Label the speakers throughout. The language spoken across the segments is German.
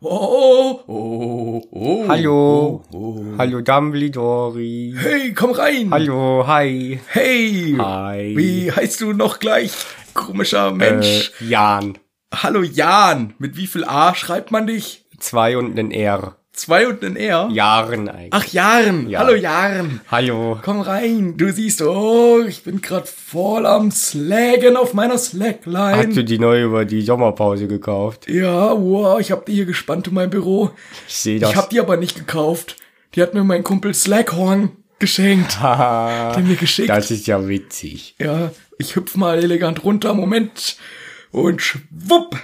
Speaker 1: Oh, oh, oh.
Speaker 2: Hallo.
Speaker 1: Oh, oh.
Speaker 2: Hallo Dumbledore.
Speaker 1: Hey, komm rein.
Speaker 2: Hallo, hi.
Speaker 1: Hey.
Speaker 2: Hi.
Speaker 1: Wie heißt du noch gleich? Komischer Mensch.
Speaker 2: Äh, Jan.
Speaker 1: Hallo Jan. Mit wie viel A schreibt man dich?
Speaker 2: Zwei und ein R.
Speaker 1: Zwei und ein R?
Speaker 2: Jahren eigentlich.
Speaker 1: Ach, Jaren.
Speaker 2: Ja.
Speaker 1: Hallo Jaren.
Speaker 2: Hallo.
Speaker 1: Komm rein. Du siehst, oh, ich bin grad voll am Slaggen auf meiner Slackline.
Speaker 2: Hast du die neu über die Sommerpause gekauft?
Speaker 1: Ja, wow, ich hab die hier gespannt in meinem Büro.
Speaker 2: Ich sehe das.
Speaker 1: Ich hab die aber nicht gekauft. Die hat mir mein Kumpel Slackhorn geschenkt.
Speaker 2: Haha.
Speaker 1: Hat er mir geschickt.
Speaker 2: das ist ja witzig.
Speaker 1: ja, ich hüpf mal elegant runter, Moment. Und schwupp.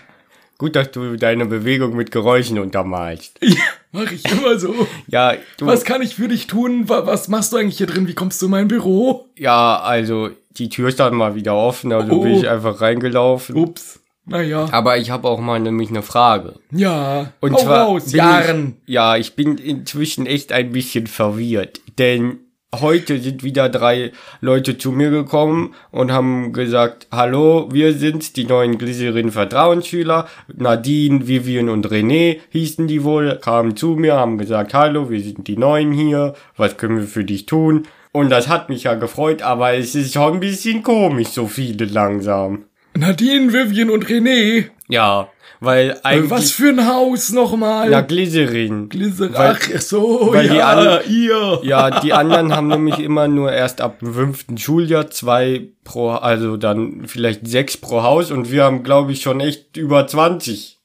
Speaker 2: Gut, dass du deine Bewegung mit Geräuschen untermalst.
Speaker 1: Ja, mach ich immer so.
Speaker 2: Ja, du,
Speaker 1: Was kann ich für dich tun? Wa- Was machst du eigentlich hier drin? Wie kommst du in mein Büro?
Speaker 2: ja, also die Tür stand mal wieder offen, also
Speaker 1: Oh.
Speaker 2: bin ich einfach reingelaufen.
Speaker 1: Ups. Naja.
Speaker 2: Aber ich habe auch mal nämlich eine Frage.
Speaker 1: Ja.
Speaker 2: Und
Speaker 1: Hau
Speaker 2: zwar
Speaker 1: raus,
Speaker 2: bin
Speaker 1: Oh, Jahren.
Speaker 2: Ich, ja, ich bin inzwischen echt ein bisschen verwirrt, denn heute sind wieder drei Leute zu mir gekommen und haben gesagt, hallo, wir sind die neuen Glycerin Vertrauensschüler, Nadine, Vivian und René hießen die wohl, kamen zu mir, haben gesagt, hallo, wir sind die neuen hier, was können wir für dich tun? Und das hat mich ja gefreut, aber es ist schon ein bisschen komisch, so viele langsam.
Speaker 1: Nadine, Vivian und René.
Speaker 2: Ja, weil
Speaker 1: Äh,
Speaker 2: eigentlich...
Speaker 1: Was für ein Haus nochmal?
Speaker 2: Na, Glycerin.
Speaker 1: Glycerin.
Speaker 2: weil-
Speaker 1: Ach so,
Speaker 2: weil
Speaker 1: ja,
Speaker 2: die alle-
Speaker 1: ihr.
Speaker 2: Ja, die anderen haben nämlich immer nur erst ab dem fünften Schuljahr zwei pro, also dann vielleicht sechs pro Haus und wir haben, glaube ich, schon echt über 20.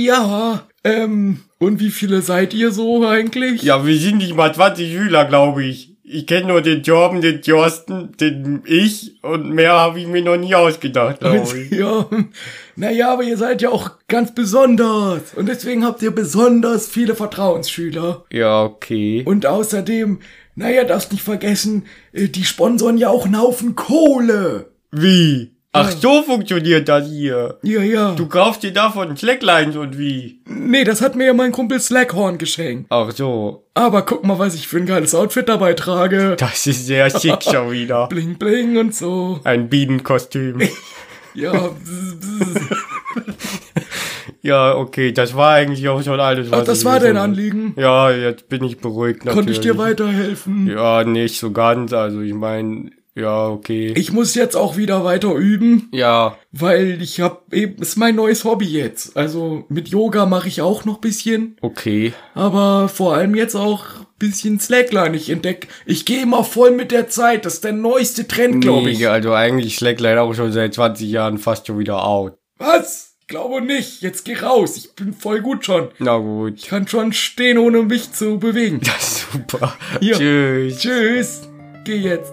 Speaker 1: Ja, ähm, und wie viele seid ihr so eigentlich?
Speaker 2: Ja, wir sind nicht mal 20 Schüler, glaube ich. Ich kenne nur den Jorben, den Jorsten, den ich und mehr habe ich mir noch nie ausgedacht, glaube ich.
Speaker 1: ja. Naja, aber ihr seid ja auch ganz besonders. Und deswegen habt ihr besonders viele Vertrauensschüler.
Speaker 2: Ja, okay.
Speaker 1: Und außerdem, naja, darfst nicht vergessen, äh, die sponsoren ja auch einen Haufen Kohle.
Speaker 2: Wie? Ach, so funktioniert das hier.
Speaker 1: Ja, ja.
Speaker 2: Du kaufst dir davon Slacklines und wie?
Speaker 1: nee, das hat mir ja mein Kumpel Slackhorn geschenkt.
Speaker 2: Ach so.
Speaker 1: Aber guck mal, was ich für ein geiles Outfit dabei trage.
Speaker 2: Das ist sehr schick schon wieder.
Speaker 1: Bling, bling und so.
Speaker 2: Ein Bienenkostüm.
Speaker 1: Ja, bzz, bzz.
Speaker 2: Ja, okay, das war eigentlich auch schon alles, was
Speaker 1: Ach, das
Speaker 2: ich
Speaker 1: war dein
Speaker 2: wissen wollte.
Speaker 1: Anliegen.
Speaker 2: Ja, jetzt bin ich beruhigt natürlich.
Speaker 1: Konnte ich dir weiterhelfen?
Speaker 2: Ja, nicht so ganz, also ich meine, ja, okay.
Speaker 1: Ich muss jetzt auch wieder weiter üben,
Speaker 2: ja,
Speaker 1: weil ich hab eben ist mein neues Hobby jetzt. Also mit Yoga mache ich auch noch bisschen,
Speaker 2: okay.
Speaker 1: aber vor allem jetzt auch bisschen Slackline. Ich entdeck, ich gehe immer voll mit der Zeit. Das ist der neueste Trend, glaube
Speaker 2: Nee,
Speaker 1: ich.
Speaker 2: also eigentlich Slackline auch schon seit 20 Jahren fast schon wieder out.
Speaker 1: Was? Ich glaube nicht. Jetzt geh raus. Ich bin voll gut schon.
Speaker 2: Na gut.
Speaker 1: Ich kann schon stehen, ohne mich zu bewegen.
Speaker 2: Super.
Speaker 1: Ja.
Speaker 2: Tschüss.
Speaker 1: Tschüss. Geh jetzt.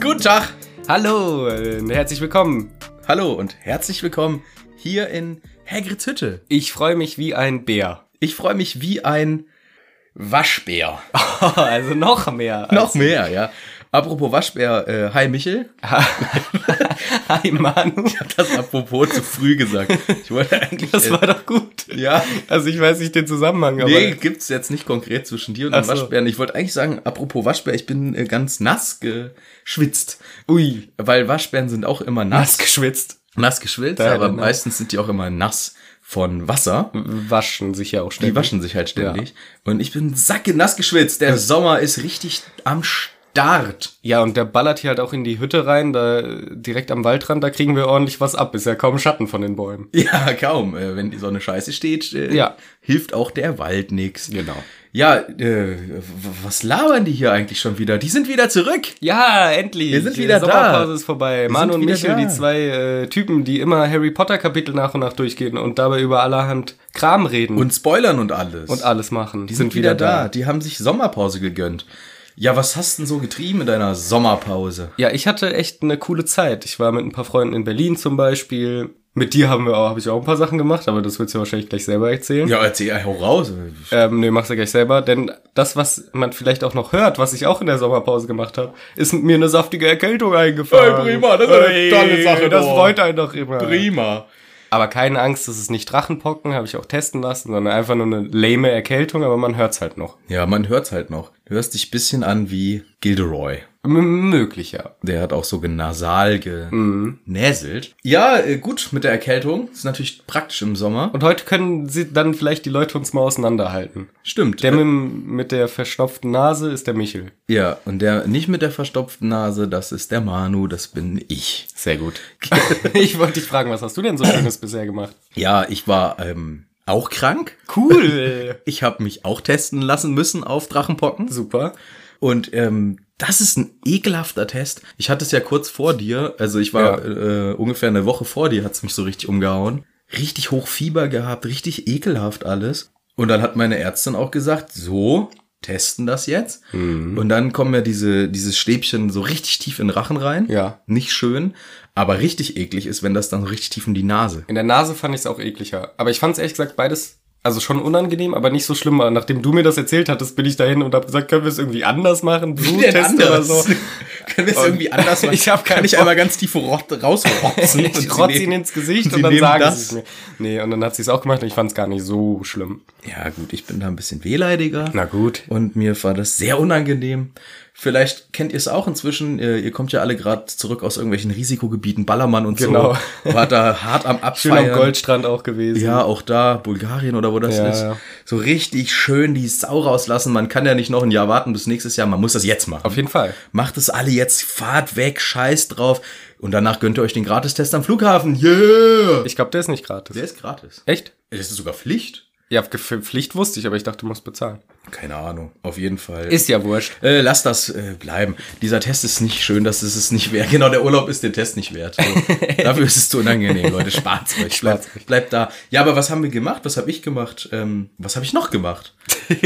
Speaker 1: Guten Tag.
Speaker 2: Hallo äh, herzlich willkommen.
Speaker 1: Hallo und herzlich willkommen hier in Hagrids Hütte.
Speaker 2: Ich freue mich wie ein Bär.
Speaker 1: Ich freue mich wie ein Waschbär.
Speaker 2: also noch mehr.
Speaker 1: Noch mehr, ja. Apropos Waschbär, äh, hi Michel.
Speaker 2: Hi, Manu.
Speaker 1: Ich habe das apropos zu früh gesagt. Ich wollte eigentlich.
Speaker 2: Das
Speaker 1: äh,
Speaker 2: war doch gut.
Speaker 1: ja.
Speaker 2: Also ich weiß nicht den Zusammenhang, aber...
Speaker 1: Nee, gibt's jetzt nicht konkret zwischen dir und dem
Speaker 2: Ach so.
Speaker 1: Waschbären. Ich wollte eigentlich sagen, apropos Waschbär, ich bin äh, ganz nass geschwitzt.
Speaker 2: Ui.
Speaker 1: Weil Waschbären sind auch immer
Speaker 2: Nass genau.
Speaker 1: nass,
Speaker 2: geschwitzt.
Speaker 1: nass geschwitzt,
Speaker 2: Daher
Speaker 1: aber
Speaker 2: der Name.
Speaker 1: meistens sind die auch immer nass von Wasser.
Speaker 2: waschen sich Mhm, ja auch
Speaker 1: Die
Speaker 2: ständig.
Speaker 1: waschen sich halt ständig. Und ich bin sackenass geschwitzt. Der Sommer ist richtig am Dart.
Speaker 2: Ja, und der ballert hier halt auch in die Hütte rein, da äh, direkt am Waldrand, da kriegen wir ordentlich was ab. Ist ja kaum Schatten von den Bäumen.
Speaker 1: Ja, kaum. Äh, wenn die Sonne scheiße steht, äh,
Speaker 2: Ja.
Speaker 1: hilft auch der Wald nix.
Speaker 2: Genau.
Speaker 1: Ja, äh, w- was labern die hier eigentlich schon wieder? Die sind wieder zurück.
Speaker 2: Ja, endlich.
Speaker 1: Wir sind
Speaker 2: Die
Speaker 1: wieder da.
Speaker 2: Sommerpause ist vorbei. Manu
Speaker 1: sind
Speaker 2: und
Speaker 1: wieder
Speaker 2: Michel,
Speaker 1: da.
Speaker 2: die zwei äh, Typen, die immer Harry Potter Kapitel nach und nach durchgehen und dabei über allerhand Kram reden
Speaker 1: Und spoilern und alles.
Speaker 2: und alles machen,
Speaker 1: Die sind, wieder, da. Die haben sich Sommerpause gegönnt. Ja, was hast denn so getrieben in deiner Sommerpause?
Speaker 2: Ja, ich hatte echt eine coole Zeit. Ich war mit ein paar Freunden in Berlin zum Beispiel. Mit dir haben wir auch, habe ich auch ein paar Sachen gemacht, aber das willst du wahrscheinlich gleich selber erzählen.
Speaker 1: Ja, erzähl hau raus.
Speaker 2: Ähm, nee, machst du gleich selber, denn das, was man vielleicht auch noch hört, was ich auch in der Sommerpause gemacht habe, ist mir eine saftige Erkältung eingefallen.
Speaker 1: Ey, prima, das ist eine tolle Sache
Speaker 2: Das
Speaker 1: doch.
Speaker 2: freut einen doch immer.
Speaker 1: Prima.
Speaker 2: Aber keine Angst, das ist nicht Drachenpocken, habe ich auch testen lassen, sondern einfach nur eine lame Erkältung, aber man hört's halt noch.
Speaker 1: Ja, man hört's halt noch. Du hörst dich bisschen an wie Gilderoy.
Speaker 2: M möglich, ja.
Speaker 1: Der hat auch so nasal genäselt. Ja, äh, gut, mit der Erkältung. Ist natürlich praktisch im Sommer.
Speaker 2: Und heute können sie dann vielleicht die Leute uns mal auseinanderhalten.
Speaker 1: Stimmt.
Speaker 2: Der mit, dem- mit der verstopften Nase ist der Michel.
Speaker 1: ja, und der nicht mit der verstopften Nase, das ist der Manu, das bin ich.
Speaker 2: Sehr gut. ich wollte dich fragen, was hast du denn so Schönes bisher gemacht?
Speaker 1: Ja, ich war ähm, auch krank.
Speaker 2: Cool.
Speaker 1: Ich habe mich auch testen lassen müssen auf Drachenpocken.
Speaker 2: Super.
Speaker 1: Und ähm, das ist ein ekelhafter Test. Ich hatte es ja kurz vor dir, also ich war äh, ungefähr eine Woche vor dir, hat's mich so richtig umgehauen. Richtig hoch Fieber gehabt, richtig ekelhaft alles. Und dann hat meine Ärztin auch gesagt, so, testen das jetzt.
Speaker 2: Mhm.
Speaker 1: Und dann kommen ja diese, dieses Stäbchen so richtig tief in den Rachen rein.
Speaker 2: Ja.
Speaker 1: Nicht schön, aber richtig eklig ist, wenn das dann so richtig tief in die Nase.
Speaker 2: In der Nase fand ich es auch ekliger. Aber ich fand es ehrlich gesagt beides, also schon unangenehm, aber nicht so schlimm. Aber Nachdem du mir das erzählt hattest, bin ich dahin und habe gesagt, können wir es irgendwie anders machen?
Speaker 1: Wie
Speaker 2: Bluttest
Speaker 1: denn anders?
Speaker 2: oder so.
Speaker 1: Können wir es
Speaker 2: Und-
Speaker 1: irgendwie anders machen?
Speaker 2: Ich hab keinen
Speaker 1: Kann ich
Speaker 2: Bock.
Speaker 1: einmal ganz tief rot- rausrotzen? und sie
Speaker 2: Ich rotze ihn
Speaker 1: nehmen-
Speaker 2: ins Gesicht
Speaker 1: sie
Speaker 2: und dann
Speaker 1: nehmen
Speaker 2: sagen
Speaker 1: das?
Speaker 2: sie es mir. Nee, und dann hat sie es auch gemacht und ich fand es gar nicht so schlimm.
Speaker 1: Ja, gut, ich bin da ein bisschen wehleidiger.
Speaker 2: Na gut.
Speaker 1: Und mir war das sehr unangenehm. Vielleicht kennt ihr es auch inzwischen. Äh, Ihr kommt ja alle gerade zurück aus irgendwelchen Risikogebieten, Ballermann und
Speaker 2: Genau.
Speaker 1: so. War da hart am
Speaker 2: Schön
Speaker 1: Abfeiern.
Speaker 2: am Goldstrand auch gewesen.
Speaker 1: Ja, auch da, Bulgarien oder wo das
Speaker 2: Ja,
Speaker 1: ist.
Speaker 2: ja.
Speaker 1: So richtig schön die Sau rauslassen. Man kann ja nicht noch ein Jahr warten bis nächstes Jahr. Man muss das jetzt machen.
Speaker 2: Auf jeden Fall.
Speaker 1: Macht es alle jetzt. Fahrt weg, scheiß drauf. Und danach gönnt ihr euch den Gratistest am Flughafen. Yeah!
Speaker 2: Ich glaube, der ist nicht gratis.
Speaker 1: Der ist gratis.
Speaker 2: Echt?
Speaker 1: Das ist sogar Pflicht.
Speaker 2: Ja, Ge- Pflicht wusste ich, aber ich dachte, du musst bezahlen.
Speaker 1: Keine Ahnung. Auf jeden Fall.
Speaker 2: Ist ja wurscht.
Speaker 1: Äh, lass das äh, bleiben. Dieser Test ist nicht schön, das ist es nicht wert. Genau, der Urlaub ist den Test nicht wert. So, dafür ist es zu unangenehm, Leute. Spart's euch. Bleibt,
Speaker 2: Spart's
Speaker 1: bleibt da. Ja, aber was haben wir gemacht? Was habe ich gemacht? Ähm, was habe ich noch gemacht?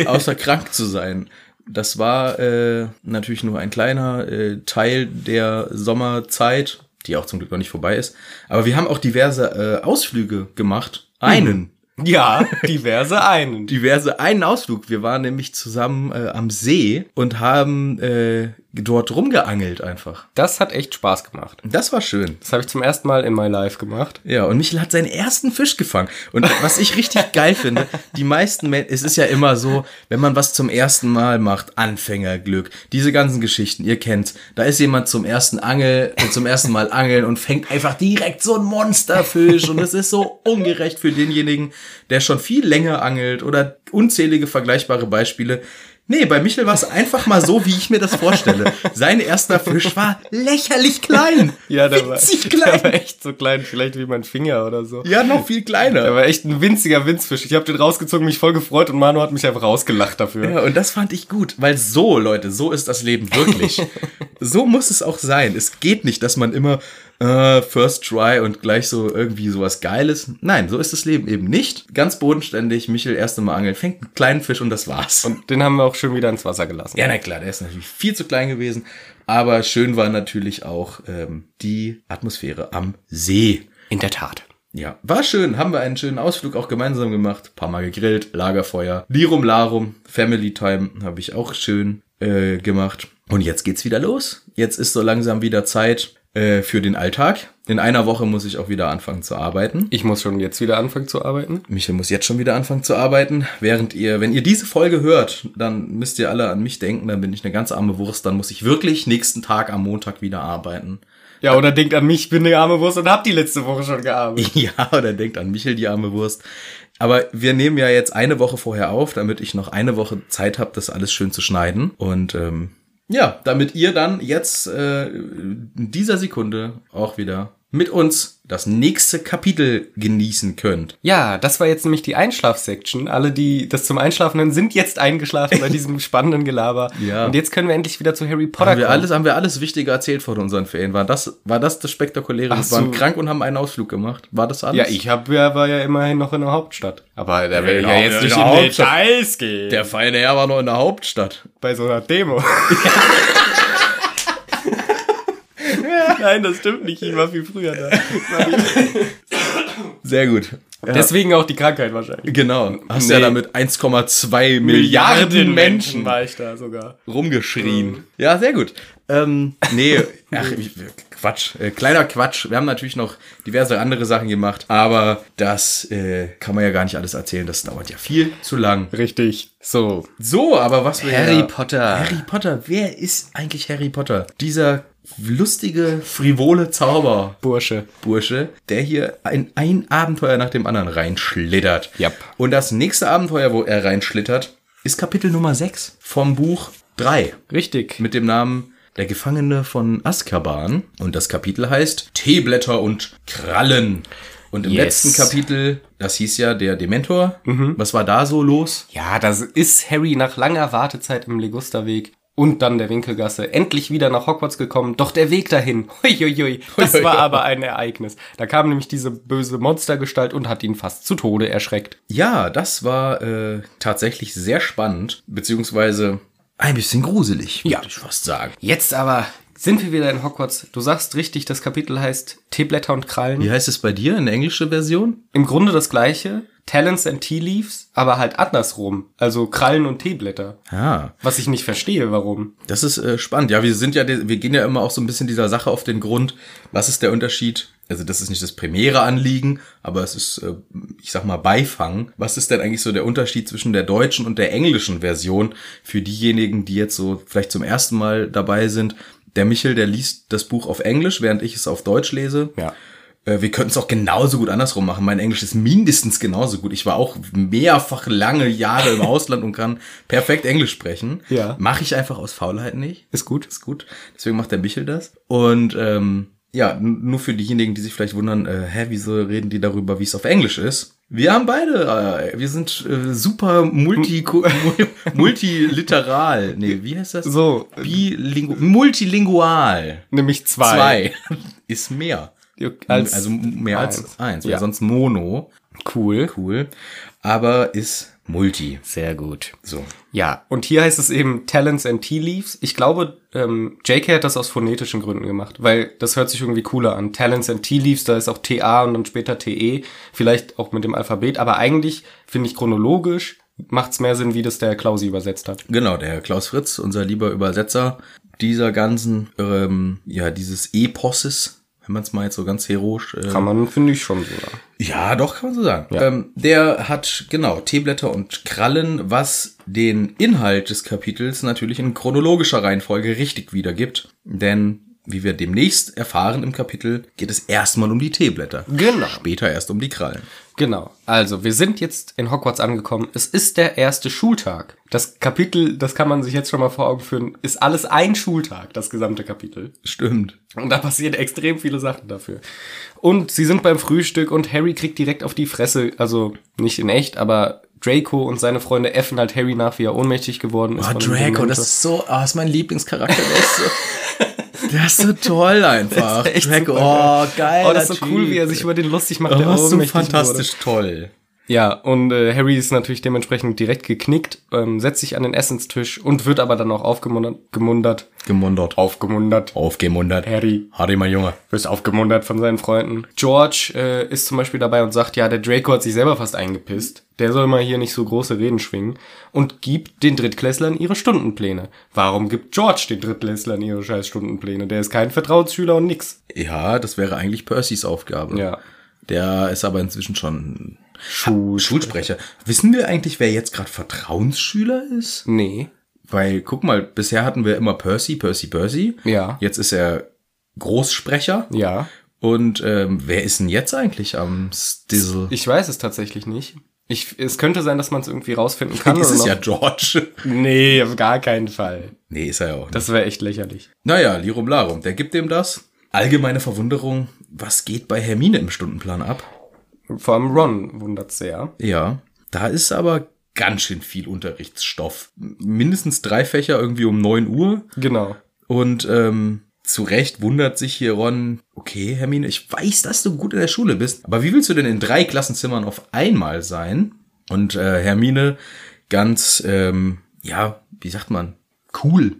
Speaker 1: Außer krank zu sein. Das war äh, natürlich nur ein kleiner äh, Teil der Sommerzeit, die auch zum Glück noch nicht vorbei ist. Aber wir haben auch diverse äh, Ausflüge gemacht. Einen
Speaker 2: Ja, diverse einen.
Speaker 1: diverse einen Ausflug. Wir waren nämlich zusammen äh, am See und haben äh, dort rumgeangelt einfach.
Speaker 2: Das hat echt Spaß gemacht.
Speaker 1: Das war schön.
Speaker 2: Das habe ich zum ersten Mal in my life gemacht.
Speaker 1: Ja, und Michel hat seinen ersten Fisch gefangen. Und was ich richtig geil finde, die meisten Menschen, es ist ja immer so, wenn man was zum ersten Mal macht, Anfängerglück, diese ganzen Geschichten, ihr kennt's, da ist jemand zum ersten Angel, äh, zum ersten Mal angeln und fängt einfach direkt so einen Monsterfisch und es ist so ungerecht für denjenigen, der schon viel länger angelt oder unzählige vergleichbare Beispiele. Nee, bei Michel war es einfach mal so, wie ich mir das vorstelle. Sein erster Fisch war lächerlich klein. Winzig klein.
Speaker 2: der war echt so klein, vielleicht wie mein Finger oder so.
Speaker 1: Ja, noch viel kleiner.
Speaker 2: Der war echt ein winziger Winzfisch. Ich habe den rausgezogen, mich voll gefreut und Manu hat mich einfach rausgelacht dafür.
Speaker 1: Ja, und das fand ich gut, weil so, Leute, so ist das Leben wirklich. so muss es auch sein. Es geht nicht, dass man immer äh, First Try und gleich so irgendwie sowas Geiles. Nein, so ist das Leben eben nicht. Ganz bodenständig, Michel erst einmal angeln, fängt einen kleinen Fisch und das war's.
Speaker 2: Und den haben wir auch schön wieder ins Wasser gelassen.
Speaker 1: ja, na klar, der ist natürlich viel zu klein gewesen. Aber schön war natürlich auch ähm, die Atmosphäre am See.
Speaker 2: In der Tat.
Speaker 1: Ja, war schön. Haben wir einen schönen Ausflug auch gemeinsam gemacht. Paar Mal gegrillt, Lagerfeuer, Lirum Larum, Family Time habe ich auch schön äh, gemacht. Und jetzt geht's wieder los. Jetzt ist so langsam wieder Zeit äh, für den Alltag. In einer Woche muss ich auch wieder anfangen zu arbeiten.
Speaker 2: Ich muss schon jetzt wieder anfangen zu arbeiten.
Speaker 1: Michel muss jetzt schon wieder anfangen zu arbeiten. Während ihr, wenn ihr diese Folge hört, dann müsst ihr alle an mich denken. Dann bin ich eine ganz arme Wurst. Dann muss ich wirklich nächsten Tag am Montag wieder arbeiten.
Speaker 2: Ja, oder denkt an mich, ich bin eine arme Wurst und hab die letzte Woche schon gearbeitet.
Speaker 1: Ja, oder denkt an Michel, die arme Wurst. Aber wir nehmen ja jetzt eine Woche vorher auf, damit ich noch eine Woche Zeit habe, das alles schön zu schneiden. Und ähm, Ja, damit ihr dann jetzt äh, in dieser Sekunde auch wieder mit uns das nächste Kapitel genießen könnt.
Speaker 2: Ja, das war jetzt nämlich die Einschlafsection. Alle, die das zum Einschlafen hören, sind jetzt eingeschlafen bei diesem spannenden Gelaber.
Speaker 1: Ja.
Speaker 2: Und jetzt können wir endlich wieder zu Harry Potter
Speaker 1: Haben wir alles, haben wir alles Wichtige erzählt vor unseren Ferien? War das, war das das Spektakuläre? wir
Speaker 2: so.
Speaker 1: waren krank und haben einen Ausflug gemacht. War das alles?
Speaker 2: Ja, ich hab, ja, war ja immerhin noch in der Hauptstadt. Aber da will ich ja
Speaker 1: genau,
Speaker 2: jetzt
Speaker 1: in
Speaker 2: nicht
Speaker 1: der
Speaker 2: in
Speaker 1: Hauptstadt.
Speaker 2: Details gehen.
Speaker 1: Der feine Herr war noch in der Hauptstadt.
Speaker 2: bei so einer Demo. Nein, das stimmt nicht. Ich war viel früher da.
Speaker 1: Sehr gut.
Speaker 2: Deswegen auch die Krankheit wahrscheinlich.
Speaker 1: Genau. Hast
Speaker 2: Nee.
Speaker 1: ja damit 1,2 Milliarden Menschen
Speaker 2: war ich da sogar.
Speaker 1: rumgeschrien. Äh. Ja, sehr gut. Ähm, nee, ach, ich- Quatsch. Äh, kleiner Quatsch. Wir haben natürlich noch diverse andere Sachen gemacht, aber das äh, kann man ja gar nicht alles erzählen. Das dauert ja viel zu lang.
Speaker 2: Richtig. So.
Speaker 1: So, aber was wir
Speaker 2: Harry
Speaker 1: ja,
Speaker 2: Potter.
Speaker 1: Harry Potter, wer ist eigentlich Harry Potter? Dieser lustige, frivole Zauber.
Speaker 2: Bursche.
Speaker 1: Bursche, der hier in ein Abenteuer nach dem anderen reinschlittert.
Speaker 2: Yep.
Speaker 1: Und das nächste Abenteuer, wo er reinschlittert, ist Kapitel Nummer 6 vom Buch 3
Speaker 2: Richtig.
Speaker 1: mit dem Namen Der Gefangene von Azkaban. Und das Kapitel heißt Teeblätter und Krallen. Und im
Speaker 2: Yes. Mhm.
Speaker 1: letzten Kapitel, das hieß ja der Dementor. Was war da so los?
Speaker 2: Ja, das ist Harry nach langer Wartezeit im Legusterweg und dann der Winkelgasse endlich wieder nach Hogwarts gekommen. Doch der Weg dahin, huiuiui, das
Speaker 1: Huiuiui.
Speaker 2: war aber ein Ereignis. Da kam nämlich diese böse Monstergestalt und hat ihn fast zu Tode erschreckt.
Speaker 1: Ja, das war äh, tatsächlich sehr spannend, beziehungsweise ein bisschen gruselig, würde
Speaker 2: Ja.
Speaker 1: ich fast sagen.
Speaker 2: Jetzt aber sind wir wieder in Hogwarts. Du sagst richtig, das Kapitel heißt Teeblätter und Krallen.
Speaker 1: Wie heißt es bei dir in der englischen Version?
Speaker 2: Im Grunde das gleiche, Talents and Tea Leaves, aber halt andersrum. Also Krallen und Teeblätter.
Speaker 1: Ah,
Speaker 2: Was ich nicht verstehe, warum.
Speaker 1: das ist äh, spannend. Ja, wir sind ja, de- wir gehen ja immer auch so ein bisschen dieser Sache auf den Grund. Was ist der Unterschied? Also das ist nicht das primäre Anliegen, aber es ist, äh, ich sag mal, Beifang. Was ist denn eigentlich so der Unterschied zwischen der deutschen und der englischen Version für diejenigen, die jetzt so vielleicht zum ersten Mal dabei sind? Der Michel, der liest das Buch auf Englisch, während ich es auf Deutsch lese.
Speaker 2: Ja.
Speaker 1: Äh, Wir könnten es auch genauso gut andersrum machen. Mein Englisch ist mindestens genauso gut. Ich war auch mehrfach lange Jahre im Ausland und kann perfekt Englisch sprechen.
Speaker 2: Ja.
Speaker 1: Mache ich einfach aus Faulheit nicht.
Speaker 2: Ist gut.
Speaker 1: Ist gut. Deswegen macht der Michel das. Und ähm, ja, n- nur für diejenigen, die sich vielleicht wundern, äh, hä, wieso reden die darüber, wie es auf Englisch ist? Wir haben beide, äh, wir sind äh, super multi multiliteral. Nee, wie heißt das?
Speaker 2: So,
Speaker 1: Bilingu multilingual.
Speaker 2: nämlich zwei.
Speaker 1: Zwei ist mehr
Speaker 2: Als
Speaker 1: also mehr
Speaker 2: eins.
Speaker 1: als eins,
Speaker 2: Ja.
Speaker 1: weil sonst Mono,
Speaker 2: cool.
Speaker 1: cool, aber ist Multi.
Speaker 2: Sehr gut.
Speaker 1: So.
Speaker 2: Ja, und hier heißt es eben Talents and Tea Leaves. Ich glaube, ähm, JK hat das aus phonetischen Gründen gemacht, weil das hört sich irgendwie cooler an. Talents and Tea Leaves, da ist auch TA und dann später TE, vielleicht auch mit dem Alphabet, aber eigentlich finde ich chronologisch macht's mehr Sinn, wie das der Klausi übersetzt hat.
Speaker 1: Genau, der Klaus Fritz, unser lieber Übersetzer dieser ganzen, ähm, ja, dieses Eposes, wenn man es mal jetzt so ganz heroisch. Äh,
Speaker 2: Kann man, finde ich schon sogar.
Speaker 1: Ja, doch, kann man so sagen. Ähm, der hat, genau, Teeblätter und Krallen, was den Inhalt des Kapitels natürlich in chronologischer Reihenfolge richtig wiedergibt. Denn, wie wir demnächst erfahren im Kapitel, geht es erstmal um die Teeblätter.
Speaker 2: Genau.
Speaker 1: Später erst um die Krallen.
Speaker 2: Genau. Also, wir sind jetzt in Hogwarts angekommen. Es ist der erste Schultag. Das Kapitel, das kann man sich jetzt schon mal vor Augen führen, ist alles ein Schultag, das gesamte Kapitel.
Speaker 1: Stimmt.
Speaker 2: Und da passieren extrem viele Sachen dafür. Und sie sind beim Frühstück und Harry kriegt direkt auf die Fresse. Also nicht in echt, aber Draco und seine Freunde effen halt Harry nach, wie er ohnmächtig geworden Oh, ist.
Speaker 1: Ah,
Speaker 2: von dem
Speaker 1: Draco,
Speaker 2: Dementor.
Speaker 1: das ist so, ah, ist mein Lieblingscharakter. Der ist so, der ist so toll einfach.
Speaker 2: Echt
Speaker 1: Draco,
Speaker 2: super
Speaker 1: oh, geil.
Speaker 2: Oh, das ist so cool, wie er sich über den lustig macht, der
Speaker 1: Oh, so
Speaker 2: ohnmächtig wurde.
Speaker 1: fantastisch toll.
Speaker 2: Ja, und äh, Harry ist natürlich dementsprechend direkt geknickt, ähm, setzt sich an den Essenstisch und wird aber dann auch aufgemundert. Gemundert.
Speaker 1: Gemundert.
Speaker 2: Aufgemundert.
Speaker 1: Aufgemundert.
Speaker 2: Harry.
Speaker 1: Harry, mein Junge.
Speaker 2: Wirst aufgemundert von seinen Freunden. George äh, ist zum Beispiel dabei und sagt, ja, der Draco hat sich selber fast eingepisst. Der soll mal hier nicht so große Reden schwingen. Und gibt den Drittklässlern ihre Stundenpläne. Warum gibt George den Drittklässlern ihre scheiß Stundenpläne? Der ist kein Vertrauensschüler und nix.
Speaker 1: Ja, das wäre eigentlich Percys Aufgabe.
Speaker 2: Ja.
Speaker 1: Der ist aber inzwischen schon
Speaker 2: Schul.
Speaker 1: Schulsprecher. Wissen wir eigentlich, wer jetzt gerade Vertrauensschüler ist?
Speaker 2: Nee.
Speaker 1: Weil, guck mal, bisher hatten wir immer Percy, Percy, Percy.
Speaker 2: Ja.
Speaker 1: Jetzt ist er Großsprecher.
Speaker 2: Ja.
Speaker 1: Und ähm, wer ist denn jetzt eigentlich am Stizzle?
Speaker 2: Ich weiß es tatsächlich nicht. Ich, es könnte sein, dass man es irgendwie rausfinden kann.
Speaker 1: Vielleicht ist
Speaker 2: oder
Speaker 1: es
Speaker 2: noch-
Speaker 1: ja George.
Speaker 2: Nee, auf gar keinen Fall.
Speaker 1: Nee, ist er ja auch nicht.
Speaker 2: Das wäre echt lächerlich.
Speaker 1: Naja, Lirum Larum, der gibt dem das. Allgemeine Verwunderung, was geht bei Hermine im Stundenplan ab?
Speaker 2: Vor allem Ron wundert sehr.
Speaker 1: Ja, da ist aber ganz schön viel Unterrichtsstoff. Mindestens drei Fächer irgendwie um 9 Uhr.
Speaker 2: Genau.
Speaker 1: Und ähm, zu Recht wundert sich hier Ron, okay, Hermine, ich weiß, dass du gut in der Schule bist, aber wie willst du denn in drei Klassenzimmern auf einmal sein? Und äh, Hermine ganz, ähm, ja, wie sagt man, cool.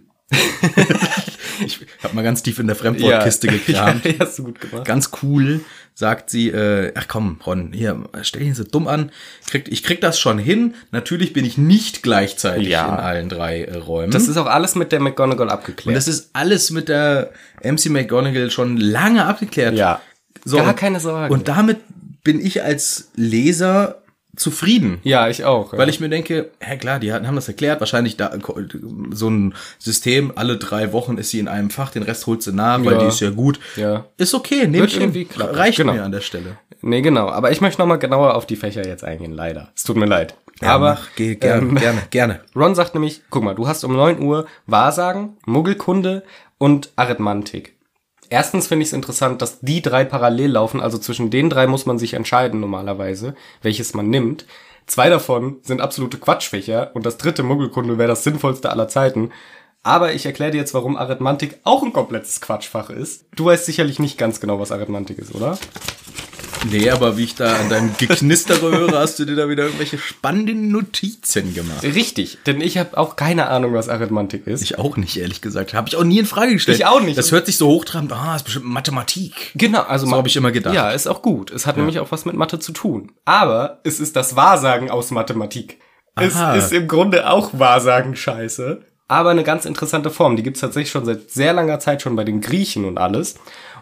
Speaker 1: ich hab mal ganz tief in der Fremdwortkiste gekramt.
Speaker 2: ja, hast du gut gemacht.
Speaker 1: Ganz cool, sagt sie, äh, ach komm, Ron, hier, stell dich nicht so dumm an. Krieg, ich krieg das schon hin. Natürlich bin ich nicht gleichzeitig
Speaker 2: Ja.
Speaker 1: in allen drei äh, Räumen.
Speaker 2: Das ist auch alles mit der McGonagall abgeklärt.
Speaker 1: Und das ist alles mit der MC McGonagall schon lange abgeklärt.
Speaker 2: Ja.
Speaker 1: So,
Speaker 2: Gar
Speaker 1: und-
Speaker 2: keine Sorge.
Speaker 1: Und damit bin ich als Leser zufrieden.
Speaker 2: ja, ich auch.
Speaker 1: Weil ich mir denke, ja klar, die hatten- haben das erklärt, wahrscheinlich da so ein System, alle drei Wochen ist sie in einem Fach, den Rest holt sie nach, weil
Speaker 2: Ja.
Speaker 1: die ist ja gut.
Speaker 2: Ja.
Speaker 1: Ist okay, nehme
Speaker 2: Wird
Speaker 1: ich irgendwie
Speaker 2: irgendwie
Speaker 1: hin,
Speaker 2: klappen.
Speaker 1: reicht
Speaker 2: Genau.
Speaker 1: mir an der Stelle.
Speaker 2: Nee, genau. Aber ich möchte nochmal genauer auf die Fächer jetzt eingehen, leider. Es tut mir leid. Aber
Speaker 1: mach, geh, gerne,
Speaker 2: ähm,
Speaker 1: gerne, gerne.
Speaker 2: Ron sagt nämlich, guck mal, du hast um 9 Uhr Wahrsagen, Muggelkunde und Arithmantik. Erstens finde ich es interessant, dass die drei parallel laufen, also zwischen den drei muss man sich entscheiden normalerweise, welches man nimmt. Zwei davon sind absolute Quatschfächer und das dritte Muggelkunde wäre das sinnvollste aller Zeiten. Aber ich erkläre dir jetzt, warum Arithmantik auch ein komplettes Quatschfach ist. Du weißt sicherlich nicht ganz genau, was Arithmantik ist, oder?
Speaker 1: Nee, aber wie ich da an deinem Geknistere höre, hast du dir da wieder irgendwelche spannenden Notizen gemacht.
Speaker 2: Richtig, denn ich habe auch keine Ahnung, was Arithmantik ist.
Speaker 1: Ich auch nicht, ehrlich gesagt. Habe ich auch nie in Frage gestellt.
Speaker 2: Ich auch nicht.
Speaker 1: Das hört sich so hochtrabend, ah, ist bestimmt Mathematik.
Speaker 2: Genau, also so
Speaker 1: hab ich immer gedacht.
Speaker 2: Ja, ist auch gut. Es hat nämlich auch was mit Mathe zu tun. Aber es ist das Wahrsagen aus Mathematik.
Speaker 1: Aha.
Speaker 2: Es ist im Grunde auch Wahrsagen-Scheiße. Aber eine ganz interessante Form. Die gibt's tatsächlich schon seit sehr langer Zeit schon bei den Griechen und alles.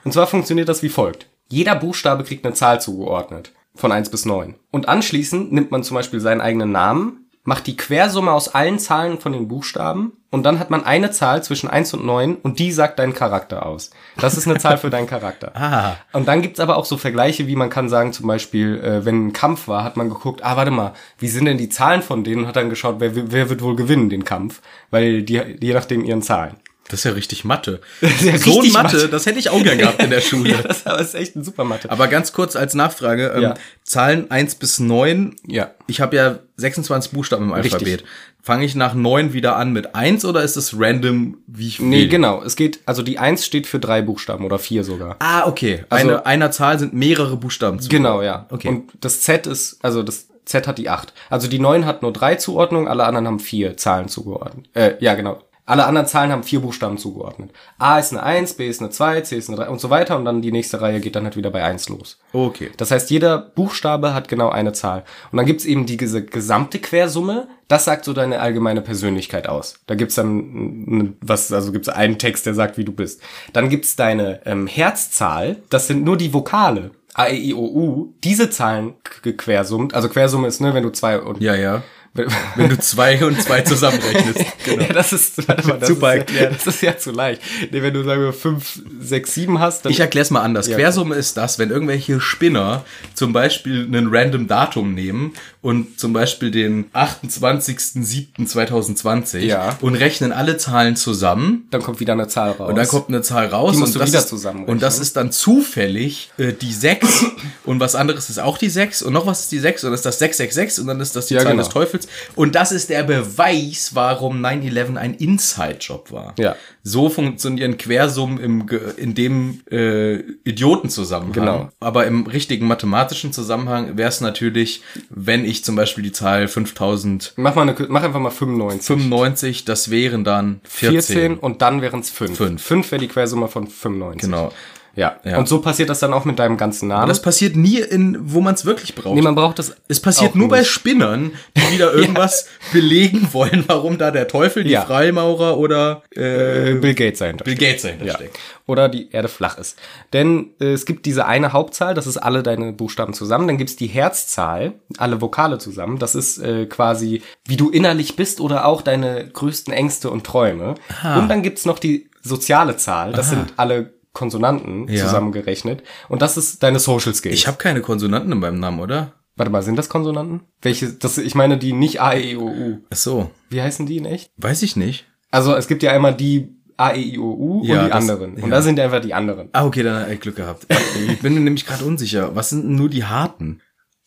Speaker 2: Und zwar funktioniert das wie folgt. Jeder Buchstabe kriegt eine Zahl zugeordnet. Von 1 bis 9. Und anschließend nimmt man zum Beispiel seinen eigenen Namen, macht die Quersumme aus allen Zahlen von den Buchstaben und dann hat man eine Zahl zwischen 1 und 9 und die sagt deinen Charakter aus. Das ist eine Zahl für deinen Charakter.
Speaker 1: Ah.
Speaker 2: Und dann gibt's aber auch so Vergleiche, wie man kann sagen, zum Beispiel, äh, wenn ein Kampf war, hat man geguckt, ah, warte mal, wie sind denn die Zahlen von denen? Und hat dann geschaut, wer, wer wird wohl gewinnen, den Kampf? Weil die, je nachdem ihren Zahlen.
Speaker 1: Das ist ja richtig Mathe.
Speaker 2: ist ja
Speaker 1: so
Speaker 2: richtig
Speaker 1: ein Mathe,
Speaker 2: Mathe.
Speaker 1: das hätte ich auch gern gehabt in der Schule.
Speaker 2: Ja, das aber ist echt ein super Mathe.
Speaker 1: Aber ganz kurz als Nachfrage, ähm,
Speaker 2: Ja.
Speaker 1: Zahlen 1 bis 9.
Speaker 2: Ja.
Speaker 1: Ich habe ja 26 Buchstaben im
Speaker 2: Richtig.
Speaker 1: Alphabet. Fange ich nach 9 wieder an mit 1 oder ist es random, wie ich will?
Speaker 2: Nee, genau. Es geht, also die Eins steht für drei Buchstaben oder vier sogar.
Speaker 1: Ah, okay.
Speaker 2: Also-
Speaker 1: Eine, einer Zahl sind mehrere Buchstaben zu.
Speaker 2: Genau, ja.
Speaker 1: Okay.
Speaker 2: Und das Z ist, also das Z hat die 8. Also die 9 hat nur drei Zuordnungen, alle anderen haben vier Zahlen zugeordnet. Äh, ja, genau. Alle anderen Zahlen haben vier Buchstaben zugeordnet. A ist eine 1, B ist eine 2, C ist eine 3 und so weiter und dann die nächste Reihe geht dann halt wieder bei 1 los.
Speaker 1: Okay.
Speaker 2: Das heißt, jeder Buchstabe hat genau eine Zahl. Und dann gibt's eben die ges- gesamte Quersumme. Das sagt so deine allgemeine Persönlichkeit aus. Da gibt's dann n- was, also gibt's einen Text, der sagt, wie du bist. Dann gibt's deine ähm, Herzzahl. Das sind nur die Vokale. A, E, I, O, U. Diese Zahlen k- quersummt. Also Quersumme ist, ne, wenn du zwei und...
Speaker 1: Ja, ja.
Speaker 2: Wenn,
Speaker 1: Wenn du 2 und 2 zusammenrechnest. Genau.
Speaker 2: Ja, das ist, warte mal, das
Speaker 1: Super
Speaker 2: ist ja,
Speaker 1: erklärt.
Speaker 2: Das ist ja zu leicht. Nee, wenn du, sagen wir, fünf, sechs, sieben hast, dann
Speaker 1: Ich erkläre es mal anders. Quersumme ist das, wenn irgendwelche Spinner zum Beispiel einen random Datum nehmen und zum Beispiel den 28.07.2020
Speaker 2: Ja.
Speaker 1: und rechnen alle Zahlen zusammen.
Speaker 2: dann kommt wieder eine Zahl raus.
Speaker 1: Und dann kommt eine Zahl raus
Speaker 2: Die musst
Speaker 1: und,
Speaker 2: du
Speaker 1: das
Speaker 2: wieder
Speaker 1: ist,
Speaker 2: zusammenrechnen.
Speaker 1: und das ist dann zufällig äh, die 6 und was anderes ist auch die 6 und noch was ist die 6 und das ist das 666 und dann ist das die
Speaker 2: Ja,
Speaker 1: Zahl
Speaker 2: genau.
Speaker 1: des Teufels und das ist der Beweis, warum 9-11 ein Inside-Job war.
Speaker 2: Ja.
Speaker 1: So funktionieren Quersummen im, Ge- in dem äh, Idiotenzusammenhang.
Speaker 2: Genau.
Speaker 1: Aber im richtigen mathematischen Zusammenhang wäre es natürlich, wenn ich zum Beispiel die Zahl 5095,
Speaker 2: Mach, mal eine, mach einfach mal 95.
Speaker 1: das wären dann 14.
Speaker 2: 14, und dann wären es 5.
Speaker 1: Fünf.
Speaker 2: 5 wäre die Quersumme von 95.
Speaker 1: Genau.
Speaker 2: Ja.
Speaker 1: Ja.
Speaker 2: Und so passiert das dann auch mit deinem ganzen Namen.
Speaker 1: Das passiert nie in, wo man es wirklich braucht.
Speaker 2: Ne? nee, man braucht das.
Speaker 1: es passiert
Speaker 2: auch
Speaker 1: nur bei
Speaker 2: nicht.
Speaker 1: Spinnern, die wieder irgendwas belegen wollen, warum da der Teufel, die
Speaker 2: Ja.
Speaker 1: Freimaurer oder äh,
Speaker 2: äh, Bill Gates dahinter.
Speaker 1: Bill Gates dahinter
Speaker 2: ja.
Speaker 1: steckt.
Speaker 2: Oder die Erde flach ist. Denn äh, es gibt diese eine Hauptzahl, das ist alle deine Buchstaben zusammen. Dann gibt's die Herzzahl, alle Vokale zusammen. Das ist äh, quasi, wie du innerlich bist oder auch deine größten Ängste und Träume. Und dann gibt's noch die soziale Zahl, das sind alle Konsonanten
Speaker 1: Ja.
Speaker 2: zusammengerechnet. Und das ist deine Social Skills.
Speaker 1: Ich habe keine Konsonanten in meinem Namen, oder?
Speaker 2: Warte mal, sind das Konsonanten? Welche, das, ich meine die nicht A, E, O, U.
Speaker 1: Ach so,
Speaker 2: Wie heißen die in echt?
Speaker 1: weiß ich nicht.
Speaker 2: Also es gibt ja einmal die A, E, I, O, U
Speaker 1: Ja,
Speaker 2: und die
Speaker 1: das-
Speaker 2: anderen. Und
Speaker 1: ja.
Speaker 2: da sind einfach die anderen.
Speaker 1: Ah, okay, dann hat er Glück gehabt. Ich bin mir nämlich gerade unsicher. Was sind denn nur die harten?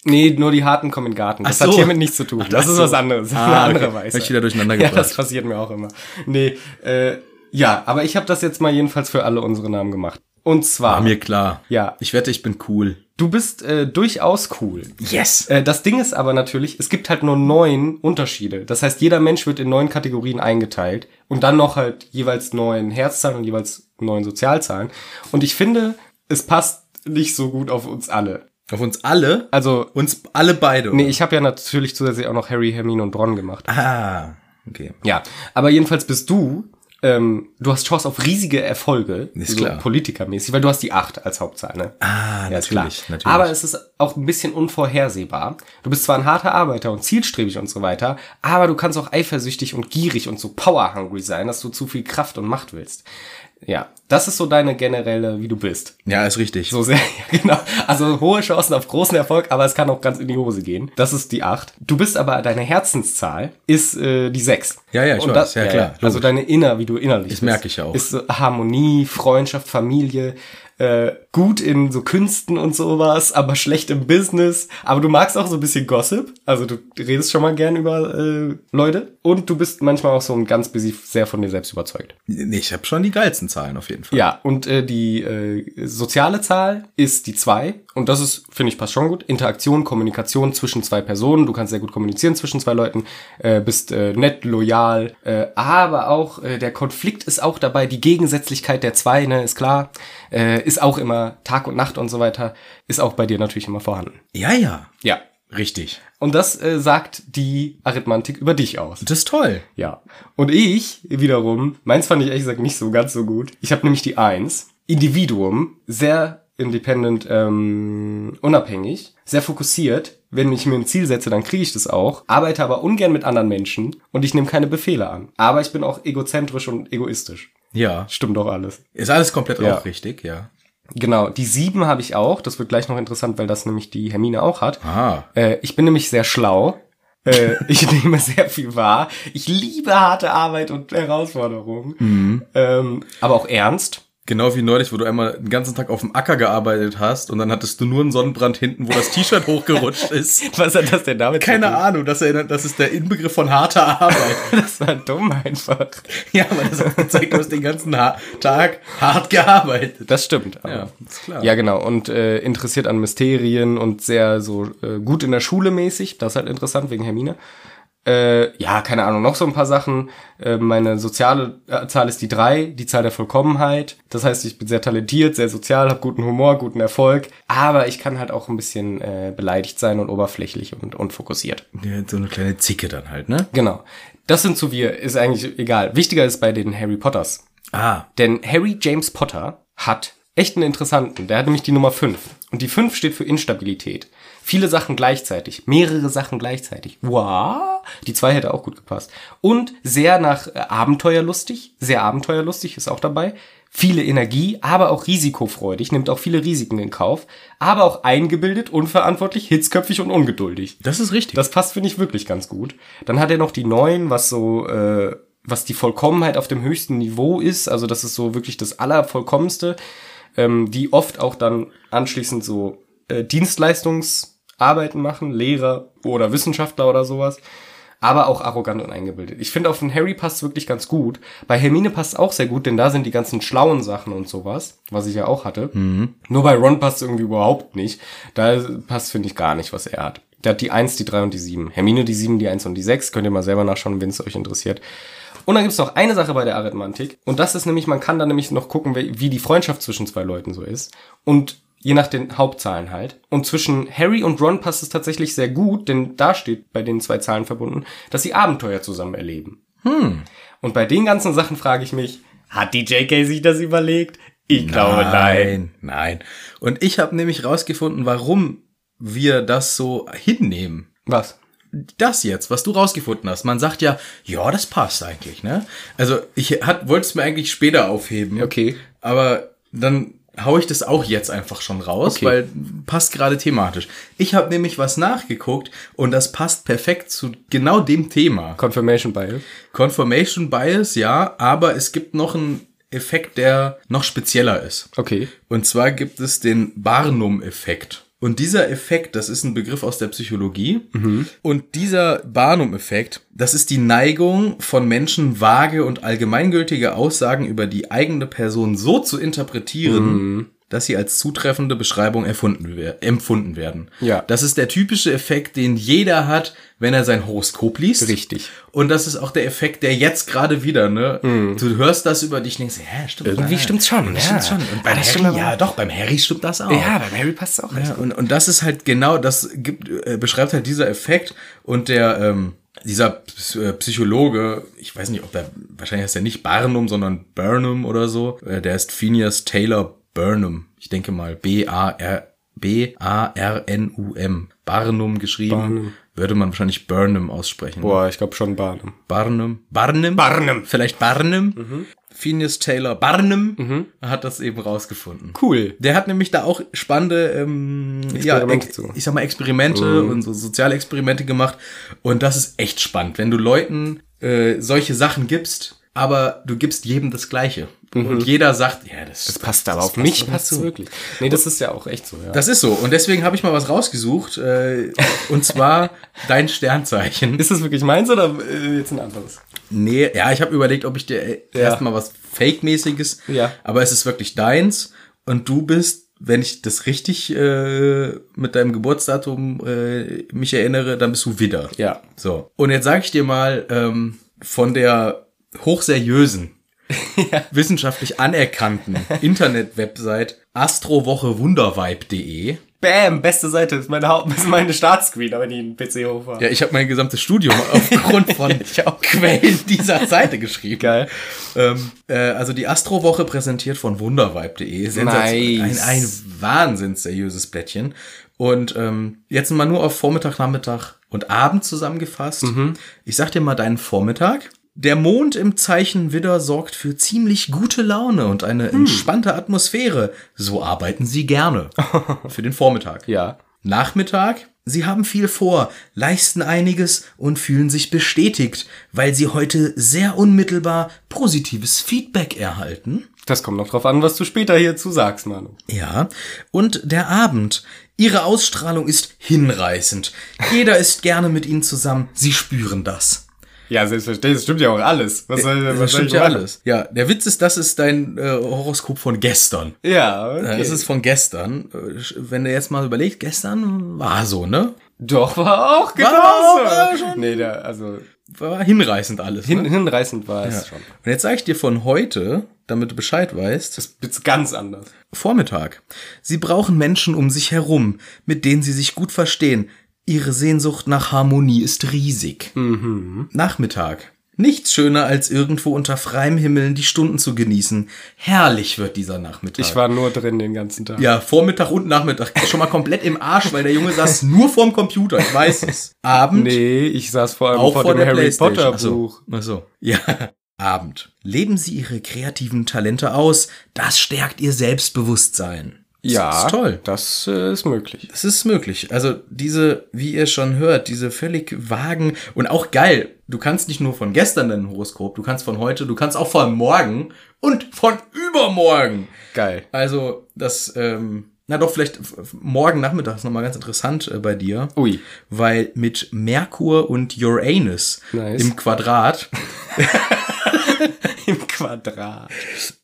Speaker 2: Nee, nur die harten kommen in den Garten. Das
Speaker 1: Ach so.
Speaker 2: hat hiermit nichts zu tun. das ist
Speaker 1: so.
Speaker 2: was anderes.
Speaker 1: Ah,
Speaker 2: eine andere
Speaker 1: okay.
Speaker 2: Weise.
Speaker 1: Hab ich wieder durcheinander
Speaker 2: ja,
Speaker 1: gebracht.
Speaker 2: das passiert mir auch immer. Nee, äh, ja, aber ich habe das jetzt mal jedenfalls für alle unsere Namen gemacht. Und zwar,
Speaker 1: War Ah, mir klar.
Speaker 2: ja,
Speaker 1: Ich wette, ich bin cool.
Speaker 2: du bist äh, durchaus cool.
Speaker 1: Yes.
Speaker 2: Äh, das Ding ist aber natürlich, es gibt halt nur neun Unterschiede. Das heißt, jeder Mensch wird in neun Kategorien eingeteilt und dann noch halt jeweils neun Herzzahlen und jeweils neun Sozialzahlen. Und ich finde, es passt nicht so gut auf uns alle.
Speaker 1: Auf uns alle?
Speaker 2: Also,
Speaker 1: Uns alle beide.
Speaker 2: nee, ich habe ja natürlich zusätzlich auch noch Harry, Hermine und Bronn gemacht.
Speaker 1: Ah, okay.
Speaker 2: Ja, aber jedenfalls bist du, ähm, du hast Chance auf riesige Erfolge,
Speaker 1: Ist klar.
Speaker 2: politikermäßig, weil du hast die acht als Hauptzahl, ne?
Speaker 1: Ah,
Speaker 2: Ja, ist klar.
Speaker 1: natürlich, natürlich.
Speaker 2: Aber es ist auch ein bisschen unvorhersehbar. Du bist zwar ein harter Arbeiter und zielstrebig und so weiter, aber du kannst auch eifersüchtig und gierig und so power-hungry sein, dass du zu viel Kraft und Macht willst. Ja, das ist so deine generelle, wie du bist.
Speaker 1: ja, ist richtig.
Speaker 2: So sehr, ja, genau. Also hohe Chancen auf großen Erfolg, aber es kann auch ganz in die Hose gehen. Das ist die acht. Du bist aber, deine Herzenszahl ist äh, die sechs.
Speaker 1: Ja, ja, ich
Speaker 2: Und
Speaker 1: weiß. Ja, klar,
Speaker 2: Also
Speaker 1: logisch.
Speaker 2: deine Inner, wie du innerlich bist.
Speaker 1: merke ich ja auch.
Speaker 2: Ist so Harmonie, Freundschaft, Familie, äh, gut in so Künsten und sowas, aber schlecht im Business. Aber du magst auch so ein bisschen Gossip. Also du redest schon mal gern über äh, Leute. Und du bist manchmal auch so ein ganz busy, sehr von dir selbst überzeugt.
Speaker 1: Nee, ich habe schon die geilsten Zahlen auf jeden Fall.
Speaker 2: Ja, und äh, die äh, soziale Zahl ist die zwei Und das ist, finde ich, passt schon gut. Interaktion, Kommunikation zwischen zwei Personen. Du kannst sehr gut kommunizieren zwischen zwei Leuten, äh, bist äh, nett, loyal. Äh, aber auch äh, der Konflikt ist auch dabei. Die Gegensätzlichkeit der zwei, ne, ist klar. Äh, ist auch immer Tag und Nacht und so weiter. Ist auch bei dir natürlich immer vorhanden.
Speaker 1: Ja, ja.
Speaker 2: Ja.
Speaker 1: Richtig.
Speaker 2: Und das äh, sagt die Arithmantik über dich aus.
Speaker 1: Das ist toll.
Speaker 2: Ja. Und ich wiederum, meins fand ich ehrlich gesagt nicht so ganz so gut. Ich habe nämlich die Eins. Individuum, sehr independent, ähm, unabhängig, sehr fokussiert. Wenn ich mir ein Ziel setze, dann kriege ich das auch. Arbeite aber ungern mit anderen Menschen und ich nehme keine Befehle an. Aber ich bin auch egozentrisch und egoistisch.
Speaker 1: Ja.
Speaker 2: Stimmt doch alles.
Speaker 1: Ist alles komplett
Speaker 2: Ja.
Speaker 1: auch richtig, ja.
Speaker 2: Genau, die sieben habe ich auch. Das wird gleich noch interessant, weil das nämlich die Hermine auch hat.
Speaker 1: Ah.
Speaker 2: Äh, ich bin nämlich sehr schlau. Äh, ich nehme sehr viel wahr. Ich liebe harte Arbeit und Herausforderungen. Ähm, aber auch ernst.
Speaker 1: Genau wie neulich, wo du einmal den ganzen Tag auf dem Acker gearbeitet hast und dann hattest du nur einen Sonnenbrand hinten, wo das T-Shirt hochgerutscht ist.
Speaker 2: Was hat das denn damit
Speaker 1: Keine Ahnung, das erinnert, das ist der Inbegriff von harter Arbeit.
Speaker 2: Das war dumm einfach.
Speaker 1: ja, aber das hat gezeigt, du hast den ganzen ha Tag hart gearbeitet.
Speaker 2: Das stimmt. Aber.
Speaker 1: Ja, ist klar.
Speaker 2: Ja, genau. Und äh, interessiert an Mysterien und sehr so äh, gut in der Schule mäßig. Das ist halt interessant wegen Hermine. Äh, ja, keine Ahnung, noch so ein paar Sachen. Äh, meine soziale äh, Zahl ist die drei, die Zahl der Vollkommenheit. Das heißt, ich bin sehr talentiert, sehr sozial, habe guten Humor, guten Erfolg. Aber ich kann halt auch ein bisschen äh, beleidigt sein und oberflächlich und unfokussiert.
Speaker 1: Ja, So eine kleine Zicke dann halt, ne?
Speaker 2: Genau. Das sind so wir, ist eigentlich egal. Wichtiger ist bei den Harry Potters.
Speaker 1: Ah.
Speaker 2: Denn Harry James Potter hat echt einen interessanten. Der hat nämlich die Nummer 5. Und die 5 steht für Instabilität. Viele Sachen gleichzeitig. Mehrere Sachen gleichzeitig. Wow. Die 2 hätte auch gut gepasst. Und sehr nach äh, Abenteuerlustig. Sehr Abenteuerlustig ist auch dabei. Viele Energie, aber auch risikofreudig. Nimmt auch viele Risiken in Kauf. Aber auch eingebildet, unverantwortlich, hitzköpfig und ungeduldig.
Speaker 1: Das ist richtig.
Speaker 2: Das passt, finde ich, wirklich ganz gut. Dann hat er noch die neuen, was so, äh, was die Vollkommenheit auf dem höchsten Niveau ist. Also das ist so wirklich das Allervollkommenste, ähm, die oft auch dann anschließend so äh, Dienstleistungsarbeiten machen, Lehrer oder Wissenschaftler oder sowas. Aber auch arrogant und eingebildet. Ich finde, auf den Harry passt wirklich ganz gut. Bei Hermine passt auch sehr gut, denn da sind die ganzen schlauen Sachen und sowas, was ich ja auch hatte. Nur bei Ron passt irgendwie überhaupt nicht. Da passt, finde ich, gar nicht, was er hat. Der hat die 1, die 3 und die 7. Hermine die 7, die 1 und die 6. Könnt ihr mal selber nachschauen, wenn es euch interessiert. Und dann gibt's noch eine Sache bei der Arithmantik. Und das ist nämlich, man kann da nämlich noch gucken, wie wie die Freundschaft zwischen zwei Leuten so ist. Und je nach den Hauptzahlen halt. Und zwischen Harry und Ron passt es tatsächlich sehr gut, denn da steht bei den zwei Zahlen verbunden, dass sie Abenteuer zusammen erleben. Hm. Und bei den ganzen Sachen frage ich mich, hat die JK sich das überlegt? Ich glaube nein.
Speaker 1: oh Nein, nein. Und ich habe nämlich rausgefunden, warum wir das so hinnehmen.
Speaker 2: Was?
Speaker 1: das jetzt, was du rausgefunden hast, man sagt ja, ja, das passt eigentlich, ne? Also ich hat, wollte es mir eigentlich später aufheben.
Speaker 2: Okay.
Speaker 1: Aber dann hau ich das auch jetzt einfach schon raus,
Speaker 2: Okay.
Speaker 1: weil passt gerade thematisch. Ich habe nämlich was nachgeguckt und das passt perfekt zu genau dem Thema.
Speaker 2: Confirmation Bias.
Speaker 1: Confirmation Bias, ja, aber es gibt noch einen Effekt, der noch spezieller ist.
Speaker 2: Okay.
Speaker 1: Und zwar gibt es den Barnum-Effekt. Und dieser Effekt, das ist ein Begriff aus der Psychologie. Und dieser Barnum-Effekt, das ist die Neigung von Menschen, vage und allgemeingültige Aussagen über die eigene Person so zu interpretieren, dass sie als zutreffende Beschreibung erfunden wer- empfunden werden.
Speaker 2: Ja.
Speaker 1: Das ist der typische Effekt, den jeder hat, wenn er sein Horoskop liest.
Speaker 2: Richtig.
Speaker 1: Und das ist auch der Effekt, der jetzt gerade wieder, ne? Du hörst das über dich und denkst, ja, stimmt.
Speaker 2: Mhm. Irgendwie
Speaker 1: ja,
Speaker 2: stimmt's schon,
Speaker 1: irgendwie
Speaker 2: ja.
Speaker 1: Stimmt's schon. Und beim
Speaker 2: Ah, das stimmt
Speaker 1: Harry,
Speaker 2: aber.
Speaker 1: ja, doch, beim Harry stimmt das auch.
Speaker 2: beim Harry passt es auch.
Speaker 1: Ja, und, und das ist halt genau, das gibt, äh, beschreibt halt dieser Effekt und der, ähm, dieser Ps- äh, Psychologe, ich weiß nicht, ob der, wahrscheinlich heißt der nicht Barnum, sondern Burnham oder so, äh, der ist Phineas Taylor Burnham. Ich denke mal B-A-R, B-A-R-N-U-M. Barnum geschrieben. Würde man wahrscheinlich Burnham aussprechen.
Speaker 2: Boah, ich glaube schon Barnum.
Speaker 1: Barnum. Barnum?
Speaker 2: Barnum.
Speaker 1: Vielleicht Barnum?
Speaker 2: Mhm.
Speaker 1: Phineas Taylor Barnum hat das eben rausgefunden.
Speaker 2: Cool.
Speaker 1: Der hat nämlich da auch spannende, ähm, ja,
Speaker 2: Experimente
Speaker 1: ex-
Speaker 2: zu. Mhm.
Speaker 1: ich sag mal Experimente und so soziale Experimente gemacht. Und das ist echt spannend, wenn du Leuten äh, solche Sachen gibst, aber du gibst jedem das Gleiche. Und jeder sagt, ja, das,
Speaker 2: Mhm. Das passt aber auf
Speaker 1: passt
Speaker 2: mich
Speaker 1: doch
Speaker 2: passt
Speaker 1: dazu.
Speaker 2: wirklich. Nee, das ist ja auch echt so, ja.
Speaker 1: Das ist so. Und deswegen habe ich mal was rausgesucht. Äh, und zwar dein Sternzeichen.
Speaker 2: ist das wirklich meins oder äh, jetzt ein anderes?
Speaker 1: Nee, ja, ich habe überlegt, ob ich dir äh, erstmal was Fake-mäßiges,
Speaker 2: Ja.
Speaker 1: aber es ist wirklich deins und du bist, wenn ich das richtig äh, mit deinem Geburtsdatum äh, mich erinnere, dann bist du wieder.
Speaker 2: Ja.
Speaker 1: So. Und jetzt sage ich dir mal ähm, von der hochseriösen, wissenschaftlich anerkannten Internet-Website astrowochewundervibe.de.
Speaker 2: Bam, beste Seite. Das ist meine, Haupt ist meine Startscreen, aber die ein PC hoch war.
Speaker 1: Ja, ich habe mein gesamtes Studium aufgrund von Quellen dieser Seite geschrieben.
Speaker 2: Geil.
Speaker 1: Ähm, äh, also die Astrowoche präsentiert von wundervibe.de. Sensation-
Speaker 2: Nice.
Speaker 1: Ein, ein wahnsinns seriöses Blättchen. Und ähm, jetzt mal nur auf Vormittag, Nachmittag und Abend zusammengefasst. Ich sag dir mal deinen Vormittag. Der Mond im Zeichen Widder sorgt für ziemlich gute Laune und eine entspannte Atmosphäre. So arbeiten sie gerne. Für den Vormittag.
Speaker 2: Ja.
Speaker 1: Nachmittag? Sie haben viel vor, leisten einiges und fühlen sich bestätigt, weil sie heute sehr unmittelbar positives Feedback erhalten.
Speaker 2: Das kommt noch drauf an, was du später hierzu sagst, Manu.
Speaker 1: Ja. Und der Abend. Ihre Ausstrahlung ist hinreißend. Jeder ist gerne mit ihnen zusammen. Sie spüren das.
Speaker 2: Ja, selbstverständlich. Das stimmt ja auch alles. Was soll, was
Speaker 1: Das
Speaker 2: soll
Speaker 1: stimmt
Speaker 2: ich
Speaker 1: ja
Speaker 2: machen?
Speaker 1: alles. Ja, der Witz ist, das ist dein äh, Horoskop von gestern.
Speaker 2: Ja, okay.
Speaker 1: Das ist von gestern. Äh, Wenn du jetzt mal überlegst, gestern war so, ne?
Speaker 2: Doch, war auch genauso.
Speaker 1: auch, äh,
Speaker 2: Nee, da, also
Speaker 1: War hinreißend alles.
Speaker 2: hin,
Speaker 1: ne?
Speaker 2: hinreißend war es schon.
Speaker 1: Und jetzt sage ich dir von heute, damit du Bescheid weißt,
Speaker 2: Das ist ganz anders.
Speaker 1: Vormittag. Sie brauchen Menschen um sich herum, mit denen sie sich gut verstehen. Ihre Sehnsucht nach Harmonie ist riesig. Nachmittag. Nichts schöner als irgendwo unter freiem Himmel die Stunden zu genießen. Herrlich wird dieser Nachmittag.
Speaker 2: Ich war nur drin den ganzen Tag.
Speaker 1: ja, Vormittag und Nachmittag. Schon mal komplett im Arsch, weil der Junge saß nur vorm Computer. Ich weiß es. Abend
Speaker 2: Nee, ich saß vor allem
Speaker 1: auch
Speaker 2: vor,
Speaker 1: vor
Speaker 2: dem
Speaker 1: der
Speaker 2: Harry
Speaker 1: Playstation.
Speaker 2: Potter
Speaker 1: Ach so.
Speaker 2: Buch.
Speaker 1: Ach so. Ja. Abend. Leben Sie Ihre kreativen Talente aus. Das stärkt Ihr Selbstbewusstsein. Das ist toll.
Speaker 2: Das äh, ist möglich.
Speaker 1: Das ist möglich. Also diese, wie ihr schon hört, diese völlig vagen und auch geil. Du kannst nicht nur von gestern dein Horoskop, du kannst von heute, du kannst auch von morgen und von übermorgen.
Speaker 2: Geil.
Speaker 1: Also das, ähm, na doch, vielleicht f- f- morgen Nachmittag ist nochmal ganz interessant äh, bei dir.
Speaker 2: Ui.
Speaker 1: Weil mit Merkur und Uranus
Speaker 2: Nice.
Speaker 1: im Quadrat,
Speaker 2: Im Quadrat.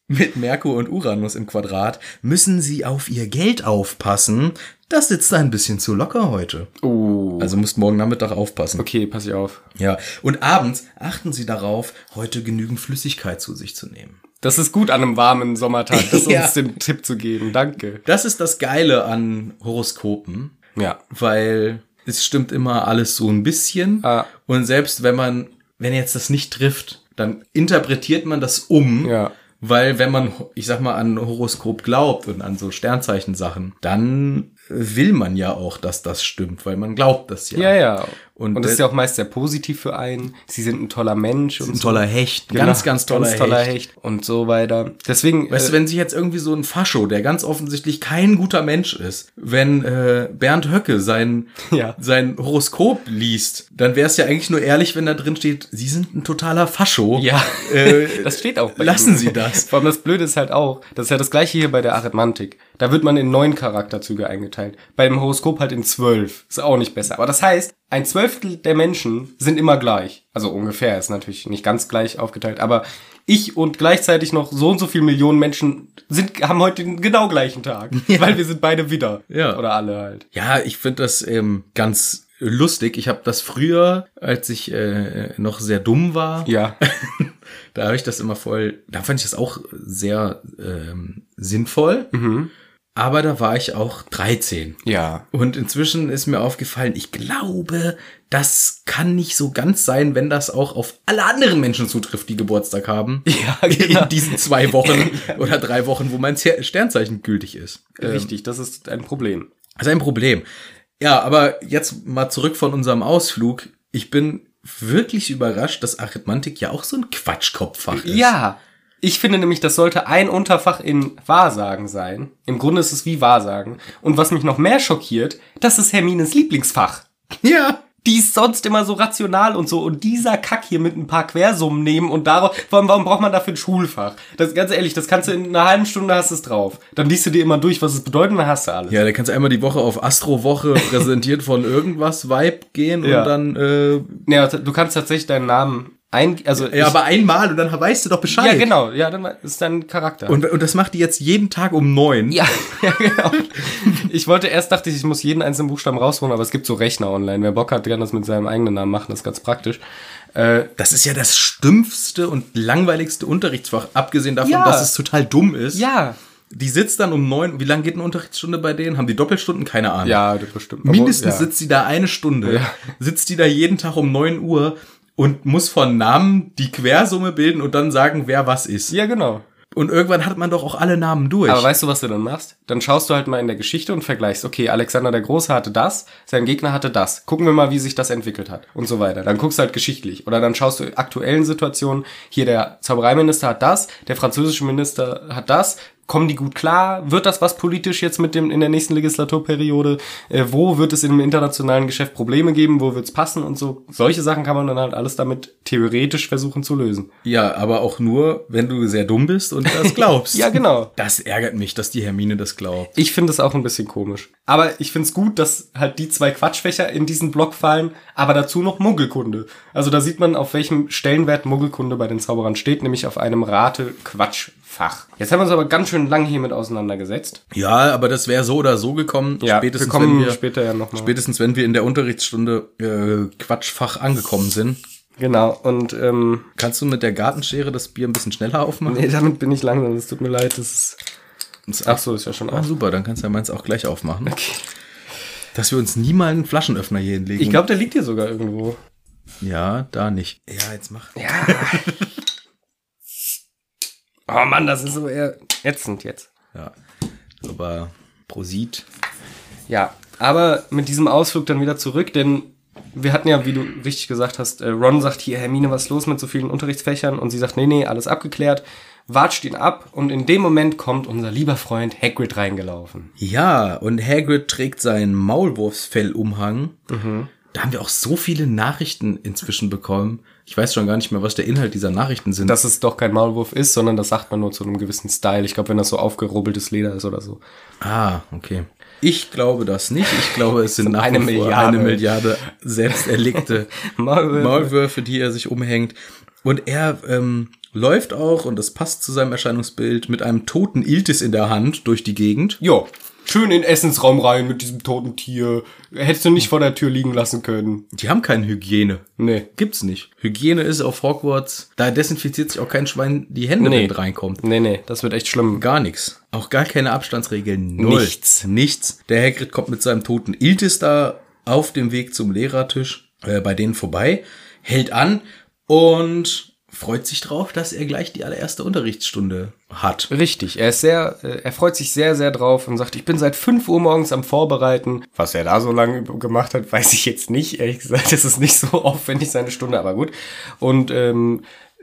Speaker 1: mit Merkur und Uranus im Quadrat, müssen sie auf ihr Geld aufpassen. Das sitzt da ein bisschen zu locker heute.
Speaker 2: Oh.
Speaker 1: Also musst morgen Nachmittag aufpassen.
Speaker 2: Okay, pass ich auf.
Speaker 1: Ja. Und abends achten Sie darauf, heute genügend Flüssigkeit zu sich zu nehmen.
Speaker 2: Das ist gut an einem warmen Sommertag, das
Speaker 1: Ja.
Speaker 2: uns den Tipp zu geben. Danke.
Speaker 1: Das ist das Geile an Horoskopen.
Speaker 2: Ja.
Speaker 1: weil es stimmt immer alles so ein bisschen.
Speaker 2: Ah.
Speaker 1: Und selbst wenn man, wenn jetzt das nicht trifft, dann interpretiert man das um.
Speaker 2: Ja.
Speaker 1: Weil wenn man, ich sag mal, an Horoskop glaubt und an so Sternzeichen-Sachen, dann will man ja auch, dass das stimmt, weil man glaubt das ja.
Speaker 2: Ja, ja.
Speaker 1: Und,
Speaker 2: Und das ist
Speaker 1: äh,
Speaker 2: ja auch meist sehr positiv für einen. Sie sind ein toller Mensch und
Speaker 1: ein
Speaker 2: so. Genau.
Speaker 1: toller Hecht. Ganz, Genau. ganz toller, Hecht.
Speaker 2: Und so weiter. Deswegen,
Speaker 1: Weißt du,
Speaker 2: äh,
Speaker 1: wenn sich jetzt irgendwie so ein Fascho, der ganz offensichtlich kein guter Mensch ist, wenn äh, Bernd Höcke sein,
Speaker 2: Ja.
Speaker 1: sein Horoskop liest, dann wäre es ja eigentlich nur ehrlich, wenn da drin steht, Sie sind ein totaler Fascho.
Speaker 2: ja,
Speaker 1: Äh,
Speaker 2: das steht auch bei
Speaker 1: lassen
Speaker 2: ihm.
Speaker 1: Sie das.
Speaker 2: Vor allem das Blöde ist halt auch, das ist ja das gleiche hier bei der Arithmantik. Da wird man in neun Charakterzüge eingeteilt. Beim Horoskop halt in zwölf. Ist auch nicht besser. Aber das heißt, ein Zwölftel der Menschen sind immer gleich. Also ungefähr, ist natürlich nicht ganz gleich aufgeteilt, aber ich und gleichzeitig noch so und so viel Millionen Menschen sind, haben heute den genau gleichen Tag. Weil wir sind beide wieder.
Speaker 1: Ja.
Speaker 2: Oder alle halt.
Speaker 1: Ja, ich finde das ähm, ganz lustig. Ich habe das früher, als ich äh, noch sehr dumm war,
Speaker 2: Ja.
Speaker 1: da habe ich das immer voll, da fand ich das auch sehr ähm, sinnvoll.
Speaker 2: Mhm.
Speaker 1: Aber da war ich auch 13.
Speaker 2: Ja.
Speaker 1: Und inzwischen ist mir aufgefallen, ich glaube, das kann nicht so ganz sein, wenn das auch auf alle anderen Menschen zutrifft, die Geburtstag haben.
Speaker 2: Ja, genau.
Speaker 1: In diesen zwei Wochen oder drei Wochen, wo mein Zer- Sternzeichen gültig ist. Ähm,
Speaker 2: Richtig, das ist ein Problem.
Speaker 1: das ist ein Problem. Ja, aber jetzt mal zurück von unserem Ausflug. Ich bin wirklich überrascht, dass Arithmantik ja auch so ein Quatschkopffach ist.
Speaker 2: Ja, ich finde nämlich, das sollte ein Unterfach in Wahrsagen sein. Im Grunde ist es wie Wahrsagen. Und was mich noch mehr schockiert, das ist Hermines Lieblingsfach.
Speaker 1: Ja.
Speaker 2: Die ist sonst immer so rational und so. Und dieser Kack hier mit ein paar Quersummen nehmen und darauf. Vor allem, warum braucht man dafür ein Schulfach? Das ganz ehrlich, das kannst du in einer halben Stunde hast du es drauf. Dann liest du dir immer durch, was es bedeutet, und dann hast du alles.
Speaker 1: Ja, da kannst du einmal die Woche auf Astro-Woche präsentiert von irgendwas Vibe gehen
Speaker 2: Ja.
Speaker 1: und dann, äh,
Speaker 2: Ja, du kannst tatsächlich deinen Namen ein, also
Speaker 1: ja,
Speaker 2: ich-
Speaker 1: aber halt. einmal und dann weißt du doch Bescheid.
Speaker 2: ja genau, ja, dann ist dein Charakter.
Speaker 1: Und, und das macht die jetzt jeden Tag um neun.
Speaker 2: Ja, ja, genau. Ich wollte erst, dachte ich, ich muss jeden einzelnen Buchstaben rausholen, aber es gibt so Rechner online. Wer Bock hat, kann das mit seinem eigenen Namen machen, das ist ganz praktisch. Äh,
Speaker 1: Das ist ja das stümpfste und langweiligste Unterrichtsfach, abgesehen davon,
Speaker 2: Ja.
Speaker 1: dass es total dumm ist.
Speaker 2: ja.
Speaker 1: Die sitzt dann um neun. Wie lange geht eine Unterrichtsstunde bei denen? Haben die Doppelstunden? Keine Ahnung.
Speaker 2: Ja, das bestimmt. Obwohl,
Speaker 1: Mindestens
Speaker 2: ja.
Speaker 1: sitzt sie da eine Stunde.
Speaker 2: Ja.
Speaker 1: Sitzt die da jeden Tag um 9 Uhr und muss von Namen die Quersumme bilden und dann sagen, wer was ist.
Speaker 2: Ja, genau.
Speaker 1: Und irgendwann hat man doch auch alle Namen durch.
Speaker 2: Aber weißt du, was du dann machst? Dann schaust du halt mal in der Geschichte und vergleichst, okay, Alexander der Große hatte das, sein Gegner hatte das. Gucken wir mal, wie sich das entwickelt hat und so weiter. Dann guckst du halt geschichtlich. Oder dann schaust du aktuellen Situationen, hier der Zaubereiminister hat das, der französische Minister hat das. Kommen die gut klar? Wird das was politisch jetzt mit dem in der nächsten Legislaturperiode? Äh, wo wird es im internationalen Geschäft Probleme geben? Wo wird's passen und so? Solche Sachen kann man dann halt alles damit theoretisch versuchen zu lösen.
Speaker 1: ja, aber auch nur, wenn du sehr dumm bist und das glaubst.
Speaker 2: Ja, genau.
Speaker 1: Das ärgert mich, dass die Hermine das glaubt.
Speaker 2: Ich finde es auch ein bisschen komisch. Aber ich finde es gut, dass halt die zwei Quatschfächer in diesen Block fallen, aber dazu noch Muggelkunde. Also da sieht man, auf welchem Stellenwert Muggelkunde bei den Zauberern steht, nämlich auf einem Rate-Quatschfach. Jetzt haben wir uns aber ganz schön lang hiermit auseinandergesetzt.
Speaker 1: Ja, aber das wäre so oder so gekommen.
Speaker 2: wir kommen
Speaker 1: wenn wir,
Speaker 2: später ja nochmal.
Speaker 1: spätestens wenn wir in der Unterrichtsstunde äh, Quatschfach angekommen sind.
Speaker 2: Genau, und ähm,
Speaker 1: Kannst du mit der Gartenschere das Bier ein bisschen schneller aufmachen?
Speaker 2: nee, damit bin ich langsam, es tut mir leid, das ist... Ach so, ist ja schon
Speaker 1: Ah,
Speaker 2: aus.
Speaker 1: super, dann kannst du ja meins auch gleich aufmachen. Dass wir uns nie mal einen Flaschenöffner hier hinlegen.
Speaker 2: Ich glaube, der liegt hier sogar irgendwo.
Speaker 1: Ja, da nicht. Ja, jetzt mach.
Speaker 2: Ja. oh Mann, das ist so eher ätzend jetzt.
Speaker 1: Ja. Aber Prosit.
Speaker 2: Ja, aber mit diesem Ausflug dann wieder zurück, denn wir hatten ja, wie du richtig gesagt hast, äh, Ron sagt hier, Hermine, was ist los mit so vielen Unterrichtsfächern? Und sie sagt, nee, nee, alles abgeklärt. Watscht ihn ab und in dem Moment kommt unser lieber Freund Hagrid reingelaufen.
Speaker 1: Ja, und Hagrid trägt seinen Maulwurfsfellumhang.
Speaker 2: Mhm.
Speaker 1: Da haben wir auch so viele Nachrichten inzwischen bekommen. Ich weiß schon gar nicht mehr, was der Inhalt dieser Nachrichten sind.
Speaker 2: Dass es doch kein Maulwurf ist, sondern das sagt man nur zu einem gewissen Style. Ich glaube, wenn das so aufgerubbeltes Leder ist oder so.
Speaker 1: ah, okay. Ich glaube das nicht. Ich glaube, es sind
Speaker 2: sind
Speaker 1: nach
Speaker 2: eine
Speaker 1: wie vor
Speaker 2: Milliarde.
Speaker 1: eine Milliarde selbst erlegte
Speaker 2: Maulwürfe.
Speaker 1: Maulwürfe, die er sich umhängt. Und er ähm, läuft auch, und das passt zu seinem Erscheinungsbild, mit einem toten Iltis in der Hand durch die Gegend.
Speaker 2: Jo, schön in den Essensraum rein mit diesem toten Tier. Hättest du nicht vor der Tür liegen lassen können.
Speaker 1: Die haben keine Hygiene.
Speaker 2: Nee.
Speaker 1: Gibt's nicht. Hygiene ist auf Hogwarts, da desinfiziert sich auch kein Schwein die Hände,
Speaker 2: Nee.
Speaker 1: wenn reinkommt.
Speaker 2: Nee, nee, das wird echt schlimm.
Speaker 1: Gar nichts. Auch gar keine Abstandsregeln. Null.
Speaker 2: Nichts.
Speaker 1: Nichts. Der Hagrid kommt mit seinem toten Iltis da auf dem Weg zum Lehrertisch äh, bei denen vorbei, hält an und freut sich drauf, dass er gleich die allererste Unterrichtsstunde hat.
Speaker 2: Richtig, er ist sehr, äh, er freut sich sehr, sehr drauf und sagt, ich bin seit 5 Uhr morgens am Vorbereiten. Was er da so lange üb- gemacht hat, weiß ich jetzt nicht. Ehrlich gesagt, das ist nicht so aufwendig seine Stunde, aber gut. Und ähm,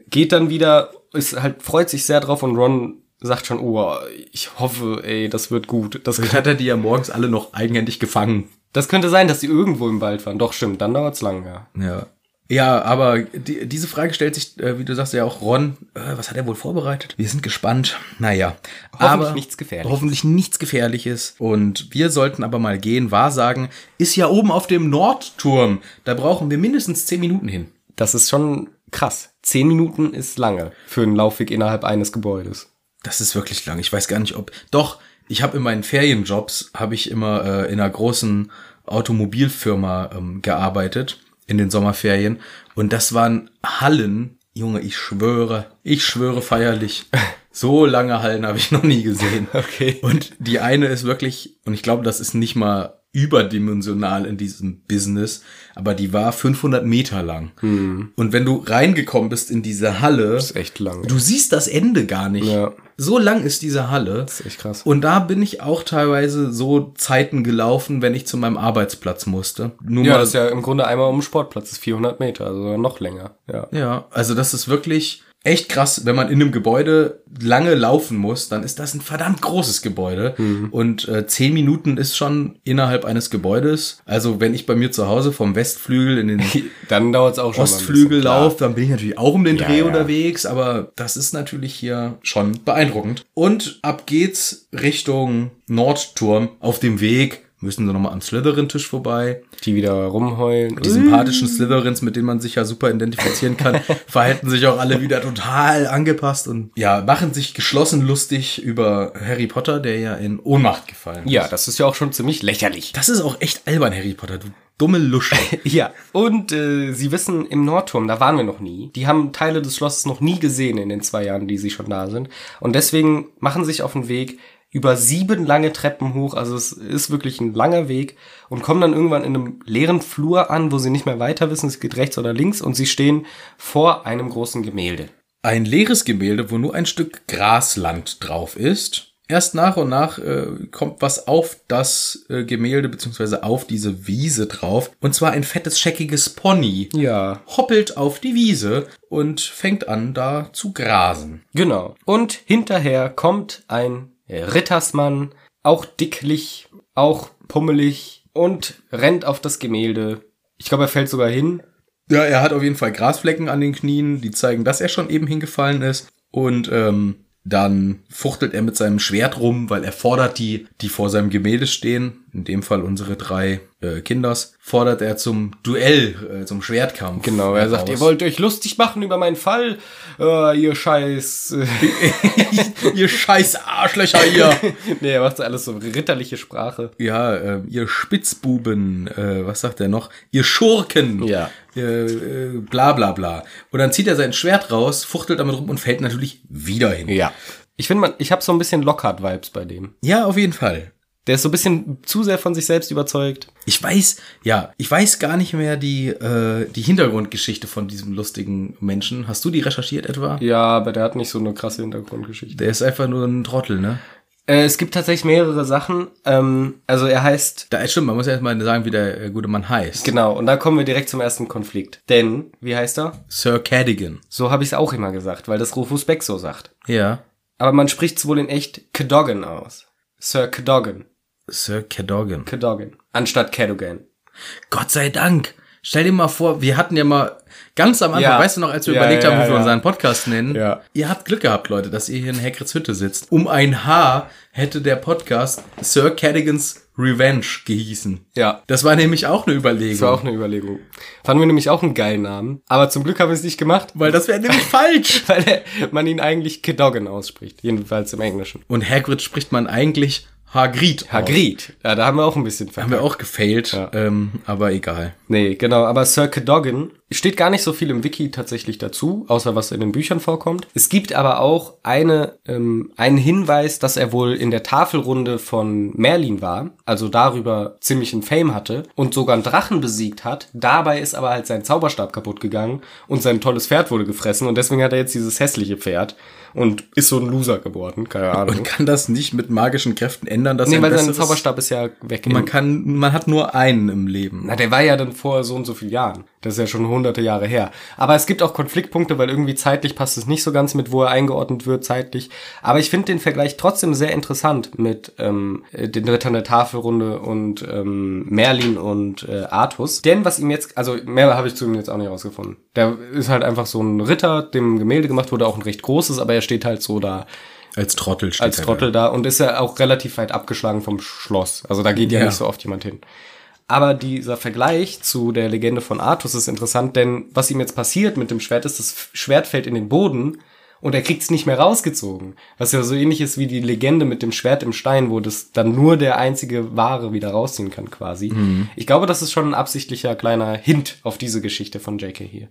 Speaker 2: geht dann wieder, ist halt, freut sich sehr drauf und Ron sagt schon, oh, ich hoffe, ey, das wird gut. Das,
Speaker 1: Dann hat er die ja morgens alle noch eigenhändig gefangen.
Speaker 2: das könnte sein, dass sie irgendwo im Wald waren. Doch, stimmt, dann dauert's lang, ja.
Speaker 1: Ja. Ja, aber die, diese Frage stellt sich, äh, wie du sagst, ja auch Ron. Äh, was hat er wohl vorbereitet? Wir sind gespannt. Naja.
Speaker 2: Hoffentlich nichts Gefährliches.
Speaker 1: Hoffentlich nichts Gefährliches. Und wir sollten aber mal gehen. Wahrsagen ist ja oben auf dem Nordturm. Da brauchen wir mindestens zehn Minuten hin.
Speaker 2: Das ist schon krass. Zehn Minuten ist lange für einen Laufweg innerhalb eines Gebäudes.
Speaker 1: Das ist wirklich lang. Ich weiß gar nicht, ob. Doch, ich habe in meinen Ferienjobs habe ich immer äh, in einer großen Automobilfirma ähm, gearbeitet in den Sommerferien und das waren Hallen, Junge, ich schwöre, ich schwöre feierlich. So lange Hallen habe ich noch nie gesehen.
Speaker 2: Okay.
Speaker 1: Und die eine ist wirklich und ich glaube, das ist nicht mal überdimensional in diesem Business, aber die war 500 Meter lang. Und wenn du reingekommen bist in diese Halle,
Speaker 2: Das ist echt lang.
Speaker 1: Du siehst das Ende gar nicht.
Speaker 2: Ja.
Speaker 1: So lang ist diese Halle. Das
Speaker 2: ist echt krass.
Speaker 1: Und da bin ich auch teilweise so Zeiten gelaufen, wenn ich zu meinem Arbeitsplatz musste. Nur
Speaker 2: Ja,
Speaker 1: mal,
Speaker 2: das ist ja im Grunde einmal um den Sportplatz, das ist 400 Meter, also noch länger. Ja.
Speaker 1: ja, also das ist wirklich echt krass, wenn man in einem Gebäude lange laufen muss, dann ist das ein verdammt großes Gebäude.
Speaker 2: Mhm.
Speaker 1: Und äh, zehn Minuten ist schon innerhalb eines Gebäudes. Also wenn ich bei mir zu Hause vom Westflügel in den
Speaker 2: Dann dauert es auch schon mal ein bisschen,
Speaker 1: Ostflügel
Speaker 2: klar.
Speaker 1: laufe, dann bin ich natürlich auch um den
Speaker 2: Ja,
Speaker 1: Dreh
Speaker 2: ja.
Speaker 1: unterwegs, aber das ist natürlich hier schon beeindruckend. Und ab geht's Richtung Nordturm. Auf dem Weg müssen sie nochmal am Slytherin-Tisch vorbei.
Speaker 2: Die wieder rumheulen.
Speaker 1: Die sympathischen Slytherins, mit denen man sich ja super identifizieren kann, verhalten sich auch alle wieder total angepasst und ja, machen sich geschlossen lustig über Harry Potter, der ja in Ohnmacht gefallen
Speaker 2: ja,
Speaker 1: ist.
Speaker 2: das ist ja auch schon ziemlich lächerlich.
Speaker 1: Das ist auch echt albern, Harry Potter, du dumme Lusche.
Speaker 2: Ja, und äh, Sie wissen, im Nordturm, da waren wir noch nie. Die haben Teile des Schlosses noch nie gesehen in den zwei Jahren, die sie schon da sind. Und deswegen machen sich auf den Weg über sieben lange Treppen hoch. Also es ist wirklich ein langer Weg und kommen dann irgendwann in einem leeren Flur an, wo sie nicht mehr weiter wissen, es geht rechts oder links und sie stehen vor einem großen Gemälde.
Speaker 1: Ein leeres Gemälde, wo nur ein Stück Grasland drauf ist. Erst nach und nach äh, kommt was auf das äh, Gemälde beziehungsweise auf diese Wiese drauf. Und zwar ein fettes, scheckiges Pony.
Speaker 2: Ja.
Speaker 1: Hoppelt auf die Wiese und fängt an, da zu grasen.
Speaker 2: Genau. Und hinterher kommt ein Rittersmann, auch dicklich, auch pummelig und rennt auf das Gemälde. Ich glaube, er fällt sogar hin.
Speaker 1: Ja, er hat auf jeden Fall Grasflecken an den Knien, die zeigen, dass er schon eben hingefallen ist. Und ähm, dann fuchtelt er mit seinem Schwert rum, weil er fordert die, die vor seinem Gemälde stehen, in dem Fall unsere drei äh, Kinders, fordert er zum Duell, äh, zum Schwertkampf.
Speaker 2: Genau, er sagt,
Speaker 1: heraus.
Speaker 2: ihr wollt euch lustig machen über meinen Fall, äh, ihr Scheiß.
Speaker 1: ihr scheiß Arschlöcher hier.
Speaker 2: nee, er macht so alles so ritterliche Sprache.
Speaker 1: ja, äh, ihr Spitzbuben, äh, was sagt er noch? Ihr Schurken.
Speaker 2: Ja.
Speaker 1: Äh, äh, bla bla bla. Und dann zieht er sein Schwert raus, fuchtelt damit rum und fällt natürlich wieder hin.
Speaker 2: Ja. Ich finde, man, ich habe so ein bisschen Lockhart-Vibes bei dem.
Speaker 1: ja auf jeden Fall.
Speaker 2: Der ist so ein bisschen zu sehr von sich selbst überzeugt.
Speaker 1: Ich weiß, ja, ich weiß gar nicht mehr die, äh, die Hintergrundgeschichte von diesem lustigen Menschen. Hast du die recherchiert etwa?
Speaker 2: Ja, aber der hat nicht so eine krasse Hintergrundgeschichte.
Speaker 1: Der ist einfach nur ein Trottel, ne?
Speaker 2: Äh, es gibt tatsächlich mehrere Sachen. Ähm, also er heißt
Speaker 1: Da, äh, stimmt, man muss ja erstmal sagen, wie der äh, gute Mann heißt.
Speaker 2: genau und da kommen wir direkt zum ersten Konflikt. Denn wie heißt er?
Speaker 1: Sir Cadogan.
Speaker 2: So habe ich es auch immer gesagt, weil das Rufus Beck so sagt.
Speaker 1: Ja.
Speaker 2: Aber man spricht es wohl in echt Cadogan aus. Sir Cadogan,
Speaker 1: Sir Cadogan.
Speaker 2: Cadogan anstatt Cadogan.
Speaker 1: Gott sei Dank. Stell dir mal vor, wir hatten ja mal ganz am Anfang,
Speaker 2: Ja.
Speaker 1: weißt du noch, als wir
Speaker 2: Ja,
Speaker 1: überlegt
Speaker 2: ja,
Speaker 1: haben, wie
Speaker 2: ja,
Speaker 1: wir
Speaker 2: ja.
Speaker 1: unseren Podcast nennen.
Speaker 2: Ja.
Speaker 1: Ihr habt Glück gehabt, Leute, dass ihr hier in Hagrids Hütte sitzt. Um ein Haar hätte der Podcast Sir Cadigans Revenge gehießen.
Speaker 2: Ja.
Speaker 1: Das war nämlich auch eine Überlegung.
Speaker 2: Das war auch eine Überlegung. Fanden wir nämlich auch einen geilen Namen. Aber zum Glück haben wir es nicht gemacht,
Speaker 1: Weil das wäre nämlich falsch.
Speaker 2: weil er, man ihn eigentlich Cadogan ausspricht. Jedenfalls im Englischen.
Speaker 1: Und Hagrid spricht man eigentlich Hagrid. Aus.
Speaker 2: Hagrid. Ja, da haben wir auch ein bisschen
Speaker 1: Haben wir auch gefailt, ähm, aber egal.
Speaker 2: Nee, genau, aber Sir Cadogan Steht gar nicht so viel im Wiki tatsächlich dazu, außer was in den Büchern vorkommt. Es gibt aber auch eine, ähm, einen Hinweis, dass er wohl in der Tafelrunde von Merlin war, also darüber ziemlichen Fame hatte und sogar einen Drachen besiegt hat. Dabei ist aber halt sein Zauberstab kaputt gegangen und sein tolles Pferd wurde gefressen und deswegen hat er jetzt dieses hässliche Pferd und ist so ein Loser geworden, keine Ahnung.
Speaker 1: Man kann das nicht mit magischen Kräften ändern, dass
Speaker 2: Nee,
Speaker 1: ein
Speaker 2: weil sein
Speaker 1: besseres-
Speaker 2: Zauberstab ist ja weg.
Speaker 1: Man kann, man hat nur einen im Leben.
Speaker 2: Na, der war ja dann vor so und so vielen Jahren. Das ist ja schon hunderte Jahre her. Aber es gibt auch Konfliktpunkte, weil irgendwie zeitlich passt es nicht so ganz mit, wo er eingeordnet wird, zeitlich. Aber ich finde den Vergleich trotzdem sehr interessant mit ähm, äh, den Rittern der Tafelrunde und ähm, Merlin und äh, Artus. Denn was ihm jetzt, also mehr habe ich zu ihm jetzt auch nicht rausgefunden. Der ist halt einfach so ein Ritter, dem Gemälde gemacht wurde, auch ein recht großes, aber er steht halt so da
Speaker 1: Als Trottel steht
Speaker 2: als
Speaker 1: er
Speaker 2: Trottel da und ist ja auch relativ weit abgeschlagen vom Schloss. Also da geht ja,
Speaker 1: Ja.
Speaker 2: nicht so oft jemand hin. Aber dieser Vergleich zu der Legende von Artus ist interessant, denn was ihm jetzt passiert mit dem Schwert ist, das F- Schwert fällt in den Boden und er kriegt's nicht mehr rausgezogen. Was ja so ähnlich ist wie die Legende mit dem Schwert im Stein, wo das dann nur der einzige Wahre wieder rausziehen kann quasi. Ich glaube, das ist schon ein absichtlicher kleiner Hint auf diese Geschichte von JK hier.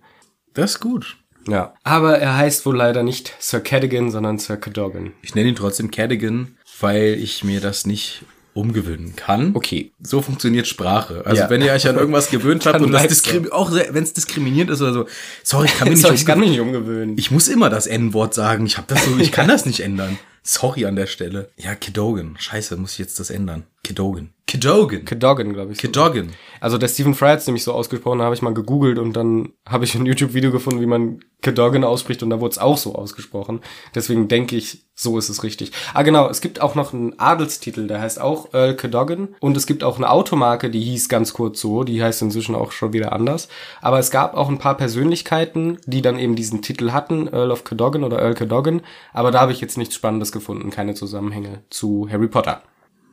Speaker 1: da. Das ist gut.
Speaker 2: Ja. Aber er heißt wohl leider nicht Sir Cadogan, sondern Sir Cadogan.
Speaker 1: Ich nenne ihn trotzdem Cadigan, weil ich mir das nicht umgewöhnen kann.
Speaker 2: Okay.
Speaker 1: So funktioniert Sprache. Also
Speaker 2: Ja.
Speaker 1: wenn ihr euch an irgendwas gewöhnt habt
Speaker 2: Dann
Speaker 1: und das
Speaker 2: bleibt's
Speaker 1: diskrimi auch wenn es diskriminierend ist oder so, sorry, ich kann mir nicht
Speaker 2: Sorry, ich kann
Speaker 1: umgewöhnen.
Speaker 2: mich nicht umgewöhnen.
Speaker 1: Ich muss immer das N-Wort sagen. Ich hab das so, ich kann das nicht ändern. Sorry an der Stelle. Ja, Kidogan. Scheiße, muss ich jetzt das ändern. Kidogan. Kidogan.
Speaker 2: Cadogan, glaube ich.
Speaker 1: Kidogan.
Speaker 2: Also der Stephen Fry hat's nämlich so ausgesprochen, da habe ich mal gegoogelt und dann habe ich ein YouTube-Video gefunden, wie man Cadogan ausspricht und da wurde es auch so ausgesprochen. Deswegen denke ich, so ist es richtig. Ah genau, es gibt auch noch einen Adelstitel, der heißt auch Earl Cadogan und es gibt auch eine Automarke, die hieß ganz kurz so, die heißt inzwischen auch schon wieder anders. Aber es gab auch ein paar Persönlichkeiten, die dann eben diesen Titel hatten, Earl of Cadogan oder Earl Cadogan, aber da habe ich jetzt nichts Spannendes gefunden, keine Zusammenhänge zu Harry Potter.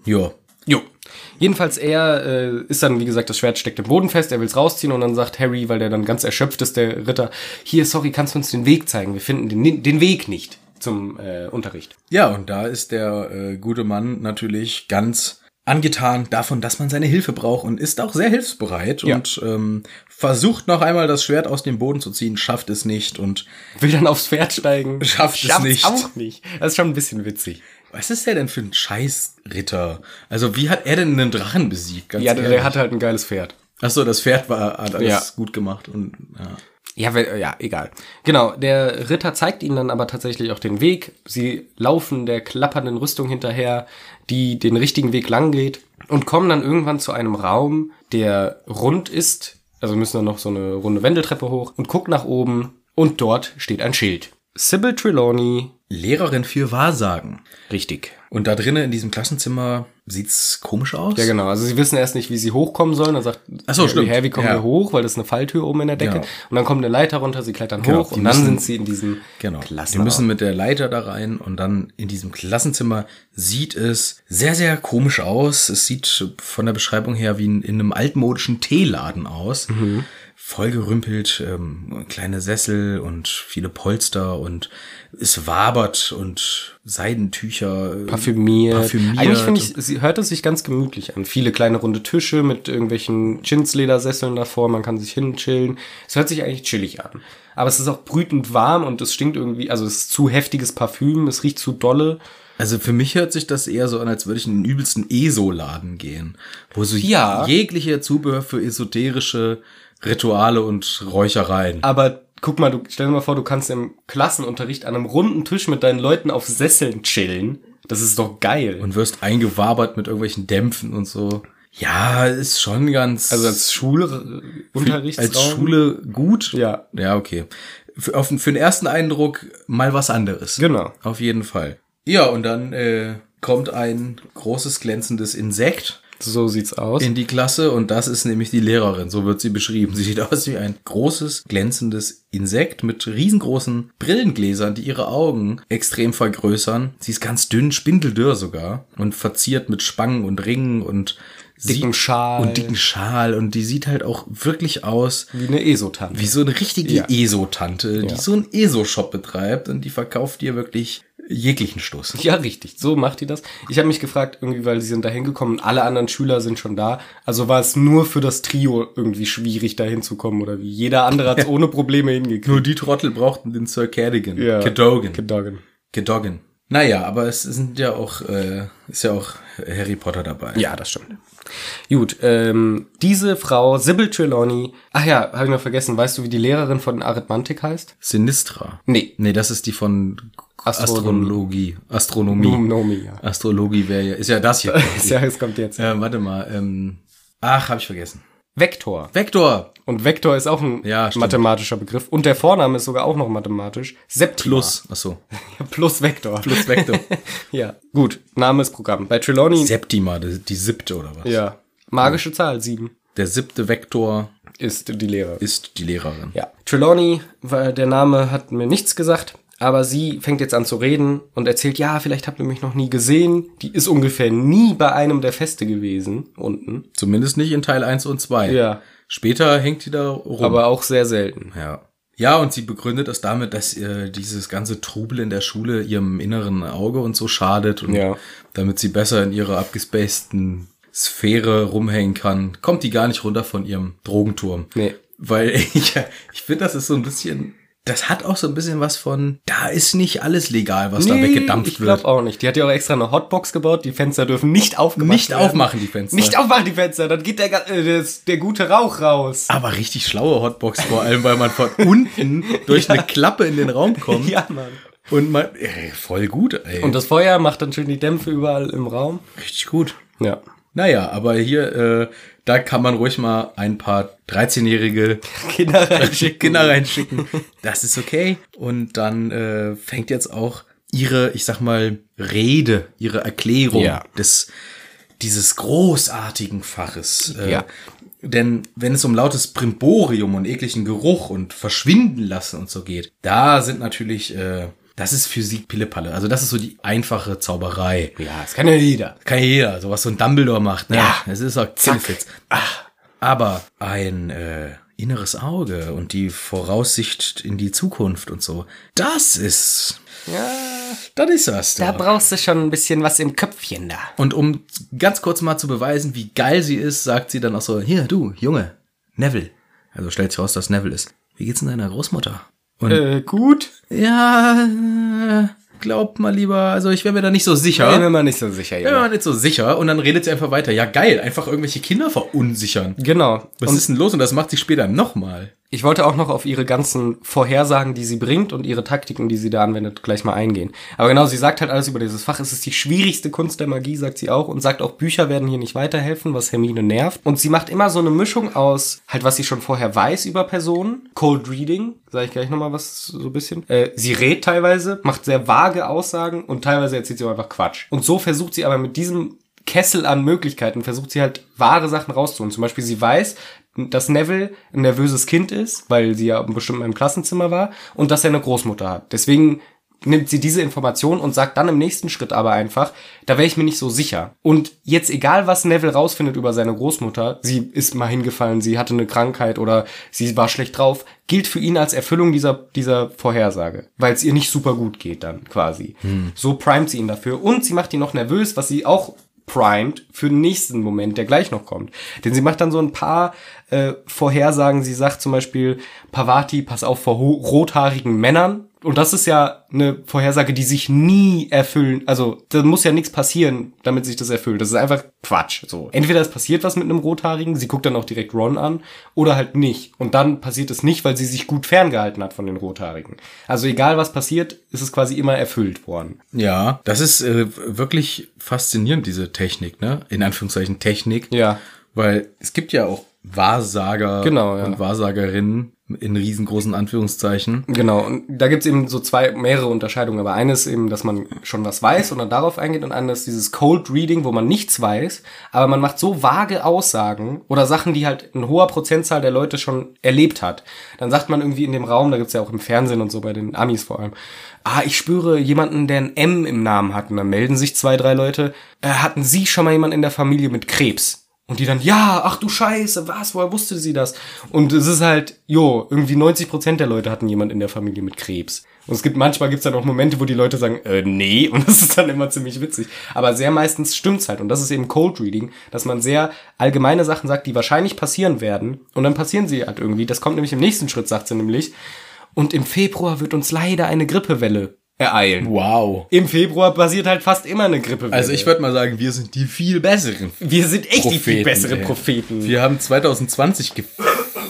Speaker 1: Jo.
Speaker 2: Jo. Jedenfalls er äh, ist dann, wie gesagt, das Schwert steckt im Boden fest, er will's rausziehen und dann sagt Harry, weil der dann ganz erschöpft ist, der Ritter, hier, sorry, kannst du uns den Weg zeigen? Wir finden den, den Weg nicht zum äh, Unterricht.
Speaker 1: Ja, und da ist der äh, gute Mann natürlich ganz angetan davon, dass man seine Hilfe braucht und ist auch sehr hilfsbereit
Speaker 2: Ja.
Speaker 1: und ähm, versucht noch einmal das Schwert aus dem Boden zu ziehen, schafft es nicht und
Speaker 2: Will dann aufs Pferd steigen.
Speaker 1: Schafft es nicht.
Speaker 2: auch nicht. Das ist schon ein bisschen witzig.
Speaker 1: was ist der denn für ein Scheißritter? Also wie hat er denn einen Drachen besiegt? Ganz
Speaker 2: Ja, der,
Speaker 1: ehrlich.
Speaker 2: der hat halt ein geiles Pferd.
Speaker 1: Ach so, das Pferd war, hat alles
Speaker 2: Ja.
Speaker 1: gut gemacht und ja.
Speaker 2: Ja, we- ja, egal. Genau, der Ritter zeigt ihnen dann aber tatsächlich auch den Weg. Sie laufen der klappernden Rüstung hinterher, die den richtigen Weg lang geht und kommen dann irgendwann zu einem Raum, der rund ist. Also müssen dann noch so eine runde Wendeltreppe hoch und gucken nach oben und dort steht ein Schild. Sybil Trelawney.
Speaker 1: Lehrerin für Wahrsagen.
Speaker 2: Richtig.
Speaker 1: Und da drinnen in diesem Klassenzimmer sieht's komisch aus.
Speaker 2: Ja, genau. Also sie wissen erst nicht, wie sie hochkommen sollen. Dann sagt
Speaker 1: Ach so,
Speaker 2: Harry,
Speaker 1: stimmt.
Speaker 2: Harry, wie kommen
Speaker 1: Ja.
Speaker 2: wir hoch? Weil das ist eine Falltür oben in der Decke.
Speaker 1: Ja.
Speaker 2: Und dann kommt eine Leiter runter, sie klettern
Speaker 1: Genau,
Speaker 2: hoch
Speaker 1: die
Speaker 2: und dann
Speaker 1: müssen-
Speaker 2: sind sie in diesem
Speaker 1: Genau. Die
Speaker 2: Klassenraum.
Speaker 1: müssen mit der Leiter da rein und dann in diesem Klassenzimmer sieht es sehr, sehr komisch aus. Es sieht von der Beschreibung her wie in, in einem altmodischen Teeladen aus.
Speaker 2: Mhm.
Speaker 1: Vollgerümpelt, ähm, kleine Sessel und viele Polster und es wabert und Seidentücher. äh,
Speaker 2: Parfümiert.
Speaker 1: Parfümiert. Also
Speaker 2: Eigentlich finde ich, sie hört es sich ganz gemütlich an. Viele kleine runde Tische mit irgendwelchen Chinsledersesseln davor, man kann sich hinchillen. Es hört sich eigentlich chillig an. Aber es ist auch brütend warm und es stinkt irgendwie, also es ist zu heftiges Parfüm, es riecht zu dolle.
Speaker 1: Also für mich hört sich das eher so an, als würde ich in den übelsten E ESO-Laden gehen, wo so
Speaker 2: Ja.
Speaker 1: jegliche Zubehör für esoterische Rituale und Räuchereien.
Speaker 2: Aber guck mal, du, stell dir mal vor, du kannst im Klassenunterricht an einem runden Tisch mit deinen Leuten auf Sesseln chillen. Das ist doch geil.
Speaker 1: und wirst eingewabert mit irgendwelchen Dämpfen und so. Ja, ist schon ganz.
Speaker 2: also als Schulunterricht.
Speaker 1: als Schule gut.
Speaker 2: Ja.
Speaker 1: Ja, okay. Für, auf, für den ersten Eindruck mal was anderes.
Speaker 2: Genau.
Speaker 1: Auf jeden Fall. Ja, und dann äh, kommt ein großes glänzendes Insekt
Speaker 2: So sieht's aus.
Speaker 1: in die Klasse und das ist nämlich die Lehrerin. So wird sie beschrieben. Sie sieht aus wie ein großes glänzendes Insekt mit riesengroßen Brillengläsern, die ihre Augen extrem vergrößern. Sie ist ganz dünn, spindeldürr sogar und verziert mit Spangen und Ringen und
Speaker 2: dicken Schal.
Speaker 1: und dicken Schal und die sieht halt auch wirklich aus
Speaker 2: wie eine Esotante.
Speaker 1: wie so eine richtige
Speaker 2: Ja.
Speaker 1: ESO-Tante, die
Speaker 2: Ja.
Speaker 1: so einen ESO-Shop betreibt und die verkauft dir wirklich jeglichen Stoß.
Speaker 2: Ja, richtig. So macht die das. Ich habe mich gefragt, irgendwie, weil sie sind da hingekommen und alle anderen Schüler sind schon da. Also war es nur für das Trio irgendwie schwierig, da hinzukommen oder wie? Jeder andere hat es ohne Probleme hingekriegt.
Speaker 1: Nur die Trottel brauchten den Sir Cadogan.
Speaker 2: Ja.
Speaker 1: Cadogan.
Speaker 2: Gedanken.
Speaker 1: Cadogan. Naja, aber es sind ja auch, äh, ist ja auch Harry Potter dabei.
Speaker 2: Ja, das stimmt. Gut, ähm, diese Frau, Sybil Trelawney, ach ja, habe ich noch vergessen, weißt du, wie die Lehrerin von Arithmantik heißt?
Speaker 1: Sinistra.
Speaker 2: Nee.
Speaker 1: Nee, das ist die von
Speaker 2: Astronomie.
Speaker 1: Astrologie. Astronomie.
Speaker 2: Nomi, ja.
Speaker 1: Astrologie wäre ja, ist ja das hier.
Speaker 2: Ja, es kommt jetzt.
Speaker 1: äh, warte mal, ähm, ach, habe ich vergessen.
Speaker 2: Vektor.
Speaker 1: Vektor.
Speaker 2: Und Vektor ist auch ein
Speaker 1: Ja, stimmt.
Speaker 2: mathematischer Begriff. Und der Vorname ist sogar auch noch mathematisch. Septima.
Speaker 1: Plus. Ah, Ach so.
Speaker 2: Ja, plus Vektor.
Speaker 1: Plus Vektor.
Speaker 2: ja. Gut, Name ist Programm. Bei Trelawney.
Speaker 1: Septima, die, die siebte oder was?
Speaker 2: ja.
Speaker 1: Hm.
Speaker 2: Magische Zahl, sieben
Speaker 1: Der siebte Vektor
Speaker 2: ist die Lehre.
Speaker 1: ist die Lehrerin.
Speaker 2: Ja. Trelawney, weil der Name hat mir nichts gesagt, aber sie fängt jetzt an zu reden und erzählt, ja, vielleicht habt ihr mich noch nie gesehen. Die ist ungefähr nie bei einem der Feste gewesen, unten.
Speaker 1: Zumindest nicht in Teil 1 und 2.
Speaker 2: Ja.
Speaker 1: Später hängt die da rum.
Speaker 2: Aber auch sehr selten.
Speaker 1: ja. Ja, und sie begründet es damit, dass äh, dieses ganze Trubel in der Schule ihrem inneren Auge und so schadet. Und
Speaker 2: Ja.
Speaker 1: damit sie besser in ihrer abgespaceden Sphäre rumhängen kann, kommt die gar nicht runter von ihrem Drogenturm.
Speaker 2: Nee.
Speaker 1: Weil ich, ich finde, das ist so ein bisschen, das hat auch so ein bisschen was von, da ist nicht alles legal, was da weggedampft
Speaker 2: ich
Speaker 1: wird.
Speaker 2: glaube auch nicht. Die hat ja auch extra eine Hotbox gebaut. Die Fenster dürfen nicht aufgemacht
Speaker 1: Nicht
Speaker 2: werden.
Speaker 1: aufmachen, die Fenster.
Speaker 2: Nicht aufmachen die Fenster, dann geht der, ga- äh, das- der gute Rauch raus.
Speaker 1: Aber richtig schlaue Hotbox vor allem, weil man von unten durch eine Klappe in den Raum kommt
Speaker 2: Ja, Mann.
Speaker 1: und man ey, voll gut, ey.
Speaker 2: Und das Feuer macht dann schön die Dämpfe überall im Raum.
Speaker 1: richtig gut.
Speaker 2: Ja.
Speaker 1: Naja, aber hier, äh, da kann man ruhig mal ein paar 13-jährige
Speaker 2: Kinder reinschicken.
Speaker 1: Kinder reinschicken. Das ist okay. Und dann äh, fängt jetzt auch ihre, ich sag mal, Rede, ihre Erklärung
Speaker 2: Ja.
Speaker 1: des dieses großartigen Faches. Äh,
Speaker 2: Ja.
Speaker 1: Denn wenn es um lautes Brimborium und ekligen Geruch und Verschwinden lassen und so geht, da sind natürlich, äh, das ist Physik Pillepalle. Also das ist so die einfache Zauberei.
Speaker 2: Ja, das kann ja jeder.
Speaker 1: Kann ja jeder, so was so ein Dumbledore macht. Ne?
Speaker 2: Ja. Ah.
Speaker 1: Es ist auch Zinnfitz. Aber ein äh, inneres Auge und die Voraussicht in die Zukunft und so, das ist,
Speaker 2: Ja,
Speaker 1: das ist das.
Speaker 2: da
Speaker 1: Da.
Speaker 2: brauchst du schon ein bisschen was im Köpfchen da.
Speaker 1: Und um ganz kurz mal zu beweisen, wie geil sie ist, sagt sie dann auch so, hier, du, Junge, Neville. Also stellt sich raus, dass Neville ist. Wie geht's denn deiner Großmutter? Und
Speaker 2: Äh, gut.
Speaker 1: ja, äh, glaubt mal lieber, also ich wäre mir da nicht so sicher.
Speaker 2: Bin mir mal nicht so sicher.
Speaker 1: Ja,
Speaker 2: Ja.
Speaker 1: man nicht so sicher und dann redet sie einfach weiter. Ja, geil, einfach irgendwelche Kinder verunsichern.
Speaker 2: Genau.
Speaker 1: Was
Speaker 2: Und
Speaker 1: ist denn los? Und das macht sie später nochmal.
Speaker 2: ich wollte auch noch auf ihre ganzen Vorhersagen, die sie bringt und ihre Taktiken, die sie da anwendet, gleich mal eingehen. Aber genau, sie sagt halt alles über dieses Fach. Es ist die schwierigste Kunst der Magie, sagt sie auch. Und sagt auch, Bücher werden hier nicht weiterhelfen, was Hermine nervt. Und sie macht immer so eine Mischung aus, halt was sie schon vorher weiß über Personen. Cold Reading, sage ich gleich nochmal was so ein bisschen. Äh, sie rät teilweise, macht sehr vage Aussagen und teilweise erzählt sie auch einfach Quatsch. Und so versucht sie aber mit diesem Kessel an Möglichkeiten, versucht sie halt wahre Sachen rauszuholen. Zum Beispiel, sie weiß, dass Neville ein nervöses Kind ist, weil sie ja bestimmt mal im Klassenzimmer war und dass er eine Großmutter hat. Deswegen nimmt sie diese Information und sagt dann im nächsten Schritt aber einfach, da wäre ich mir nicht so sicher. Und jetzt egal, was Neville rausfindet über seine Großmutter, sie ist mal hingefallen, sie hatte eine Krankheit oder sie war schlecht drauf, gilt für ihn als Erfüllung dieser, dieser Vorhersage, weil es ihr nicht super gut geht dann quasi. So primet sie ihn dafür und sie macht ihn noch nervös, was sie auch primed für den nächsten Moment, der gleich noch kommt. Denn sie macht dann so ein paar äh, Vorhersagen. Sie sagt zum Beispiel, Pavati, pass auf vor ho- rothaarigen Männern. Und das ist ja eine Vorhersage, die sich nie erfüllen. Also, da muss ja nichts passieren, damit sich das erfüllt. Das ist einfach Quatsch. So. Entweder es passiert was mit einem Rothaarigen, sie guckt dann auch direkt Ron an, oder halt nicht. Und dann passiert es nicht, weil sie sich gut ferngehalten hat von den Rothaarigen. Also egal was passiert, ist es quasi immer erfüllt worden.
Speaker 1: Ja, das ist äh, wirklich faszinierend, diese Technik, ne? In Anführungszeichen Technik.
Speaker 2: Ja.
Speaker 1: Weil es gibt ja auch Wahrsager
Speaker 2: Genau, ja.
Speaker 1: und Wahrsagerinnen in riesengroßen Anführungszeichen.
Speaker 2: Genau, und da gibt's eben so zwei, mehrere Unterscheidungen. Aber eine ist eben, dass man schon was weiß und dann darauf eingeht und eine ist dieses Cold Reading, wo man nichts weiß, aber man macht so vage Aussagen oder Sachen, die halt ein hoher Prozentzahl der Leute schon erlebt hat. Dann sagt man irgendwie in dem Raum, da gibt's ja auch im Fernsehen und so bei den Amis vor allem, ah, ich spüre jemanden, der ein M im Namen hat. Und dann melden sich zwei, drei Leute, äh, hatten Sie schon mal jemanden in der Familie mit Krebs? Und die dann, ja, ach du Scheiße, was, woher wusste sie das? Und es ist halt, jo, irgendwie 90% der Leute hatten jemand in der Familie mit Krebs. Und es gibt, manchmal gibt's dann auch Momente, wo die Leute sagen, äh, nee, und das ist dann immer ziemlich witzig. Aber sehr meistens stimmt's halt. Und das ist eben Cold Reading, dass man sehr allgemeine Sachen sagt, die wahrscheinlich passieren werden. Und dann passieren sie halt irgendwie. Das kommt nämlich im nächsten Schritt, sagt sie nämlich. Und im Februar wird uns leider eine Grippewelle ereilen.
Speaker 1: Wow.
Speaker 2: Im Februar passiert halt fast immer eine Grippewelle.
Speaker 1: Also ich würde mal sagen, wir sind die viel besseren.
Speaker 2: wir sind echt die viel
Speaker 1: Propheten,
Speaker 2: besseren
Speaker 1: ey.
Speaker 2: Propheten.
Speaker 1: Wir haben 2020 ge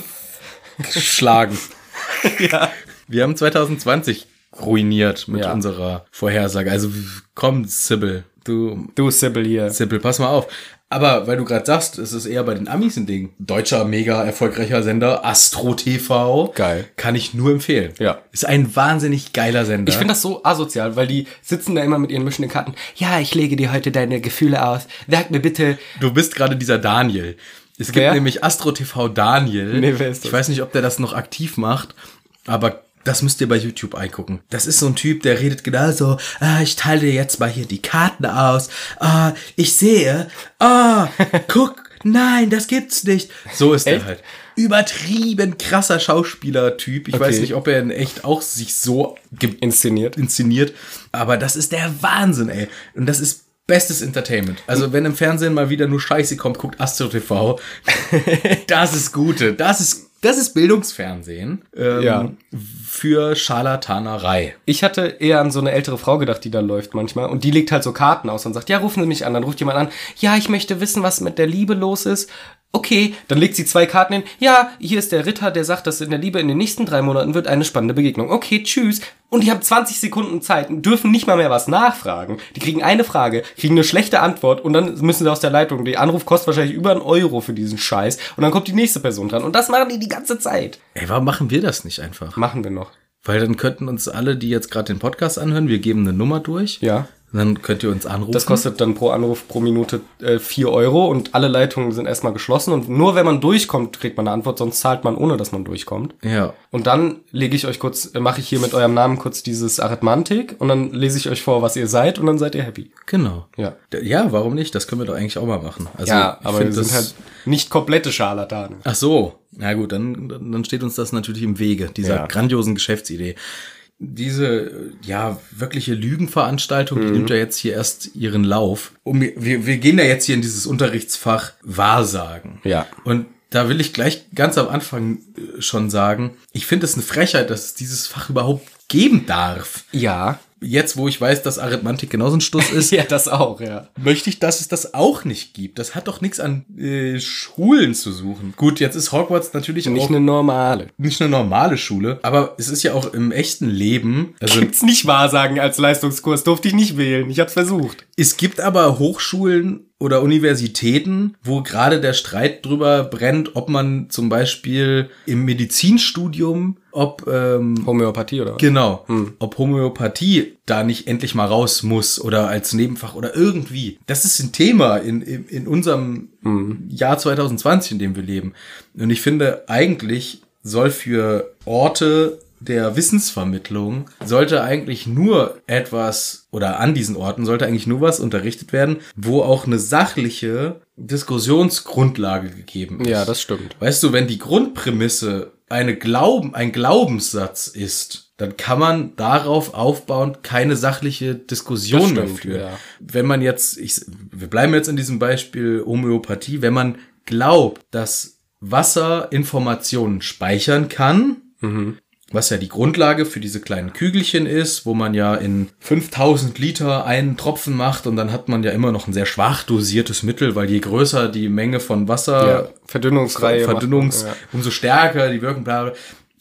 Speaker 1: geschlagen.
Speaker 2: ja.
Speaker 1: Wir haben 2020 ruiniert mit
Speaker 2: Ja.
Speaker 1: unserer Vorhersage. Also komm, Sibyl, du
Speaker 2: Du Sibyl hier.
Speaker 1: Simple, pass mal auf. Aber weil du gerade sagst, es ist eher bei den Amis ein Ding. Deutscher mega erfolgreicher Sender, Astro TV.
Speaker 2: Geil.
Speaker 1: Kann ich nur empfehlen.
Speaker 2: Ja.
Speaker 1: Ist ein wahnsinnig geiler Sender.
Speaker 2: Ich finde das so asozial, weil die sitzen da immer mit ihren mischenden Karten. Ja, ich lege dir heute deine Gefühle aus. Sag mir bitte.
Speaker 1: du bist gerade dieser Daniel. Es gibt
Speaker 2: Wer?
Speaker 1: nämlich Astro TV Daniel.
Speaker 2: Nee, wer ist das?
Speaker 1: Ich weiß nicht, ob der das noch aktiv macht, aber das müsst ihr bei YouTube eingucken. Das ist so ein Typ, der redet genau so, ah, ich teile dir jetzt mal hier die Karten aus. Ah, ich sehe. Ah, guck. Nein, das gibt's nicht. So ist
Speaker 2: Echt?
Speaker 1: er halt. Übertrieben krasser Schauspieler-Typ. Ich
Speaker 2: Okay.
Speaker 1: weiß nicht, ob er in echt auch sich so ge-
Speaker 2: Inszeniert.
Speaker 1: inszeniert. Aber das ist der Wahnsinn, ey. Und das ist bestes Entertainment. Also wenn im Fernsehen mal wieder nur Scheiße kommt, guckt Astro TV. Das ist Gute. Das ist, das ist Bildungsfernsehen ähm,
Speaker 2: Ja.
Speaker 1: für Scharlatanerei.
Speaker 2: Ich hatte eher an so eine ältere Frau gedacht, die da läuft manchmal. Und die legt halt so Karten aus und sagt, ja, rufen Sie mich an. Dann ruft jemand an, ja, ich möchte wissen, was mit der Liebe los ist. Okay, dann legt sie zwei Karten hin. Ja, hier ist der Ritter, der sagt, dass in der Liebe in den nächsten drei Monaten wird eine spannende Begegnung. Okay, tschüss. Und die haben 20 Sekunden Zeit und dürfen nicht mal mehr was nachfragen. Die kriegen eine Frage, kriegen eine schlechte Antwort und dann müssen sie aus der Leitung. Der Anruf kostet wahrscheinlich über einen Euro für diesen Scheiß. Und dann kommt die nächste Person dran. Und das machen die die ganze Zeit.
Speaker 1: Ey, warum machen wir das nicht einfach?
Speaker 2: Machen wir noch.
Speaker 1: Weil dann könnten uns alle, die jetzt gerade den Podcast anhören, wir geben eine Nummer durch.
Speaker 2: Ja.
Speaker 1: Und dann könnt ihr uns anrufen.
Speaker 2: Das kostet dann pro Anruf pro Minute äh, 4 Euro und alle Leitungen sind erstmal geschlossen und nur wenn man durchkommt, kriegt man eine Antwort, sonst zahlt man ohne, dass man durchkommt.
Speaker 1: ja.
Speaker 2: Und dann lege ich euch kurz, äh, mache ich hier mit eurem Namen kurz dieses Arithmantik und dann lese ich euch vor, was ihr seid und dann seid ihr happy.
Speaker 1: Genau.
Speaker 2: Ja.
Speaker 1: D- Ja, warum nicht? Das können wir doch eigentlich auch mal machen. Also,
Speaker 2: Ja,
Speaker 1: ich
Speaker 2: aber
Speaker 1: find
Speaker 2: wir sind
Speaker 1: das-
Speaker 2: halt nicht komplette Scharlatane.
Speaker 1: Ach so, na gut, dann, dann steht uns das natürlich im Wege, dieser
Speaker 2: Ja.
Speaker 1: grandiosen Geschäftsidee. Diese, äh, ja, wirkliche Lügenveranstaltung,
Speaker 2: Mhm.
Speaker 1: die nimmt ja jetzt hier erst ihren Lauf. Und wir- wir, wir gehen ja jetzt hier in dieses Unterrichtsfach Wahrsagen.
Speaker 2: Ja.
Speaker 1: Und da will ich gleich ganz am Anfang äh, schon sagen, ich finde es eine Frechheit, dass es dieses Fach überhaupt geben darf.
Speaker 2: Ja.
Speaker 1: Jetzt, wo ich weiß, dass Arithmantik genauso ein Stuss ist,
Speaker 2: Ja, das auch, ja.
Speaker 1: möchte ich, dass es das auch nicht gibt. Das hat doch nichts an äh, Schulen zu suchen. Gut, jetzt ist Hogwarts natürlich
Speaker 2: Nicht
Speaker 1: auch
Speaker 2: eine normale.
Speaker 1: nicht eine normale Schule, aber es ist ja auch im echten Leben. Also
Speaker 2: Gibt's nicht Wahrsagen als Leistungskurs, durfte ich nicht wählen. Ich hab's versucht.
Speaker 1: es gibt aber Hochschulen oder Universitäten, wo gerade der Streit drüber brennt, ob man zum Beispiel im Medizinstudium, ob ähm,
Speaker 2: Homöopathie oder Hm. was?
Speaker 1: Genau. Ob Homöopathie da nicht endlich mal raus muss oder als Nebenfach oder irgendwie. Das ist ein Thema in, in, in unserem
Speaker 2: Hm.
Speaker 1: Jahr 2020, in dem wir leben. Und ich finde, eigentlich soll für Orte der Wissensvermittlung sollte eigentlich nur etwas oder an diesen Orten sollte eigentlich nur was unterrichtet werden, wo auch eine sachliche Diskussionsgrundlage gegeben ist.
Speaker 2: Ja, das stimmt.
Speaker 1: Weißt du, wenn die Grundprämisse eine Glauben, ein Glaubenssatz ist, dann kann man darauf aufbauend keine sachliche Diskussion
Speaker 2: Das
Speaker 1: mehr
Speaker 2: stimmt,
Speaker 1: führen.
Speaker 2: ja.
Speaker 1: Wenn man jetzt, ich, wir bleiben jetzt in diesem Beispiel Homöopathie, wenn man glaubt, dass Wasser Informationen speichern kann,
Speaker 2: Mhm.
Speaker 1: was ja die Grundlage für diese kleinen Kügelchen ist, wo man ja in 5000 Liter einen Tropfen macht und dann hat man ja immer noch ein sehr schwach dosiertes Mittel, weil je größer die Menge von Wasser
Speaker 2: Ja. Verdünnungsreihe. macht man,
Speaker 1: Verdünnungs,
Speaker 2: ja.
Speaker 1: umso stärker die Wirkung, bla, bla.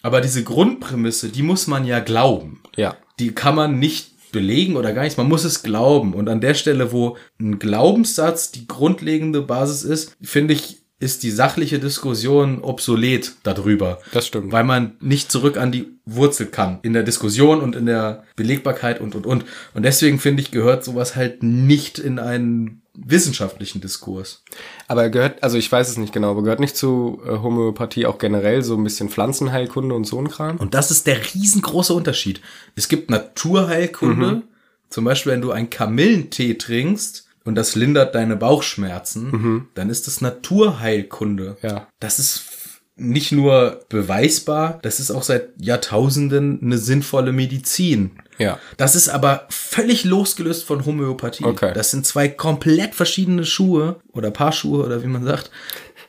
Speaker 1: Aber diese Grundprämisse, die muss man ja glauben.
Speaker 2: Ja.
Speaker 1: Die kann man nicht belegen oder gar nichts. Man muss es glauben. Und an der Stelle, wo ein Glaubenssatz die grundlegende Basis ist, finde ich, ist die sachliche Diskussion obsolet darüber.
Speaker 2: Das stimmt.
Speaker 1: Weil man nicht zurück an die Wurzel kann. In der Diskussion und in der Belegbarkeit und, und, und. Und deswegen finde ich, gehört sowas halt nicht in einen wissenschaftlichen Diskurs.
Speaker 2: Aber gehört, also ich weiß es nicht genau, aber gehört nicht zu äh, Homöopathie auch generell so ein bisschen Pflanzenheilkunde und so ein Kram?
Speaker 1: Und das ist der riesengroße Unterschied. Es gibt Naturheilkunde. Zum Beispiel, wenn du einen Kamillentee trinkst, und das lindert deine Bauchschmerzen, dann ist das Naturheilkunde.
Speaker 2: Ja.
Speaker 1: Das ist f- nicht nur beweisbar, das ist auch seit Jahrtausenden eine sinnvolle Medizin.
Speaker 2: Ja.
Speaker 1: Das ist aber völlig losgelöst von Homöopathie.
Speaker 2: Okay.
Speaker 1: Das sind zwei komplett verschiedene Schuhe oder Paar Schuhe oder wie man sagt.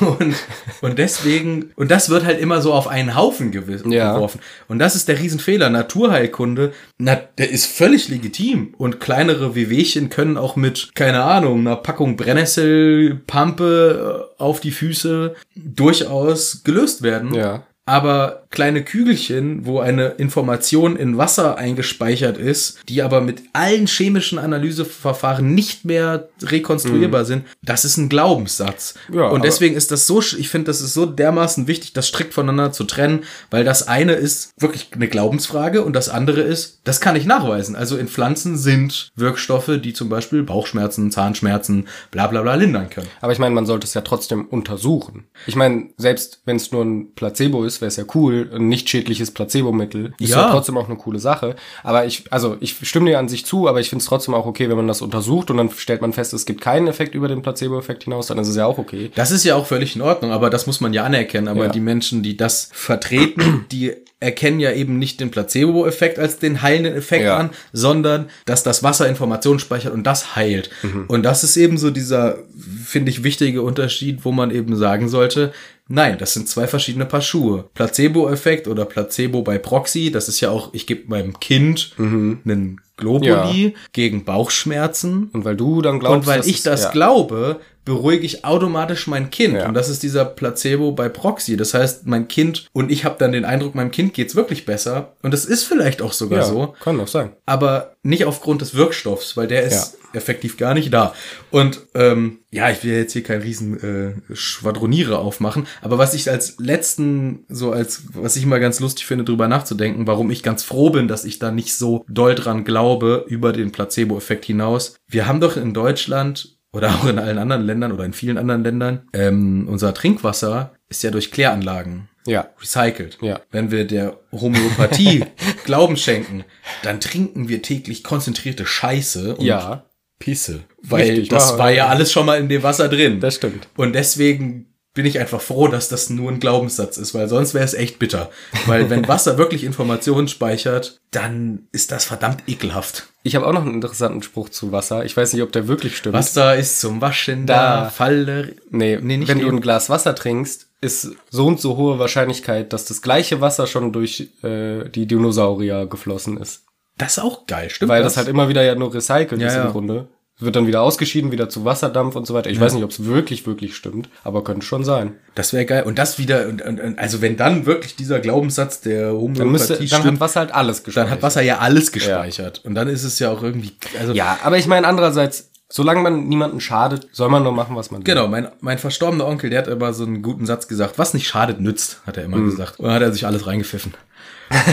Speaker 1: Und, und deswegen, und das wird halt immer so auf einen Haufen gewiss-
Speaker 2: Ja.
Speaker 1: geworfen. Und das ist der Riesenfehler. Naturheilkunde, na, der ist völlig legitim. Und kleinere Wehwehchen können auch mit, keine Ahnung, einer Packung Brennnesselpampe äh, auf die Füße durchaus gelöst werden.
Speaker 2: Ja.
Speaker 1: Aber kleine Kügelchen, wo eine Information in Wasser eingespeichert ist, die aber mit allen chemischen Analyseverfahren nicht mehr rekonstruierbar sind, das ist ein Glaubenssatz.
Speaker 2: Ja,
Speaker 1: Und
Speaker 2: aber-
Speaker 1: deswegen ist das so, sch- ich finde, das ist so dermaßen wichtig, das strikt voneinander zu trennen, weil das eine ist wirklich eine Glaubensfrage und das andere ist, das kann ich nachweisen. Also in Pflanzen sind Wirkstoffe, die zum Beispiel Bauchschmerzen, Zahnschmerzen, bla bla bla lindern können.
Speaker 2: Aber ich meine, man sollte es ja trotzdem untersuchen. Ich meine, selbst wenn es nur ein Placebo ist, wäre es ja cool, ein nicht schädliches Placebomittel. Ist ja.
Speaker 1: Ja.
Speaker 2: trotzdem auch eine coole Sache. Aber ich, also ich stimme dir an sich zu, aber ich finde es trotzdem auch okay, wenn man das untersucht und dann stellt man fest, es gibt keinen Effekt über den Placebo-Effekt hinaus, dann ist es ja auch okay.
Speaker 1: Das ist ja auch völlig in Ordnung, aber das muss man ja anerkennen. Aber
Speaker 2: Ja.
Speaker 1: die Menschen, die das vertreten, die erkennen ja eben nicht den Placebo-Effekt als den heilenden Effekt
Speaker 2: Ja.
Speaker 1: an, sondern dass das Wasser Informationen speichert und das heilt.
Speaker 2: Mhm.
Speaker 1: Und das ist eben so dieser, finde ich, wichtige Unterschied, wo man eben sagen sollte, nein, das sind zwei verschiedene Paar Schuhe. Placebo-Effekt oder Placebo bei Proxy, das ist ja auch, ich gebe meinem Kind
Speaker 2: Mhm.
Speaker 1: einen Globuli gegen Bauchschmerzen.
Speaker 2: Und weil du dann glaubst,
Speaker 1: Und weil
Speaker 2: dass
Speaker 1: ich
Speaker 2: es-
Speaker 1: das
Speaker 2: ja.
Speaker 1: glaube, beruhige ich automatisch mein Kind.
Speaker 2: Ja.
Speaker 1: Und das ist dieser Placebo bei Proxy. Das heißt, mein Kind und ich habe dann den Eindruck, meinem Kind geht's wirklich besser. Und das ist vielleicht auch sogar
Speaker 2: ja,
Speaker 1: so,
Speaker 2: kann doch sein.
Speaker 1: aber nicht aufgrund des Wirkstoffs, weil der ist effektiv gar nicht da. Und ähm, ja, ich will jetzt hier kein riesen äh, Schwadroniere aufmachen, aber was ich als letzten, so als, was ich mal ganz lustig finde, drüber nachzudenken, warum ich ganz froh bin, dass ich da nicht so doll dran glaube, über den Placebo-Effekt hinaus. Wir haben doch in Deutschland oder auch in allen anderen Ländern oder in vielen anderen Ländern, ähm, unser Trinkwasser ist ja durch Kläranlagen
Speaker 2: Ja.
Speaker 1: recycelt.
Speaker 2: Ja.
Speaker 1: Wenn wir der Homöopathie Glauben schenken, dann trinken wir täglich konzentrierte Scheiße und
Speaker 2: Ja.
Speaker 1: Pisse. Weil
Speaker 2: Richtig,
Speaker 1: das
Speaker 2: ja.
Speaker 1: war ja alles schon mal in dem Wasser drin.
Speaker 2: Das stimmt.
Speaker 1: Und deswegen bin ich einfach froh, dass das nur ein Glaubenssatz ist, weil sonst wäre es echt bitter. Weil wenn Wasser wirklich Informationen speichert, dann ist das verdammt ekelhaft.
Speaker 2: Ich habe auch noch einen interessanten Spruch zu Wasser. Ich weiß nicht, ob der wirklich stimmt.
Speaker 1: Wasser ist zum Waschen
Speaker 2: Da.
Speaker 1: da, Falle.
Speaker 2: Nee,
Speaker 1: Nee, nicht
Speaker 2: wenn du
Speaker 1: den.
Speaker 2: ein Glas Wasser trinkst, ist so und so hohe Wahrscheinlichkeit, dass das gleiche Wasser schon durch äh, die Dinosaurier geflossen ist.
Speaker 1: Das ist auch geil, stimmt
Speaker 2: Weil das, halt immer wieder ja nur recycelt
Speaker 1: Ja,
Speaker 2: ist im
Speaker 1: ja.
Speaker 2: Grunde. Wird dann wieder ausgeschieden, wieder zu Wasserdampf und so weiter. Ich weiß nicht, ob es wirklich, wirklich stimmt, aber könnte schon sein.
Speaker 1: Das wäre geil. Und das wieder, und, und, und, also wenn dann wirklich dieser Glaubenssatz der Homöopathie
Speaker 2: Dann, müsste, dann
Speaker 1: stimmt,
Speaker 2: hat Wasser halt alles gespeichert.
Speaker 1: dann hat Wasser ja alles gespeichert. Und dann ist es ja auch irgendwie, also,
Speaker 2: Ja, aber ich meine andererseits, solange man niemanden schadet, soll man nur machen, was man will.
Speaker 1: genau, mein, mein verstorbener Onkel, der hat immer so einen guten Satz gesagt, was nicht schadet, nützt, hat er immer
Speaker 2: Mhm.
Speaker 1: gesagt. Und dann hat er sich alles reingepfiffen.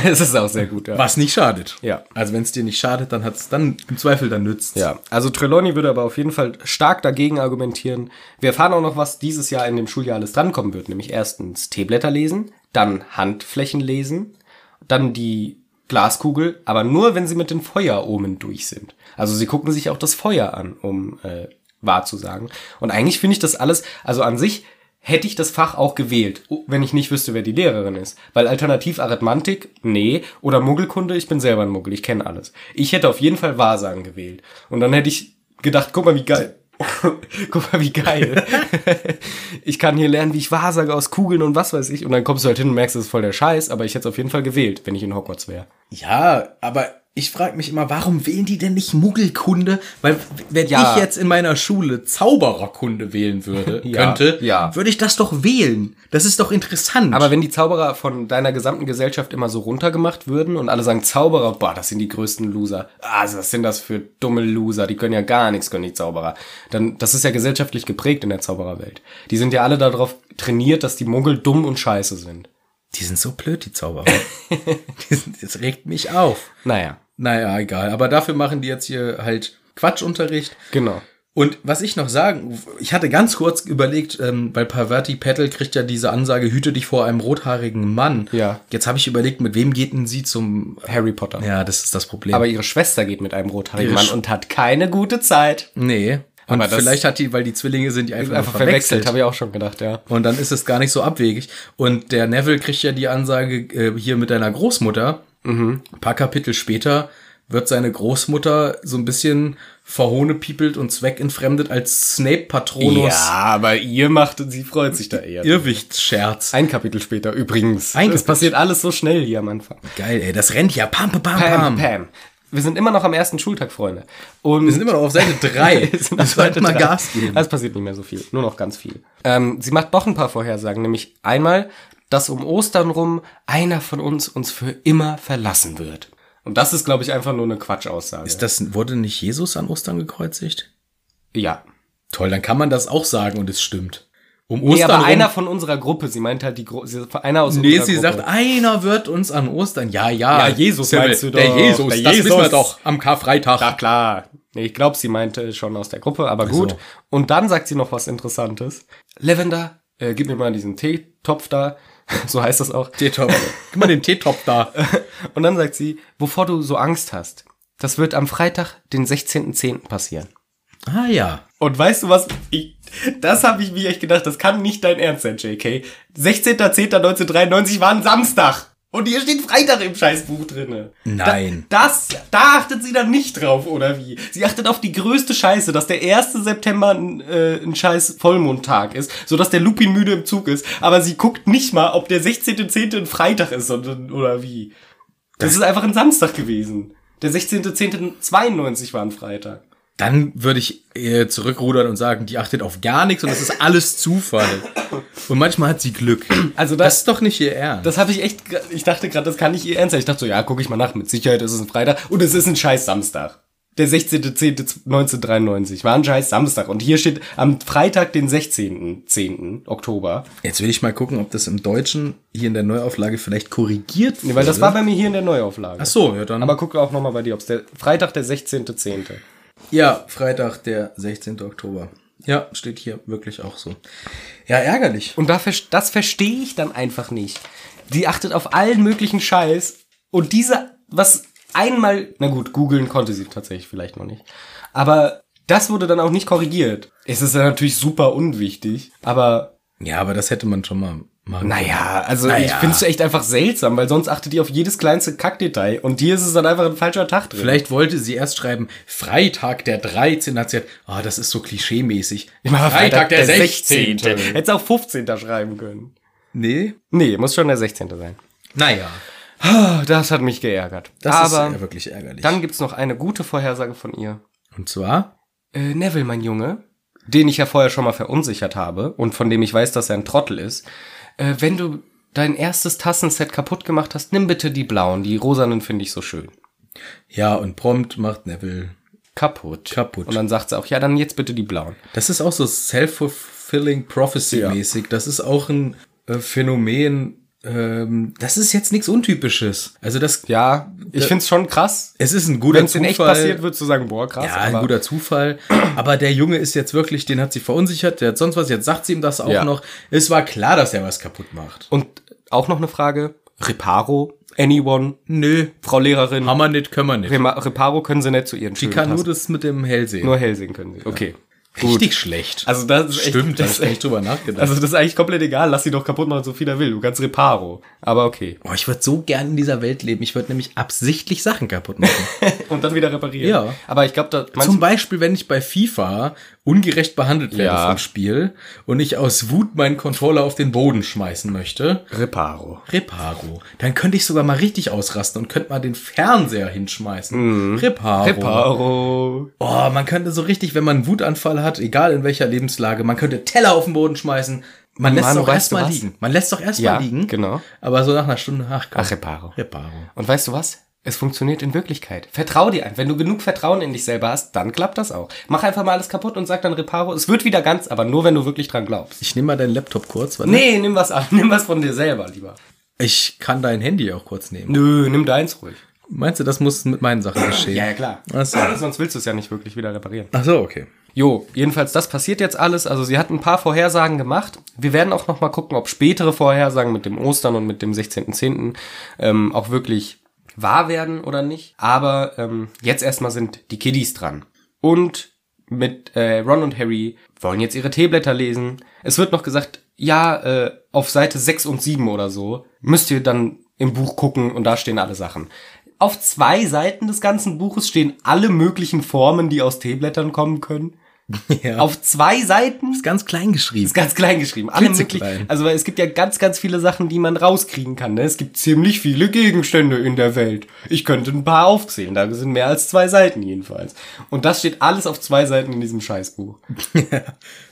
Speaker 2: das ist auch sehr gut, ja.
Speaker 1: Was nicht schadet.
Speaker 2: Ja.
Speaker 1: Also wenn es dir nicht schadet, dann hat es dann im Zweifel dann nützt.
Speaker 2: Ja, also Trelawney würde aber auf jeden Fall stark dagegen argumentieren. Wir erfahren auch noch, was dieses Jahr in dem Schuljahr alles drankommen wird, nämlich erstens Teeblätter lesen, dann Handflächen lesen, dann die Glaskugel, aber nur, wenn sie mit den Feueromen durch sind. Also sie gucken sich auch das Feuer an, um äh, wahr zu sagen. Und eigentlich finde ich das alles, also an sich hätte ich das Fach auch gewählt, wenn ich nicht wüsste, wer die Lehrerin ist. Weil alternativ Arithmantik, nee, oder Muggelkunde, ich bin selber ein Muggel, ich kenne alles. Ich hätte auf jeden Fall Wahrsagen gewählt. Und dann hätte ich gedacht, guck mal, wie geil. guck mal, wie geil. ich kann hier lernen, wie ich Wahrsage aus Kugeln und was weiß ich. Und dann kommst du halt hin und merkst, das ist voll der Scheiß, aber ich hätte es auf jeden Fall gewählt, wenn ich in Hogwarts wäre.
Speaker 1: Ja, aber ich frage mich immer, warum wählen die denn nicht Muggelkunde? Weil wenn
Speaker 2: Ja.
Speaker 1: ich jetzt in meiner Schule Zaubererkunde wählen würde,
Speaker 2: Ja,
Speaker 1: könnte,
Speaker 2: ja.
Speaker 1: würde ich das doch wählen. Das ist doch interessant.
Speaker 2: Aber wenn die Zauberer von deiner gesamten Gesellschaft immer so runtergemacht würden und alle sagen, Zauberer, boah, das sind die größten Loser. Ah, was sind das für dumme Loser? Die können ja gar nichts, können die Zauberer. Dann, das ist ja gesellschaftlich geprägt in der Zaubererwelt. Die sind ja alle darauf trainiert, dass die Muggel dumm und scheiße sind.
Speaker 1: die sind so blöd, die Zauberer. die sind, das regt mich auf.
Speaker 2: Naja,
Speaker 1: Naja, egal. Aber dafür machen die jetzt hier halt Quatschunterricht.
Speaker 2: genau.
Speaker 1: Und was ich noch sagen, ich hatte ganz kurz überlegt, ähm, weil Pavati Patel kriegt ja diese Ansage, hüte dich vor einem rothaarigen Mann.
Speaker 2: Ja.
Speaker 1: Jetzt habe ich überlegt, mit wem geht denn sie zum...
Speaker 2: Harry Potter.
Speaker 1: Ja, das ist das Problem.
Speaker 2: Aber ihre Schwester geht mit einem rothaarigen
Speaker 1: Ihre
Speaker 2: Mann
Speaker 1: Sch-
Speaker 2: und hat keine gute Zeit.
Speaker 1: nee. Und
Speaker 2: Aber das-
Speaker 1: vielleicht hat die, weil die Zwillinge sind, die einfach,
Speaker 2: Einfach
Speaker 1: nur verwechselt.
Speaker 2: verwechselt, habe ich auch schon gedacht, ja.
Speaker 1: Und dann ist es gar nicht so abwegig. Und der Neville kriegt ja die Ansage äh, hier mit deiner Großmutter.
Speaker 2: Mhm.
Speaker 1: Ein paar Kapitel später wird seine Großmutter so ein bisschen verhohnepiepelt und zweckentfremdet als Snape-Patronus
Speaker 2: aber ihr macht und sie freut sich da eher.
Speaker 1: Irrwichtsscherz.
Speaker 2: Ein Kapitel später übrigens.
Speaker 1: Ein
Speaker 2: es
Speaker 1: Kapitel.
Speaker 2: passiert alles so schnell hier am Anfang.
Speaker 1: Geil, ey, das rennt ja. Pam, pam, pam,
Speaker 2: Pam,
Speaker 1: pam.
Speaker 2: Pam. Wir sind immer noch am ersten Schultag, Freunde. Und
Speaker 1: Wir sind immer noch auf Seite drei.
Speaker 2: Wir sind
Speaker 1: Wir
Speaker 2: auf Seite
Speaker 1: sollten mal
Speaker 2: drei.
Speaker 1: Gas geben.
Speaker 2: Das passiert nicht mehr so viel, nur noch ganz viel. Ähm, sie macht noch ein paar Vorhersagen, nämlich einmal, dass um Ostern rum einer von uns uns für immer verlassen wird. Und das ist, glaube ich, einfach nur eine Quatschaussage.
Speaker 1: Ist das, wurde nicht Jesus an Ostern gekreuzigt?
Speaker 2: ja.
Speaker 1: Toll, dann kann man das auch sagen und es stimmt. Um
Speaker 2: Nee,
Speaker 1: Ostern
Speaker 2: aber
Speaker 1: rum-
Speaker 2: einer von unserer Gruppe. Sie meint halt die Gru sie, einer aus
Speaker 1: Nee,
Speaker 2: unserer
Speaker 1: sie
Speaker 2: Gruppe.
Speaker 1: sagt, einer wird uns an Ostern. Ja, ja.
Speaker 2: Ja, Jesus
Speaker 1: Simmel,
Speaker 2: meinst du
Speaker 1: der
Speaker 2: doch.
Speaker 1: Jesus,
Speaker 2: Der
Speaker 1: das wissen wir
Speaker 2: Jesus.
Speaker 1: doch. Am Karfreitag.
Speaker 2: Ja, klar. Nee, ich glaube, sie meinte schon aus der Gruppe, aber gut.
Speaker 1: so.
Speaker 2: Und dann sagt sie noch was Interessantes. Lavender, äh, gib mir mal diesen Teetopf da. so heißt das auch.
Speaker 1: Teetopf. Gib mal den Teetopf da.
Speaker 2: Und dann sagt sie, wovor du so Angst hast, das wird am Freitag, den 16.10. passieren.
Speaker 1: Ah ja.
Speaker 2: Und weißt du was? Ich, das habe ich mir echt gedacht, das kann nicht dein Ernst sein, JK. 16.10.1993 war ein Samstag. Und hier steht Freitag im Scheißbuch drinne.
Speaker 1: Nein.
Speaker 2: Da, das, da achtet sie dann nicht drauf, oder wie? Sie achtet auf die größte Scheiße, dass der 1. September ein, äh, ein scheiß Vollmondtag ist, sodass der Lupin müde im Zug ist. Aber sie guckt nicht mal, ob der 16.10. ein Freitag ist, sondern, oder wie. Das, ist einfach ein Samstag gewesen. Der 16.10.92 war ein Freitag.
Speaker 1: Dann würde ich äh, zurückrudern und sagen, die achtet auf gar nichts und das ist alles Zufall. Und manchmal hat sie Glück.
Speaker 2: Also
Speaker 1: Das
Speaker 2: das-
Speaker 1: ist doch nicht ihr Ernst.
Speaker 2: Das habe ich echt, ge- ich dachte gerade, das kann nicht ihr Ernst sein. Ich dachte so, ja, gucke ich mal nach, mit Sicherheit ist es ein Freitag und es ist ein scheiß Samstag. Der 16.10.1993 war ein scheiß Samstag und hier steht am Freitag, den 16.10. Oktober.
Speaker 1: Jetzt will ich mal gucken, ob das im Deutschen hier in der Neuauflage vielleicht korrigiert wurde.
Speaker 2: Nee, weil das war bei mir hier in der Neuauflage.
Speaker 1: Ach so, ja dann.
Speaker 2: Aber guck auch nochmal bei dir, ob es der Freitag, der 16.10.
Speaker 1: ja, Freitag, der 16. Oktober. Ja, steht hier wirklich auch so. Ja, ärgerlich.
Speaker 2: Und da, ver- das verstehe ich dann einfach nicht. Die achtet auf allen möglichen Scheiß und diese, was einmal, na gut, googeln konnte sie tatsächlich vielleicht noch nicht. Aber das wurde dann auch nicht korrigiert. Es ist ja natürlich super unwichtig, aber
Speaker 1: Ja, aber das hätte man schon mal machen
Speaker 2: naja, also
Speaker 1: Naja.
Speaker 2: ich finde es echt einfach seltsam, weil sonst achtet ihr auf jedes kleinste Kackdetail und hier ist es dann einfach ein falscher Tag drin.
Speaker 1: Vielleicht wollte sie erst schreiben, Freitag der 13. Hat sie gesagt, ah, das ist so klischeemäßig. Freitag, der 16.
Speaker 2: Hätte es auch 15. schreiben können.
Speaker 1: Nee?
Speaker 2: Nee, muss schon der 16. sein.
Speaker 1: Naja.
Speaker 2: Ah, Das hat mich geärgert.
Speaker 1: Das
Speaker 2: aber
Speaker 1: ist ja wirklich ärgerlich.
Speaker 2: Dann gibt's noch eine gute Vorhersage von ihr.
Speaker 1: Und zwar?
Speaker 2: Äh, Neville, mein Junge, den ich ja vorher schon mal verunsichert habe und von dem ich weiß, dass er ein Trottel ist, äh, wenn du dein erstes Tassenset kaputt gemacht hast, nimm bitte die blauen, die rosanen finde ich so schön.
Speaker 1: Ja, und prompt macht Neville.
Speaker 2: Kaputt.
Speaker 1: Kaputt.
Speaker 2: Und dann sagt sie auch, ja, dann jetzt bitte die blauen.
Speaker 1: Das ist auch so self-fulfilling prophecy-mäßig. Das ist auch ein äh, Phänomen. Ähm, das ist jetzt nichts Untypisches. Also das,
Speaker 2: Ja, äh, ich find's schon krass.
Speaker 1: es ist ein guter
Speaker 2: Wenn's in echt
Speaker 1: Zufall.
Speaker 2: passiert, würdest du sagen, boah, krass.
Speaker 1: Ja, ein guter Zufall. Aber der Junge ist jetzt wirklich, den hat sie verunsichert, der hat sonst was, jetzt sagt sie ihm das auch
Speaker 2: Ja.
Speaker 1: noch. Es war klar, dass er was kaputt macht.
Speaker 2: Und auch noch eine Frage. Reparo? Anyone?
Speaker 1: Nö,
Speaker 2: Frau Lehrerin?
Speaker 1: haben wir nicht, können wir nicht.
Speaker 2: Rema- Reparo können sie nicht zu ihren
Speaker 1: Die
Speaker 2: schönen
Speaker 1: kann nur
Speaker 2: Tassen.
Speaker 1: das mit dem Hell sehen.
Speaker 2: Nur hell sehen können sie. Okay.
Speaker 1: Richtig schlecht.
Speaker 2: Also das ist echt,
Speaker 1: Stimmt, da
Speaker 2: das
Speaker 1: hab
Speaker 2: ist
Speaker 1: ich gar
Speaker 2: echt
Speaker 1: nicht drüber nachgedacht.
Speaker 2: Also das ist eigentlich komplett egal, lass sie doch kaputt machen, so viel er will. Du kannst Reparo. Aber okay.
Speaker 1: oh, ich würde so gern in dieser Welt leben. Ich würde nämlich absichtlich Sachen kaputt machen.
Speaker 2: Und dann wieder reparieren.
Speaker 1: Ja.
Speaker 2: Aber ich glaube, da
Speaker 1: Zum Beispiel, wenn ich bei FIFA ungerecht behandelt werde
Speaker 2: Ja.
Speaker 1: vom Spiel und ich aus Wut meinen Controller auf den Boden schmeißen möchte,
Speaker 2: Reparo.
Speaker 1: Reparo, dann könnte ich sogar mal richtig ausrasten und könnte mal den Fernseher
Speaker 2: Mhm.
Speaker 1: hinschmeißen. Reparo.
Speaker 2: Reparo.
Speaker 1: Oh, man könnte so richtig, wenn man einen Wutanfall hat, egal in welcher Lebenslage, man könnte Teller auf den Boden schmeißen. Man lässt es
Speaker 2: Manu,
Speaker 1: doch
Speaker 2: weißt du
Speaker 1: erstmal
Speaker 2: was?
Speaker 1: liegen. Man lässt doch erstmal
Speaker 2: Ja,
Speaker 1: liegen.
Speaker 2: genau.
Speaker 1: Aber so nach einer Stunde, ach komm.
Speaker 2: Ach, Reparo.
Speaker 1: Reparo.
Speaker 2: Und weißt du was? Es funktioniert in Wirklichkeit. Vertrau dir ein. Wenn du genug Vertrauen in dich selber hast, dann klappt das auch. Mach einfach mal alles kaputt und sag dann Reparo. Es wird wieder ganz, aber nur wenn du wirklich dran glaubst.
Speaker 1: Ich nehme mal deinen Laptop kurz. Warte.
Speaker 2: Nee, nimm was an. Nimm was von dir selber lieber.
Speaker 1: Ich kann dein Handy auch kurz nehmen.
Speaker 2: Nö, nimm deins ruhig.
Speaker 1: Meinst du, das muss mit meinen Sachen geschehen?
Speaker 2: klar.
Speaker 1: Ach so.
Speaker 2: Sonst willst du es ja nicht wirklich wieder reparieren.
Speaker 1: Ach so, okay.
Speaker 2: Jo, jedenfalls das passiert jetzt alles. Also sie hat ein paar Vorhersagen gemacht. Wir werden auch noch mal gucken, ob spätere Vorhersagen mit dem Ostern und mit dem 16.10. Ähm, auch wirklich wahr werden oder nicht. Aber ähm, jetzt erstmal sind die Kiddies dran. Und mit äh, Ron und Harry wollen jetzt ihre Teeblätter lesen. Es wird noch gesagt, ja, äh, auf Seite 6 und 7 oder so müsst ihr dann im Buch gucken und da stehen alle Sachen. Auf zwei Seiten des ganzen Buches stehen alle möglichen Formen, die aus Teeblättern kommen können.
Speaker 1: Ja.
Speaker 2: Auf zwei Seiten
Speaker 1: ist ganz klein geschrieben.
Speaker 2: ist ganz klein geschrieben. Alle
Speaker 1: Klitzeklein.
Speaker 2: möglichen, also weil es gibt ja ganz, ganz viele Sachen, die man rauskriegen kann. Ne? Es gibt ziemlich viele Gegenstände in der Welt. Ich könnte ein paar aufzählen. Da sind mehr als zwei Seiten jedenfalls. Und das steht alles auf zwei Seiten in diesem Scheißbuch.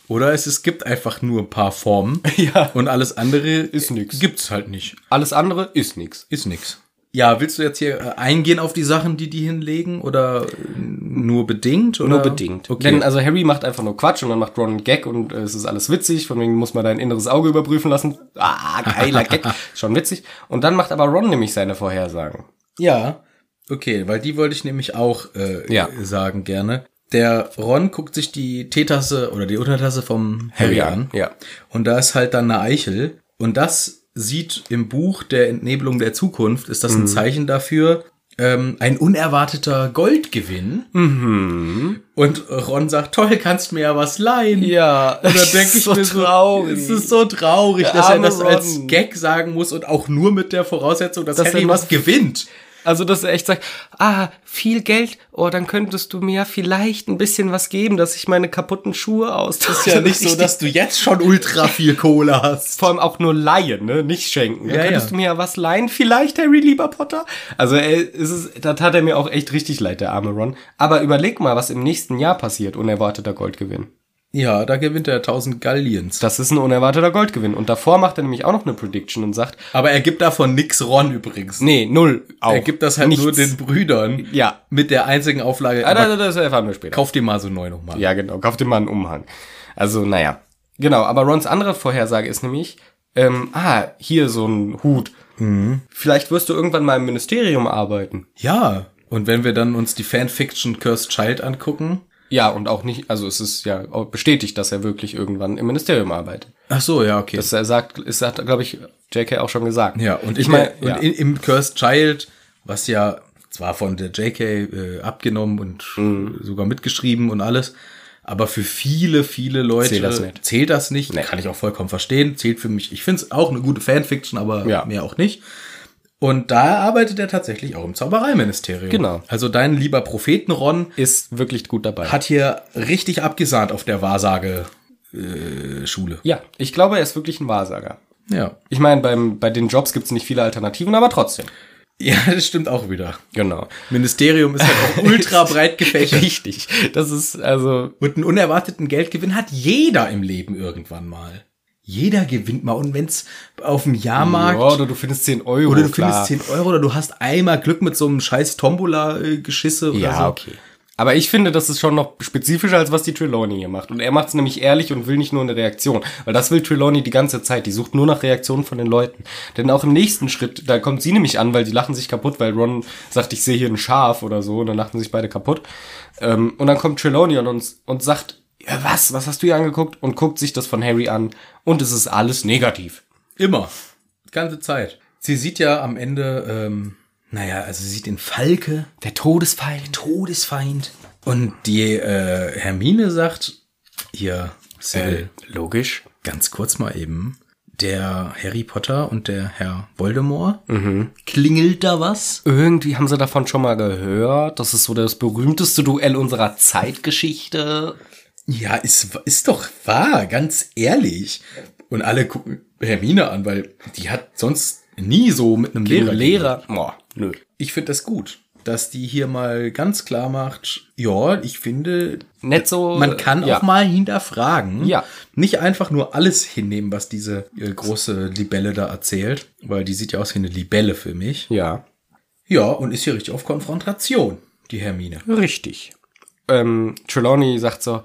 Speaker 1: Oder es, es gibt einfach nur ein paar Formen.
Speaker 2: Ja.
Speaker 1: Und alles andere
Speaker 2: Ist nix.
Speaker 1: Gibt's halt nicht.
Speaker 2: Alles andere ist nix.
Speaker 1: Ist nix. Ja, willst du jetzt hier äh, eingehen auf die Sachen, die die hinlegen? Oder äh, nur bedingt? Oder?
Speaker 2: Nur bedingt.
Speaker 1: Okay.
Speaker 2: Denn also Harry macht einfach nur Quatsch und dann macht Ron einen Gag und äh, es ist alles witzig, von wegen muss man dein inneres Auge überprüfen lassen. Ah, geiler Gag. Schon witzig. Und dann macht aber Ron nämlich seine Vorhersagen.
Speaker 1: Ja, okay, weil die wollte ich nämlich auch äh,
Speaker 2: Ja.
Speaker 1: sagen gerne. Der Ron guckt sich die Teetasse oder die Untertasse vom Harry
Speaker 2: Ja.
Speaker 1: an.
Speaker 2: Ja.
Speaker 1: Und da ist halt dann eine Eichel. Und das sieht im Buch der Entnebelung der Zukunft, ist
Speaker 2: Mhm.
Speaker 1: das ein Zeichen dafür, ähm, ein unerwarteter Goldgewinn. Und Ron sagt, toll, kannst mir ja was leihen.
Speaker 2: Mhm. Ja,
Speaker 1: Und da denke ich mir
Speaker 2: traurig.
Speaker 1: so, es ist so traurig, dass er
Speaker 2: arme
Speaker 1: das als
Speaker 2: Ron.
Speaker 1: Gag sagen muss und auch nur mit der Voraussetzung, dass,
Speaker 2: Dass er
Speaker 1: Harry
Speaker 2: noch-
Speaker 1: was gewinnt.
Speaker 2: Also, dass er echt sagt, ah, viel Geld, oh, dann könntest du mir ja vielleicht ein bisschen was geben, dass ich meine kaputten Schuhe austausche.
Speaker 1: ist ja nicht so, dass du jetzt schon ultra viel Kohle hast.
Speaker 2: vor allem auch nur leihen, ne? Nicht schenken. Dann
Speaker 1: Ja,
Speaker 2: könntest
Speaker 1: ja.
Speaker 2: du mir ja was leihen, vielleicht, Harry, lieber Potter. Also, ey, es ist, da tat er mir auch echt richtig leid, der arme Ron. Aber überleg mal, was im nächsten Jahr passiert, unerwarteter Goldgewinn.
Speaker 1: Ja, da gewinnt er 1000 Galliens.
Speaker 2: Das ist ein unerwarteter Goldgewinn. Und davor macht er nämlich auch noch eine Prediction und sagt,
Speaker 1: Aber er gibt davon nix Ron übrigens.
Speaker 2: nee, null. Auch.
Speaker 1: er gibt das halt
Speaker 2: Nichts.
Speaker 1: nur den Brüdern.
Speaker 2: Ja.
Speaker 1: Mit der einzigen Auflage,
Speaker 2: Ah,
Speaker 1: aber
Speaker 2: da, da, das erfahren wir später.
Speaker 1: kauf dir mal so neu nochmal.
Speaker 2: Ja, genau. Kauf dir mal einen Umhang. Also, naja. Genau, aber Rons andere Vorhersage ist nämlich, ähm, ah, hier so ein Hut. Mhm. Vielleicht wirst du irgendwann mal im Ministerium arbeiten.
Speaker 1: ja. Und wenn wir dann uns die Fanfiction Cursed Child angucken.
Speaker 2: Ja, und auch nicht, also es ist ja auch bestätigt, dass er wirklich irgendwann im Ministerium arbeitet.
Speaker 1: Ach so, ja, okay.
Speaker 2: Das er sagt, ist hat, glaube ich, JK auch schon gesagt.
Speaker 1: ja, und
Speaker 2: ich
Speaker 1: ich
Speaker 2: meine,
Speaker 1: meine,
Speaker 2: ja.
Speaker 1: in, im Cursed Child, was ja zwar von der JK äh, abgenommen und
Speaker 2: Mhm.
Speaker 1: sogar mitgeschrieben und alles, aber für viele, viele Leute
Speaker 2: Zählt das nicht.
Speaker 1: zählt das nicht. Kann ich auch vollkommen verstehen. Zählt für mich. Ich finde es auch eine gute Fanfiction, aber
Speaker 2: Ja.
Speaker 1: mehr auch nicht. Und da arbeitet er tatsächlich auch im Zaubereiministerium.
Speaker 2: Genau.
Speaker 1: Also dein lieber Prophetenron
Speaker 2: ist wirklich gut dabei.
Speaker 1: hat hier richtig abgesahnt auf der Wahrsageschule.
Speaker 2: ja, ich glaube, er ist wirklich ein Wahrsager.
Speaker 1: Ja.
Speaker 2: Ich meine, beim, bei den Jobs gibt's nicht viele Alternativen, aber trotzdem.
Speaker 1: Ja, das stimmt auch wieder.
Speaker 2: Genau.
Speaker 1: Ministerium ist halt auch ultra breit gefächert.
Speaker 2: Richtig. Das ist, also,
Speaker 1: Und einen unerwarteten Geldgewinn hat jeder im Leben irgendwann mal. Jeder gewinnt mal. Und wenn's auf dem
Speaker 2: ja,
Speaker 1: Jahrmarkt
Speaker 2: oder du findest 10 Euro.
Speaker 1: oder du
Speaker 2: klar.
Speaker 1: findest 10 Euro oder du hast einmal Glück mit so einem scheiß Tombola-Geschisse oder
Speaker 2: Ja,
Speaker 1: so.
Speaker 2: okay. Aber ich finde, das ist schon noch spezifischer, als was die Trelawney hier macht. Und er macht es nämlich ehrlich und will nicht nur eine Reaktion. Weil das will Trelawney die ganze Zeit. Die sucht nur nach Reaktionen von den Leuten. Denn auch im nächsten Schritt, da kommt sie nämlich an, weil die lachen sich kaputt, weil Ron sagt, ich sehe hier ein Schaf oder so. Und dann lachen sich beide kaputt. Ähm, und dann kommt Trelawney und, uns, und sagt, ja, was, was hast du hier angeguckt? Und guckt sich das von Harry an. Und es ist alles negativ.
Speaker 1: Immer. Die ganze Zeit. Sie sieht ja am Ende, ähm, naja, also sie sieht den Falke.
Speaker 2: Der Todesfall.
Speaker 1: Todesfeind. Und die äh, Hermine sagt, hier,
Speaker 2: Äh,
Speaker 1: Sybil,
Speaker 2: Logisch.
Speaker 1: ganz kurz mal eben, der Harry Potter und der Herr Voldemort, klingelt da was?
Speaker 2: Irgendwie haben sie davon schon mal gehört. Das ist so das berühmteste Duell unserer Zeitgeschichte.
Speaker 1: Ja, ist, ist doch wahr, ganz ehrlich. Und alle gucken Hermine an, weil die hat sonst nie so mit einem Lehrer.
Speaker 2: Lehrer. Boah, nö.
Speaker 1: Ich finde das gut, dass die hier mal ganz klar macht, ja, ich finde,
Speaker 2: Nicht so. äh,
Speaker 1: Man kann
Speaker 2: ja.
Speaker 1: auch mal hinterfragen.
Speaker 2: Ja.
Speaker 1: Nicht einfach nur alles hinnehmen, was diese äh, große Libelle da erzählt, weil die sieht ja aus wie eine Libelle für mich.
Speaker 2: Ja,
Speaker 1: Ja, und ist hier richtig auf Konfrontation, die Hermine.
Speaker 2: richtig. Ähm, Trelawney sagt so,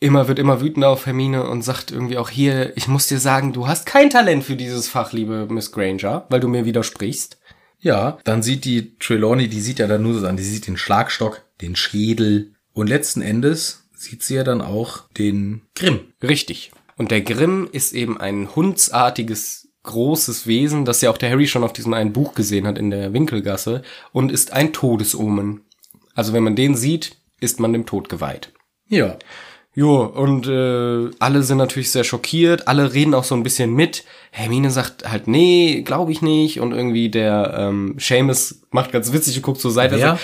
Speaker 2: immer wird immer wütender auf Hermine und sagt irgendwie auch hier, ich muss dir sagen, du hast kein Talent für dieses Fach, liebe Miss Granger, weil du mir widersprichst.
Speaker 1: Ja, dann sieht die Trelawney, die sieht ja dann nur so an, die sieht den Schlagstock, den Schädel und letzten Endes sieht sie ja dann auch den Grimm.
Speaker 2: Richtig. Und der Grimm ist eben ein hundsartiges großes Wesen, das ja auch der Harry schon auf diesem einen Buch gesehen hat in der Winkelgasse und ist ein Todesomen. Also wenn man den sieht, ist man dem Tod geweiht.
Speaker 1: Ja.
Speaker 2: Jo, und äh, alle sind natürlich sehr schockiert, alle reden auch so ein bisschen mit. Hermine sagt halt, nee, glaube ich nicht. Und irgendwie der ähm, Seamus macht ganz witzig und guckt Also zur Seite.
Speaker 1: Wer?
Speaker 2: sagt,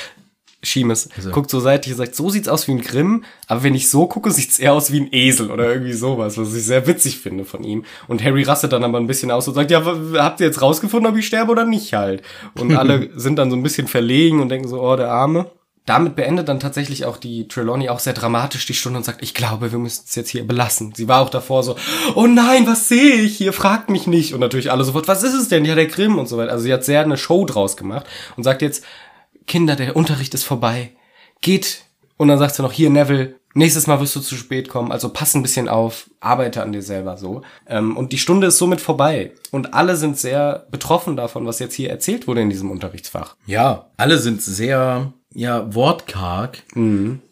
Speaker 2: Seamus
Speaker 1: Also.
Speaker 2: guckt zur Seite und sagt, so sieht's aus wie ein Grimm, aber wenn ich so gucke, sieht's eher aus wie ein Esel oder irgendwie sowas, was ich sehr witzig finde von ihm. Und Harry rastet dann aber ein bisschen aus und sagt, ja, w- habt ihr jetzt rausgefunden, ob ich sterbe oder nicht halt? Und alle sind dann so ein bisschen verlegen und denken so, oh, der Arme. Damit beendet dann tatsächlich auch die Trelawney auch sehr dramatisch die Stunde und sagt, ich glaube, wir müssen es jetzt hier belassen. Sie war auch davor so, oh nein, was sehe ich hier? Fragt mich nicht. Und natürlich alle sofort, was ist es denn? Ja, der Grimm und so weiter. Also sie hat sehr eine Show draus gemacht und sagt jetzt, Kinder, der Unterricht ist vorbei. Geht. Und dann sagt sie noch, hier, Neville, nächstes Mal wirst du zu spät kommen. Also pass ein bisschen auf, arbeite an dir selber so. Ähm, und die Stunde ist somit vorbei. Und alle sind sehr betroffen davon, was jetzt hier erzählt wurde in diesem Unterrichtsfach.
Speaker 1: Ja, alle sind sehr ja, wortkarg,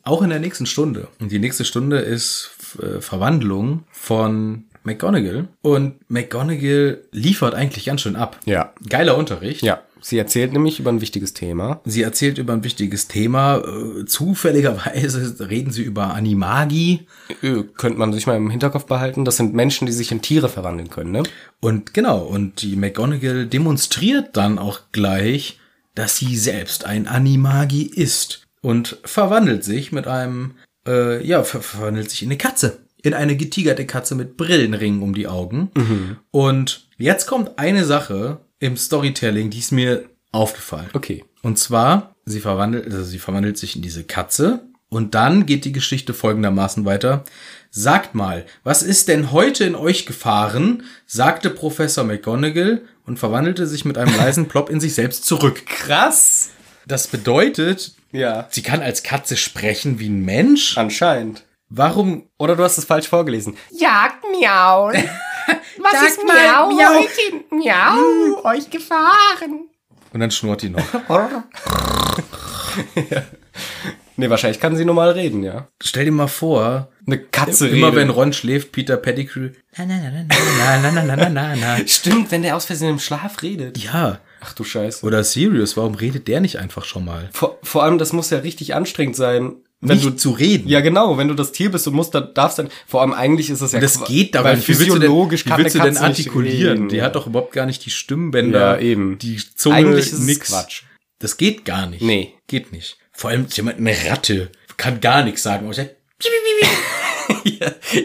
Speaker 1: auch in der nächsten Stunde. Und die nächste Stunde ist äh, Verwandlung von McGonagall. Und McGonagall liefert eigentlich ganz schön ab.
Speaker 2: Ja.
Speaker 1: Geiler Unterricht.
Speaker 2: Ja. Sie erzählt nämlich über ein wichtiges Thema.
Speaker 1: Sie erzählt über ein wichtiges Thema. Äh, Zufälligerweise reden sie über Animagi.
Speaker 2: Ö, könnte man sich mal im Hinterkopf behalten. Das sind Menschen, die sich in Tiere verwandeln können, ne?
Speaker 1: Und genau, und die McGonagall demonstriert dann auch gleich, dass sie selbst ein Animagi ist und verwandelt sich mit einem, äh, ja, ver verwandelt sich in eine Katze. In eine getigerte Katze mit Brillenringen um die Augen. Und jetzt kommt eine Sache im Storytelling, die ist mir aufgefallen.
Speaker 2: Okay.
Speaker 1: Und zwar, sie verwandelt, also sie verwandelt sich in diese Katze. Und dann geht die Geschichte folgendermaßen weiter. Sagt mal, was ist denn heute in euch gefahren? sagte Professor McGonagall und verwandelte sich mit einem leisen Plop in sich selbst zurück.
Speaker 2: Krass.
Speaker 1: Das bedeutet,
Speaker 2: Ja.
Speaker 1: sie kann als Katze sprechen wie ein Mensch.
Speaker 2: Anscheinend.
Speaker 1: Warum?
Speaker 2: Oder du hast es falsch vorgelesen.
Speaker 3: Jagd miauen. Was
Speaker 1: Jagd
Speaker 3: ist
Speaker 1: mal,
Speaker 3: miau,
Speaker 1: miau.
Speaker 3: heute? Miau, euch gefahren.
Speaker 1: Und dann schnurrt die noch.
Speaker 2: Nee, wahrscheinlich kann sie normal reden, ja.
Speaker 1: Stell dir mal vor,
Speaker 2: Eine Katze
Speaker 1: immer wenn
Speaker 2: redet.
Speaker 1: Ron schläft, Peter Pettigrew. Na, na, na, na, na, na, na, na, na, na.
Speaker 2: Stimmt, wenn der aus Versehen im Schlaf redet.
Speaker 1: Ja.
Speaker 2: Ach du Scheiße.
Speaker 1: Oder Sirius, warum redet der nicht einfach schon mal?
Speaker 2: Vor, vor allem, das muss ja richtig anstrengend sein, wenn
Speaker 1: nicht
Speaker 2: du
Speaker 1: zu reden.
Speaker 2: ja genau, wenn du das Tier bist und musst, dann darfst dann. Vor allem eigentlich ist es ja
Speaker 1: Das
Speaker 2: qua-
Speaker 1: geht doch
Speaker 2: weil
Speaker 1: nicht. Wie willst du denn,
Speaker 2: physiologisch
Speaker 1: wie willst du
Speaker 2: kann eine
Speaker 1: denn
Speaker 2: Katze nicht
Speaker 1: artikulieren?
Speaker 2: reden.
Speaker 1: Die hat doch überhaupt gar nicht die Stimmbänder,
Speaker 2: Ja, eben.
Speaker 1: die Zunge,
Speaker 2: Eigentlich ist es
Speaker 1: nix.
Speaker 2: Quatsch.
Speaker 1: Das geht gar nicht.
Speaker 2: Nee.
Speaker 1: Geht nicht. Vor allem jemand, eine Ratte, kann gar nichts sagen. Und sagt,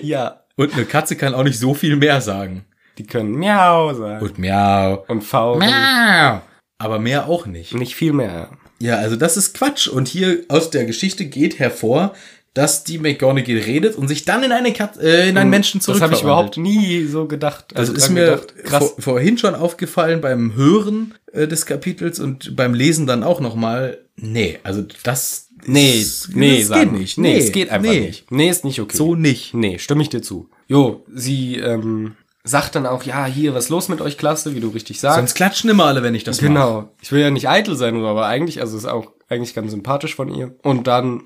Speaker 2: ja,
Speaker 1: Und eine Katze kann auch nicht so viel mehr sagen.
Speaker 2: die können miau sagen
Speaker 1: Und miau.
Speaker 2: und faulen.
Speaker 1: Miau. Aber mehr auch nicht.
Speaker 2: Nicht viel mehr.
Speaker 1: Ja, also das ist Quatsch. Und hier aus der Geschichte geht hervor, dass die McGonagall redet und sich dann in eine Katze, äh, in einen Menschen
Speaker 2: Das habe ich
Speaker 1: zurückverwandelt.
Speaker 2: überhaupt nie so gedacht.
Speaker 1: Das
Speaker 2: Also
Speaker 1: ist
Speaker 2: dran
Speaker 1: mir
Speaker 2: gedacht. krass.
Speaker 1: vor, vorhin schon aufgefallen beim Hören äh, des Kapitels und beim Lesen dann auch nochmal. Nee, also das.
Speaker 2: Nee,
Speaker 1: ist-
Speaker 2: nee,
Speaker 1: das
Speaker 2: sagen
Speaker 1: geht
Speaker 2: wir.
Speaker 1: nicht.
Speaker 2: Nee, es geht einfach
Speaker 1: nee.
Speaker 2: nicht. Nee, ist nicht okay.
Speaker 1: So nicht.
Speaker 2: Nee, stimme ich dir zu. Jo, sie ähm, sagt dann auch, ja, hier, was ist los mit euch, Klasse, wie du richtig
Speaker 1: Sonst
Speaker 2: sagst.
Speaker 1: klatschen immer alle, wenn ich das mache.
Speaker 2: genau. Ich will ja nicht eitel sein, oder so, aber eigentlich, also ist auch eigentlich ganz sympathisch von ihr. Und dann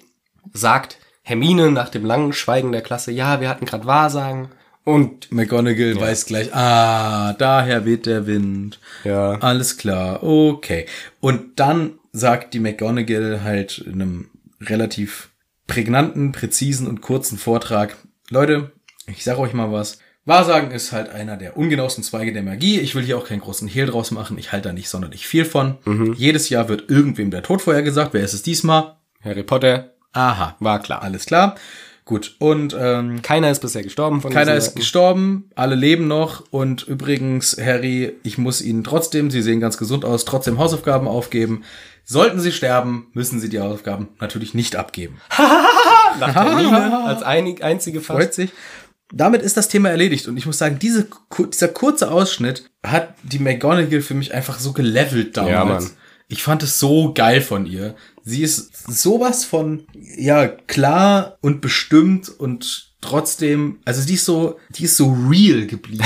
Speaker 2: sagt Hermine nach dem langen Schweigen der Klasse, ja, wir hatten gerade Wahrsagen. Und
Speaker 1: McGonagall weiß gleich, ah, daher weht der Wind.
Speaker 2: Ja.
Speaker 1: Alles klar, okay. Und dann sagt die McGonagall halt in einem relativ prägnanten, präzisen und kurzen Vortrag, Leute, ich sage euch mal was. Wahrsagen ist halt einer der ungenauesten Zweige der Magie. Ich will hier auch keinen großen Hehl draus machen. Ich halte da nicht sonderlich viel von. Jedes Jahr wird irgendwem der Tod vorhergesagt. Wer ist es diesmal?
Speaker 2: Harry Potter,
Speaker 1: Aha.
Speaker 2: war klar.
Speaker 1: Alles klar. Gut. Und ähm,
Speaker 2: keiner ist bisher gestorben von
Speaker 1: keiner
Speaker 2: diesen
Speaker 1: ist gestorben, alle leben noch und übrigens, Harry, ich muss Ihnen trotzdem, Sie sehen ganz gesund aus, trotzdem Hausaufgaben aufgeben. Sollten Sie sterben, müssen Sie die Hausaufgaben natürlich nicht abgeben.
Speaker 2: Leuten. Nach Hermine als einig, einzige fast.
Speaker 1: Freut sich. Damit ist das Thema erledigt und ich muss sagen, diese, ku- dieser kurze Ausschnitt hat die McGonagall für mich einfach so gelevelt damals.
Speaker 2: Ja, Mann.
Speaker 1: Ich fand es so geil von ihr. Sie ist sowas von, ja, klar und bestimmt und trotzdem, also die ist so, die ist so real geblieben.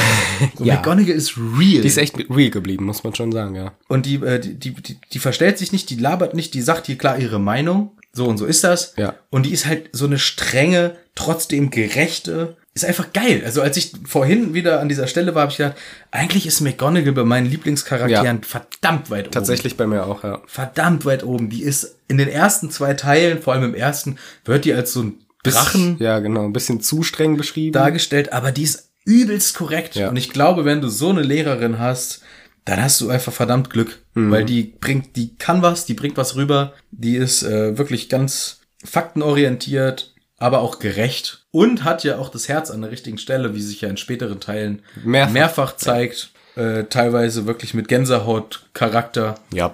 Speaker 1: So,
Speaker 2: Ja.
Speaker 1: McGonagall ist real.
Speaker 2: Die ist echt real geblieben, muss man schon sagen, ja.
Speaker 1: und die, äh, die, die, die, die verstellt sich nicht, die labert nicht, die sagt hier klar ihre Meinung. so und so ist das.
Speaker 2: Ja.
Speaker 1: Und die ist halt so eine strenge, trotzdem gerechte. Ist einfach geil. Also als ich vorhin wieder an dieser Stelle war, habe ich gedacht, eigentlich ist McGonagall bei meinen Lieblingscharakteren verdammt weit oben.
Speaker 2: Tatsächlich bei mir auch, ja.
Speaker 1: Verdammt weit oben. Die ist in den ersten zwei Teilen, vor allem im ersten, wird die als so ein Drachen
Speaker 2: Ja, genau. Ein bisschen zu streng beschrieben.
Speaker 1: dargestellt, aber die ist übelst korrekt.
Speaker 2: Ja.
Speaker 1: Und ich glaube, wenn du so eine Lehrerin hast, dann hast du einfach verdammt Glück,
Speaker 2: Mhm.
Speaker 1: weil die bringt, die kann was, die bringt was rüber, die ist äh, wirklich ganz faktenorientiert, aber auch gerecht und hat ja auch das Herz an der richtigen Stelle, wie sich ja in späteren Teilen
Speaker 2: Mehrfach.
Speaker 1: mehrfach zeigt, äh, teilweise wirklich mit Gänsehaut-Charakter.
Speaker 2: ja.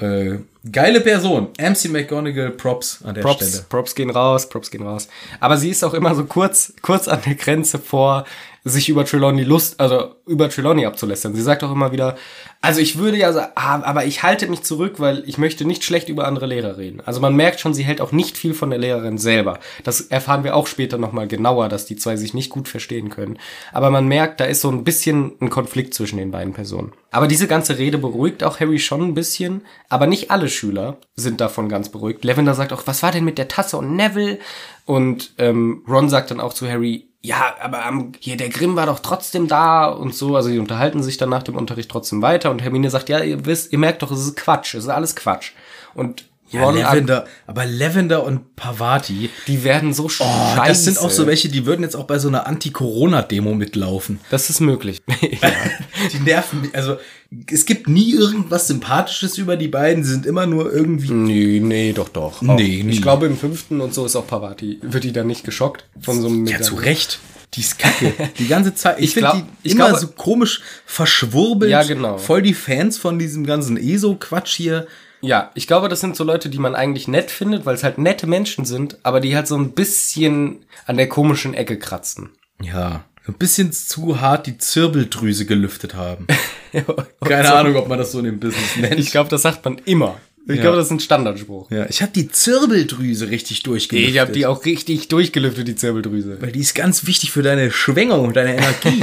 Speaker 1: Äh, geile Person, MC McGonagall, Props an der
Speaker 2: Props,
Speaker 1: Stelle.
Speaker 2: Props gehen raus, Props gehen raus. Aber sie ist auch immer so kurz, kurz an der Grenze vor, sich über Trelawney Lust, also über Trelawney abzulästern. Sie sagt auch immer wieder, also ich würde ja sagen, ah, aber ich halte mich zurück, weil ich möchte nicht schlecht über andere Lehrer reden. Also man merkt schon, sie hält auch nicht viel von der Lehrerin selber. Das erfahren wir auch später nochmal genauer, dass die zwei sich nicht gut verstehen können. Aber man merkt, da ist so ein bisschen ein Konflikt zwischen den beiden Personen. Aber diese ganze Rede beruhigt auch Harry schon ein bisschen, aber nicht alle Schüler sind davon ganz beruhigt. Lavender sagt auch, was war denn mit der Tasse und Neville? Und ähm, Ron sagt dann auch zu Harry, ja, aber am- hier der Grimm war doch trotzdem da und so. Also die unterhalten sich dann nach dem Unterricht trotzdem weiter und Hermine sagt, ja, ihr wisst, ihr merkt doch, es ist Quatsch, es ist alles Quatsch. Und
Speaker 1: Ja,
Speaker 2: Ron,
Speaker 1: Lavender, aber Lavender und Pavati,
Speaker 2: die werden so
Speaker 1: Oh,
Speaker 2: scheiße.
Speaker 1: das sind auch so welche, die würden jetzt auch bei so einer Anti-Corona-Demo mitlaufen.
Speaker 2: Das ist möglich. ja.
Speaker 1: Die nerven mich. Also, es gibt nie irgendwas Sympathisches über die beiden. Sie sind immer nur irgendwie.
Speaker 2: Nee, nee, doch, doch.
Speaker 1: Nee,
Speaker 2: Auch.
Speaker 1: nee.
Speaker 2: Ich glaube, im fünften und so ist auch Pavati. Wird die dann nicht geschockt von so einem
Speaker 1: Ja,
Speaker 2: Mega?
Speaker 1: zu Recht. Die ist kacke. Die ganze Zeit. Ich,
Speaker 2: Ich
Speaker 1: finde
Speaker 2: glaub-
Speaker 1: die
Speaker 2: ich
Speaker 1: immer
Speaker 2: glaube-
Speaker 1: so komisch verschwurbelt.
Speaker 2: Ja, genau.
Speaker 1: Voll die Fans von diesem ganzen ESO-Quatsch hier.
Speaker 2: Ja, ich glaube, das sind so Leute, die man eigentlich nett findet, weil es halt nette Menschen sind, aber die halt so ein bisschen an der komischen Ecke kratzen.
Speaker 1: Ja. Ein bisschen zu hart die Zirbeldrüse gelüftet haben. Keine
Speaker 2: Und so.
Speaker 1: Ahnung, ob man das so in dem Business nennt.
Speaker 2: Ich glaube, das sagt man immer. Ich
Speaker 1: Ja.
Speaker 2: glaube, das ist ein Standardspruch.
Speaker 1: ja, ich habe die Zirbeldrüse richtig durchgelüftet.
Speaker 2: Ich habe die auch richtig durchgelüftet, die Zirbeldrüse.
Speaker 1: Weil die ist ganz wichtig für deine Schwingung, deine Energie.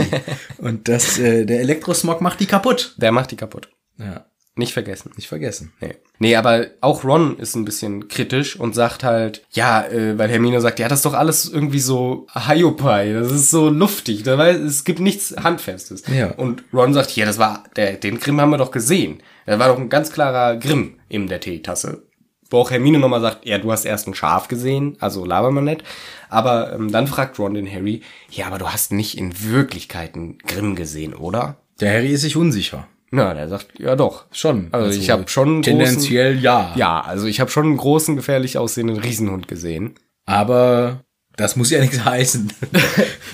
Speaker 1: und das, äh, der Elektrosmog macht die kaputt.
Speaker 2: Der macht die kaputt.
Speaker 1: Ja,
Speaker 2: Nicht vergessen.
Speaker 1: nicht vergessen.
Speaker 2: Nee. nee, aber auch Ron ist ein bisschen kritisch und sagt halt, ja, äh, weil Hermine sagt, ja, das ist doch alles irgendwie so Hyopai, das ist so luftig, da weiß, es gibt nichts Handfestes.
Speaker 1: Ja.
Speaker 2: Und Ron sagt, ja, das war, der, den Grimm haben wir doch gesehen. Da war doch ein ganz klarer Grimm in der Teetasse. Wo auch Hermine nochmal sagt, ja, du hast erst ein Schaf gesehen, also laber mal nicht. Aber ähm, dann fragt Ron den Harry, ja, aber du hast nicht in Wirklichkeit einen Grimm gesehen, oder?
Speaker 1: Der Harry ist sich unsicher.
Speaker 2: Na, der sagt, ja doch.
Speaker 1: Schon.
Speaker 2: Also, ich habe schon einen
Speaker 1: Tendenziell ja.
Speaker 2: ja, also ich habe schon einen großen, gefährlich aussehenden Riesenhund gesehen.
Speaker 1: Aber das muss ja nichts heißen.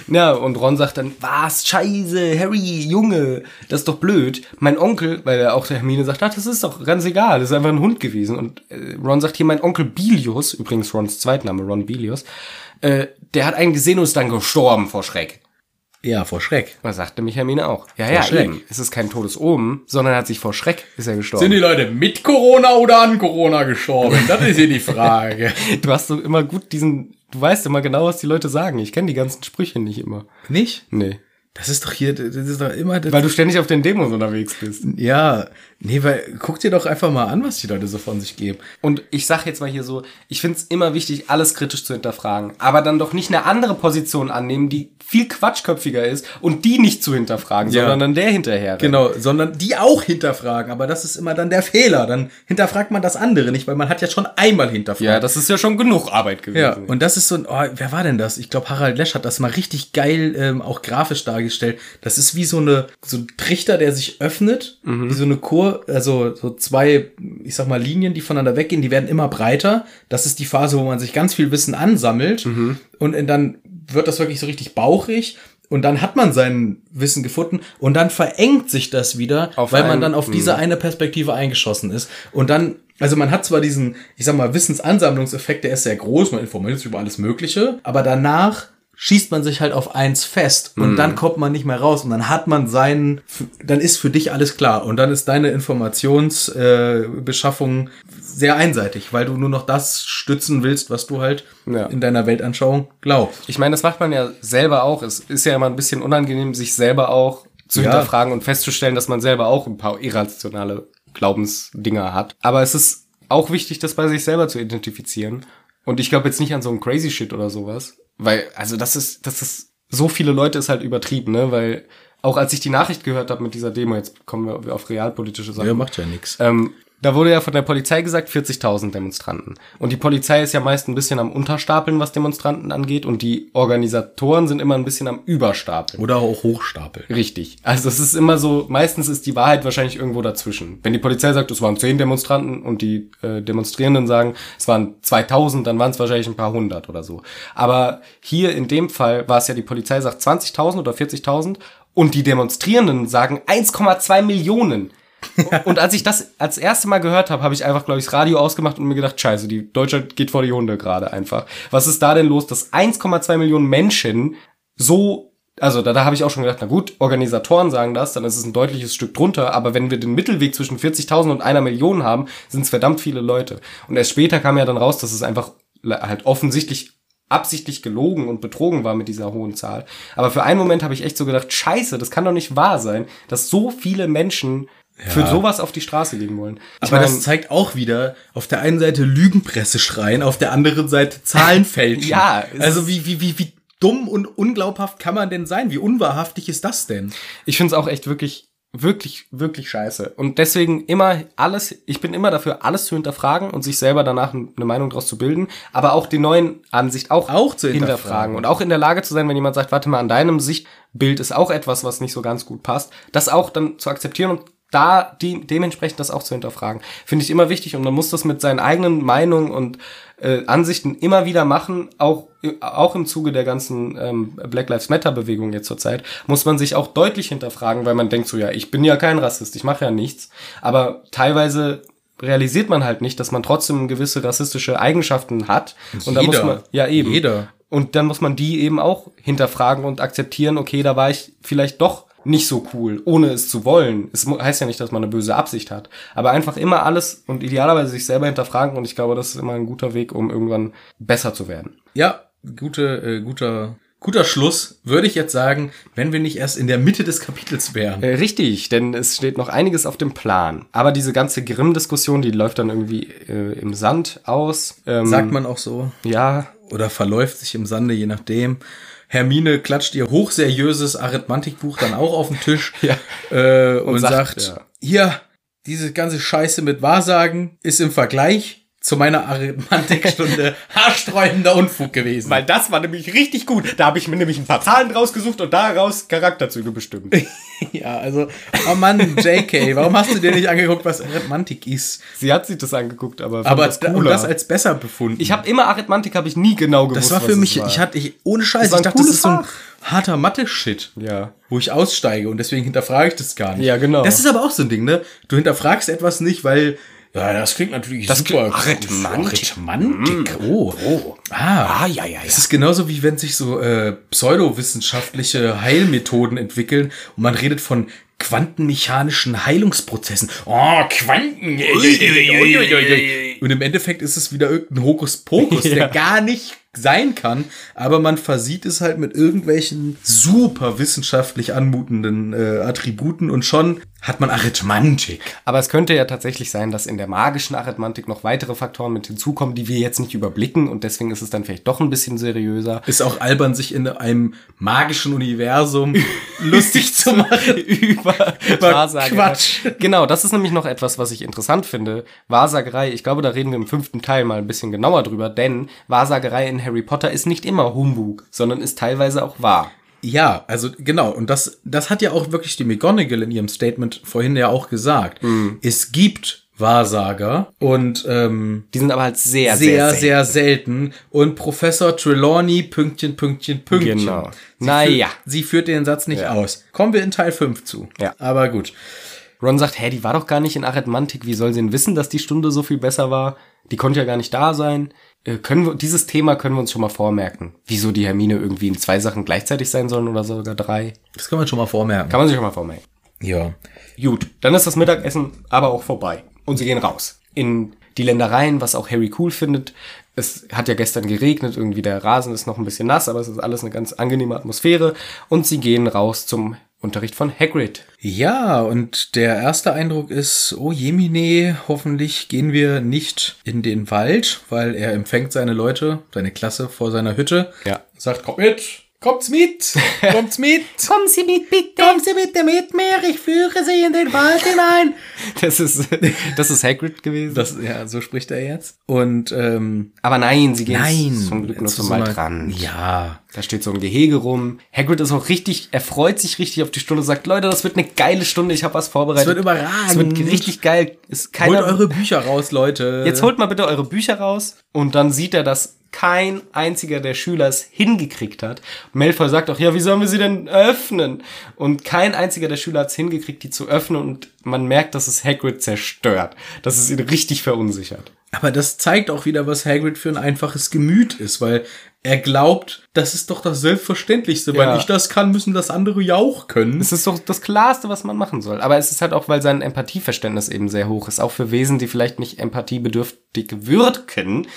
Speaker 2: Ja, und Ron sagt dann, was, scheiße, Harry, Junge, das ist doch blöd. Mein Onkel, weil er auch der Hermine sagt, ach, das ist doch ganz egal, das ist einfach ein Hund gewesen. Und äh, Ron sagt hier, mein Onkel Bilius, übrigens Rons Zweitname, Ron Bilius, äh, der hat einen gesehen und ist dann gestorben vor Schreck.
Speaker 1: ja, vor Schreck.
Speaker 2: Das sagte mich Hermine auch. Ja, ja,
Speaker 1: Schreck.
Speaker 2: eben. Es ist kein Todesomen, sondern er hat sich vor Schreck ist er gestorben.
Speaker 1: Sind die Leute mit Corona oder an Corona gestorben? Das ist hier die Frage.
Speaker 2: du hast so immer gut diesen, du weißt immer genau, was die Leute sagen. Ich kenne die ganzen Sprüche nicht immer.
Speaker 1: Nicht?
Speaker 2: Nee.
Speaker 1: Das ist doch hier, das ist doch immer. Das
Speaker 2: Weil du ständig auf den Demos unterwegs bist.
Speaker 1: ja, nee, weil guck dir doch einfach mal an, was die Leute so von sich geben.
Speaker 2: Und ich sag jetzt mal hier so, ich find's immer wichtig, alles kritisch zu hinterfragen, aber dann doch nicht eine andere Position annehmen, die viel quatschköpfiger ist und die nicht zu hinterfragen,
Speaker 1: Ja.
Speaker 2: sondern dann der hinterher. rennt.
Speaker 1: Genau, sondern die auch hinterfragen. Aber das ist immer dann der Fehler. Dann hinterfragt man das andere nicht, weil man hat ja schon einmal hinterfragt.
Speaker 2: Ja, das ist ja schon genug Arbeit
Speaker 1: Ja,
Speaker 2: gewesen.
Speaker 1: und das ist so ein, oh, wer war denn das? Ich glaube, Harald Lesch hat das mal richtig geil ähm, auch grafisch dargestellt. Das ist wie so eine so ein Trichter, der sich öffnet,
Speaker 2: Mhm.
Speaker 1: wie so eine Kur, also so zwei, ich sag mal, Linien, die voneinander weggehen, die werden immer breiter. Das ist die Phase, wo man sich ganz viel Wissen ansammelt
Speaker 2: Mhm.
Speaker 1: und äh, dann wird das wirklich so richtig bauchig. Und dann hat man sein Wissen gefunden und dann verengt sich das wieder,
Speaker 2: Auf
Speaker 1: weil man
Speaker 2: einen-
Speaker 1: dann auf diese eine Perspektive eingeschossen ist. Und dann, also man hat zwar diesen, ich sag mal, Wissensansammlungseffekt, der ist sehr groß, man informiert sich über alles Mögliche, aber danach schießt man sich halt auf eins fest und dann kommt man nicht mehr raus und dann hat man seinen, f- dann ist für dich alles klar und dann ist deine Informationsbeschaffung äh, Beschaffung sehr einseitig, weil du nur noch das stützen willst, was du halt
Speaker 2: Ja.
Speaker 1: in deiner Weltanschauung glaubst.
Speaker 2: Ich meine, das macht man ja selber auch. Es ist ja immer ein bisschen unangenehm, sich selber auch zu
Speaker 1: Ja.
Speaker 2: hinterfragen und festzustellen, dass man selber auch ein paar irrationale Glaubensdinger hat. Aber es ist auch wichtig, das bei sich selber zu identifizieren. Und ich glaube jetzt nicht an so einen Crazy Shit oder sowas. Weil, also das ist, das ist, so viele Leute ist halt übertrieben, ne? Weil auch als ich die Nachricht gehört habe mit dieser Demo, jetzt kommen wir auf realpolitische Sachen.
Speaker 1: Ja, macht ja nichts.
Speaker 2: Ähm, da wurde ja von der Polizei gesagt, 40.000 Demonstranten. Und die Polizei ist ja meist ein bisschen am Unterstapeln, was Demonstranten angeht. Und die Organisatoren sind immer ein bisschen am Überstapeln.
Speaker 1: Oder auch hochstapeln.
Speaker 2: Richtig. Also es ist immer so, meistens ist die Wahrheit wahrscheinlich irgendwo dazwischen. Wenn die Polizei sagt, es waren 10 Demonstranten und die äh, Demonstrierenden sagen, es waren 2000, dann waren es wahrscheinlich ein paar hundert oder so. Aber hier in dem Fall war es ja, die Polizei sagt 20.000 oder 40.000 und die Demonstrierenden sagen 1,2 Millionen. und als ich das als erste Mal gehört habe, habe ich einfach, glaube ich, das Radio ausgemacht und mir gedacht, scheiße, die Deutschland geht vor die Hunde gerade einfach. Was ist da denn los, dass 1,2 Millionen Menschen so, also da, da habe ich auch schon gedacht, na gut, Organisatoren sagen das, dann ist es ein deutliches Stück drunter, aber wenn wir den Mittelweg zwischen 40.000 und einer Million haben, sind es verdammt viele Leute. Und erst später kam ja dann raus, dass es einfach le- halt offensichtlich absichtlich gelogen und betrogen war mit dieser hohen Zahl. Aber für einen Moment habe ich echt so gedacht, scheiße, das kann doch nicht wahr sein, dass so viele Menschen für sowas auf die Straße gehen wollen. Ich
Speaker 1: Aber
Speaker 2: mein,
Speaker 1: das zeigt auch wieder, auf der einen Seite Lügenpresse schreien, auf der anderen Seite Zahlen fälschen.
Speaker 2: Ja, es
Speaker 1: Also wie, wie, wie, wie dumm und unglaubhaft kann man denn sein? Wie unwahrhaftig ist das denn?
Speaker 2: ich finde es auch echt wirklich, wirklich, wirklich scheiße. Und deswegen immer alles, ich bin immer dafür, alles zu hinterfragen und sich selber danach n- eine Meinung daraus zu bilden, aber auch die neuen Ansicht auch,
Speaker 1: Auch zu hinterfragen.
Speaker 2: Und auch in der Lage zu sein, wenn jemand sagt, warte mal, an deinem Sichtbild ist auch etwas, was nicht so ganz gut passt, das auch dann zu akzeptieren und da die, dementsprechend das auch zu hinterfragen, finde ich immer wichtig und man muss das mit seinen eigenen Meinungen und äh, Ansichten immer wieder machen, auch, auch im Zuge der ganzen ähm, Black Lives Matter Bewegung jetzt zurzeit, muss man sich auch deutlich hinterfragen, weil man denkt so, ja, ich bin ja kein Rassist, ich mache ja nichts, aber teilweise realisiert man halt nicht, dass man trotzdem gewisse rassistische Eigenschaften hat und da muss
Speaker 1: Jeder.
Speaker 2: man ja eben
Speaker 1: Jeder.
Speaker 2: und dann muss man die eben auch hinterfragen und akzeptieren, okay, da war ich vielleicht doch nicht so cool, ohne es zu wollen. Es mu- heißt ja nicht, dass man eine böse Absicht hat. Aber einfach immer alles und idealerweise sich selber hinterfragen und ich glaube, das ist immer ein guter Weg, um irgendwann besser zu werden.
Speaker 1: Ja, gute, äh, guter, guter Schluss, würde ich jetzt sagen, wenn wir nicht erst in der Mitte des Kapitels wären.
Speaker 2: Äh, richtig, denn es steht noch einiges auf dem Plan. Aber diese ganze Grimm-Diskussion, die läuft dann irgendwie äh, im Sand aus. Ähm,
Speaker 1: Sagt man auch so.
Speaker 2: Ja,
Speaker 1: Oder verläuft sich im Sande, je nachdem. Hermine klatscht ihr hochseriöses Arithmantikbuch dann auch auf den Tisch
Speaker 2: Ja.
Speaker 1: äh, und,
Speaker 2: Und
Speaker 1: sagt,
Speaker 2: sagt,
Speaker 1: hier, diese ganze Scheiße mit Wahrsagen ist im Vergleich zu meiner Arithmatikstunde haarsträubender Unfug gewesen.
Speaker 2: Weil das war nämlich richtig gut. Da habe ich mir nämlich ein paar Zahlen rausgesucht und daraus Charakterzüge bestimmt.
Speaker 1: ja, also, oh Mann, JK, warum hast du dir nicht angeguckt, was Arithmantik ist?
Speaker 2: Sie hat sich das angeguckt, aber fand
Speaker 1: Aber
Speaker 2: das
Speaker 1: das, und
Speaker 2: cooler.
Speaker 1: das als besser befunden.
Speaker 2: ich habe immer Arithmantik habe ich nie genau gewusst.
Speaker 1: das war
Speaker 2: was
Speaker 1: für
Speaker 2: es
Speaker 1: mich, ich hatte, ich, ohne Scheiß,
Speaker 2: Das war
Speaker 1: ich
Speaker 2: ein
Speaker 1: dachte, das
Speaker 2: cooles
Speaker 1: ist so ein
Speaker 2: Fach.
Speaker 1: harter Mathe-Shit.
Speaker 2: ja.
Speaker 1: wo ich aussteige und deswegen hinterfrage ich das gar nicht.
Speaker 2: Ja, genau.
Speaker 1: Das ist aber auch so ein Ding, ne? Du hinterfragst etwas nicht, weil ja, das klingt natürlich das super.
Speaker 2: klingt- Arithmantik.
Speaker 1: Arithmantik. Oh. Ah.
Speaker 2: ja, ja, ja.
Speaker 1: Es ist genauso wie wenn sich so äh, pseudowissenschaftliche Heilmethoden entwickeln und man redet von quantenmechanischen Heilungsprozessen. Oh, Quanten. Und im Endeffekt ist es wieder irgendein Hokuspokus, der gar nicht sein kann, aber man versieht es halt mit irgendwelchen super wissenschaftlich anmutenden äh, Attributen und schon hat man Arithmantik.
Speaker 2: Aber es könnte ja tatsächlich sein, dass in der magischen Arithmantik noch weitere Faktoren mit hinzukommen, die wir jetzt nicht überblicken und deswegen ist es dann vielleicht doch ein bisschen seriöser.
Speaker 1: Ist auch albern, sich in einem magischen Universum lustig zu machen.
Speaker 2: über Wahrsagerei.
Speaker 1: Quatsch.
Speaker 2: Genau, das ist nämlich noch etwas, was ich interessant finde. Wahrsagerei, ich glaube, da reden wir im fünften Teil mal ein bisschen genauer drüber, denn Wahrsagerei in Harry Potter ist nicht immer Humbug, sondern ist teilweise auch wahr.
Speaker 1: Ja, also genau. Und das, das hat ja auch wirklich die McGonagall in ihrem Statement vorhin ja auch gesagt.
Speaker 2: Mhm.
Speaker 1: Es gibt Wahrsager und ähm,
Speaker 2: Die sind aber halt sehr,
Speaker 1: sehr, sehr,
Speaker 2: sehr,
Speaker 1: selten. Und Professor Trelawney, Pünktchen, Pünktchen, Pünktchen.
Speaker 2: Genau.
Speaker 1: Sie
Speaker 2: Naja.
Speaker 1: Führt, sie führt den Satz nicht aus. Kommen wir in Teil 5 zu.
Speaker 2: Ja.
Speaker 1: Aber gut.
Speaker 2: Ron sagt, hä, die war doch gar nicht in Arithmantik, wie soll sie denn wissen, dass die Stunde so viel besser war? Die konnte ja gar nicht da sein. Äh, können wir, dieses Thema können wir uns schon mal vormerken. Wieso die Hermine irgendwie in zwei Sachen gleichzeitig sein sollen oder sogar drei.
Speaker 1: Das kann man schon mal vormerken.
Speaker 2: Kann man sich schon mal vormerken.
Speaker 1: Ja.
Speaker 2: Gut, dann ist das Mittagessen aber auch vorbei. Und sie gehen raus. In die Ländereien, was auch Harry cool findet. Es hat ja gestern geregnet, irgendwie der Rasen ist noch ein bisschen nass, aber es ist alles eine ganz angenehme Atmosphäre. Und sie gehen raus zum Unterricht von Hagrid.
Speaker 1: Ja, und der erste Eindruck ist, oh Jemine, hoffentlich gehen wir nicht in den Wald, weil er empfängt seine Leute, seine Klasse vor seiner Hütte.
Speaker 2: Ja.
Speaker 1: Sagt, kommt mit, kommt's mit, kommt's mit.
Speaker 3: Kommen Sie mit, bitte.
Speaker 1: Kommen Sie bitte mit mir, ich führe Sie in den Wald hinein.
Speaker 2: Das ist, das ist Hagrid gewesen.
Speaker 1: Das, ja, so spricht er jetzt. Und, ähm,
Speaker 2: Aber nein, sie gehen
Speaker 1: nein.
Speaker 2: zum Glück nur
Speaker 1: zu
Speaker 2: zum
Speaker 1: so einer-
Speaker 2: Waldrand.
Speaker 1: Ja,
Speaker 2: Da steht so ein Gehege rum. Hagrid ist auch richtig, er freut sich richtig auf die Stunde, sagt, Leute, das wird eine geile Stunde, ich habe was vorbereitet.
Speaker 1: Es wird überragend.
Speaker 2: Es wird richtig geil. Ist
Speaker 1: holt
Speaker 2: keiner,
Speaker 1: eure Bücher raus, Leute.
Speaker 2: Jetzt holt mal bitte eure Bücher raus. Und dann sieht er, dass kein einziger der Schüler es hingekriegt hat. Malfoy sagt auch, ja, wie sollen wir sie denn öffnen? Und kein einziger der Schüler hat es hingekriegt, die zu öffnen. Und man merkt, dass es Hagrid zerstört. Dass es ihn richtig verunsichert.
Speaker 1: Aber das zeigt auch wieder, was Hagrid für ein einfaches Gemüt ist, weil er glaubt, das ist doch das Selbstverständlichste.
Speaker 2: Ja.
Speaker 1: Wenn ich das kann, müssen das andere ja auch können.
Speaker 2: Es ist doch das Klarste, was man machen soll. Aber es ist halt auch, weil sein Empathieverständnis eben sehr hoch ist. Auch für Wesen, die vielleicht nicht empathiebedürftig wirken.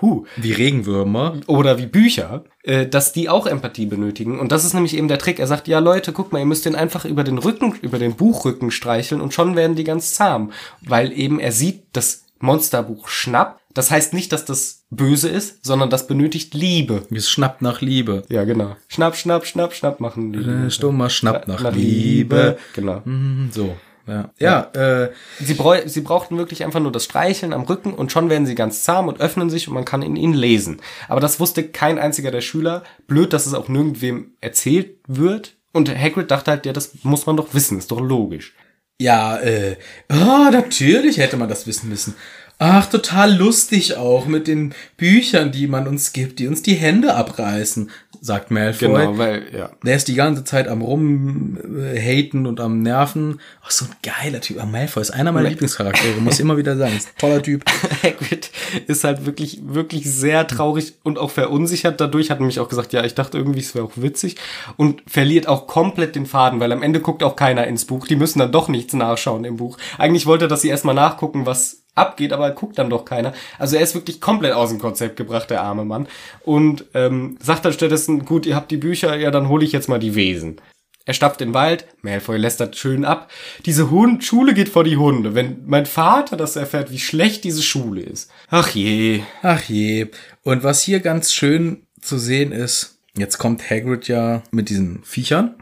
Speaker 2: Huh.
Speaker 1: Wie Regenwürmer.
Speaker 2: oder wie Bücher, äh, dass die auch Empathie benötigen. Und das ist nämlich eben der Trick. Er sagt, ja Leute, guck mal, ihr müsst den einfach über den Rücken, über den Buchrücken streicheln und schon werden die ganz zahm. Weil eben er sieht, das Monsterbuch schnappt. Das heißt nicht, dass das böse ist, sondern das benötigt Liebe.
Speaker 1: Es schnappt nach Liebe.
Speaker 2: Ja, genau. Schnapp, schnapp, schnapp, schnapp machen die.
Speaker 1: Äh, Stummer schnappt nach, Liebe.
Speaker 2: Genau.
Speaker 1: Mhm, So. Ja, ja, äh,
Speaker 2: Sie, bräu sie brauchten wirklich einfach nur das Streicheln am Rücken und schon werden sie ganz zahm und öffnen sich und man kann in ihnen lesen. Aber das wusste kein einziger der Schüler. Blöd, dass es auch nirgendwem erzählt wird. Und Hagrid dachte halt, ja, das muss man doch wissen, ist doch logisch.
Speaker 1: ja, äh, ah, natürlich hätte man das wissen müssen. Ach, total lustig auch mit den Büchern, die man uns gibt, die uns die Hände abreißen, sagt Malfoy.
Speaker 2: Genau, weil, ja.
Speaker 1: Der ist die ganze Zeit am rumhaten und am nerven. Ach, so ein geiler Typ. Ah, Malfoy ist einer meiner Lieblingscharaktere, muss ich immer wieder sagen. Ist ein toller Typ.
Speaker 2: Hagrid ist halt wirklich, wirklich sehr traurig und auch verunsichert. Dadurch hat er nämlich auch gesagt, ja, ich dachte irgendwie, es wäre auch witzig. Und verliert auch komplett den Faden, weil am Ende guckt auch keiner ins Buch. Die müssen dann doch nichts nachschauen im Buch. Eigentlich wollte er, dass sie erstmal nachgucken, was abgeht, aber guckt dann doch keiner. Also er ist wirklich komplett aus dem Konzept gebracht, der arme Mann. Und ähm, sagt dann stattdessen, gut, ihr habt die Bücher, ja, dann hole ich jetzt mal die Wesen. Er stapft in den Wald, Malfoy lästert schön ab. Diese Hund Schule geht vor die Hunde. Wenn mein Vater das erfährt, wie schlecht diese Schule ist. Ach je.
Speaker 1: Ach je. Und was hier ganz schön zu sehen ist, jetzt kommt Hagrid ja mit diesen Viechern.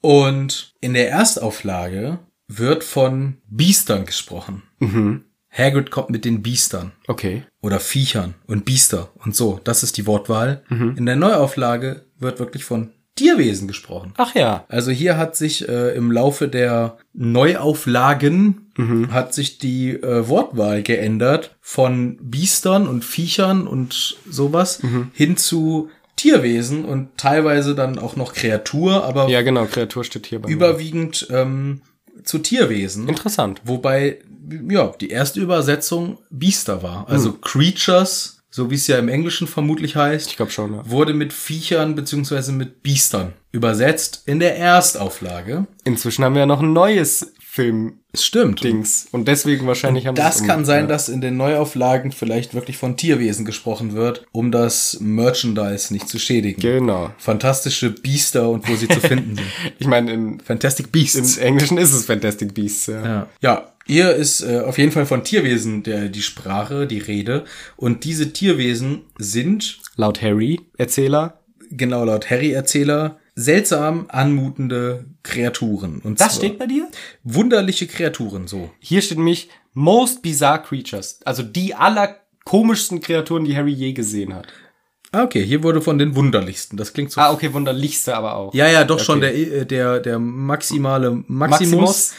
Speaker 1: Und in der Erstauflage wird von Biestern gesprochen. Hagrid kommt mit den Biestern.
Speaker 2: Okay.
Speaker 1: oder Viechern und Biester und so. Das ist die Wortwahl. In der Neuauflage wird wirklich von Tierwesen gesprochen.
Speaker 2: Ach ja.
Speaker 1: Also hier hat sich äh, im Laufe der Neuauflagen
Speaker 2: Mhm.
Speaker 1: hat sich die äh, Wortwahl geändert von Biestern und Viechern und sowas
Speaker 2: Mhm.
Speaker 1: hin zu Tierwesen und teilweise dann auch noch Kreatur, aber
Speaker 2: Ja, genau, Kreatur steht hier bei mir.
Speaker 1: überwiegend ähm, zu Tierwesen.
Speaker 2: Interessant.
Speaker 1: Wobei, ja, die erste Übersetzung Biester war. Also
Speaker 2: Mhm.
Speaker 1: Creatures, so wie es ja im Englischen vermutlich heißt,
Speaker 2: Ich glaube schon, ja.
Speaker 1: wurde mit Viechern beziehungsweise mit Biestern übersetzt in der Erstauflage.
Speaker 2: Inzwischen haben wir ja noch ein neues Film-Dings.
Speaker 1: Es stimmt.
Speaker 2: Und deswegen wahrscheinlich haben sie es
Speaker 1: Das kann
Speaker 2: um-
Speaker 1: sein, dass in den Neuauflagen vielleicht wirklich von Tierwesen gesprochen wird, um das Merchandise nicht zu schädigen.
Speaker 2: Genau.
Speaker 1: Fantastische Biester und wo sie zu finden sind.
Speaker 2: Ich meine, im,
Speaker 1: Fantastic Beasts.
Speaker 2: im Englischen ist es Fantastic Beasts, ja.
Speaker 1: Ja. ja, hier ist äh, auf jeden Fall von Tierwesen der, die Sprache, die Rede. Und diese Tierwesen sind,
Speaker 2: Laut Harry, Erzähler.
Speaker 1: genau laut Harry-Erzähler, seltsam anmutende Kreaturen. Und zwar
Speaker 2: bei dir?
Speaker 1: wunderliche Kreaturen, so.
Speaker 2: Hier steht nämlich Most Bizarre Creatures. Also die aller komischsten Kreaturen, die Harry je gesehen hat.
Speaker 1: Ah, okay, hier wurde von den wunderlichsten. Das klingt so.
Speaker 2: Ah, okay, wunderlichste aber auch.
Speaker 1: Ja, ja, doch schon der, äh, der, der maximale Maximus,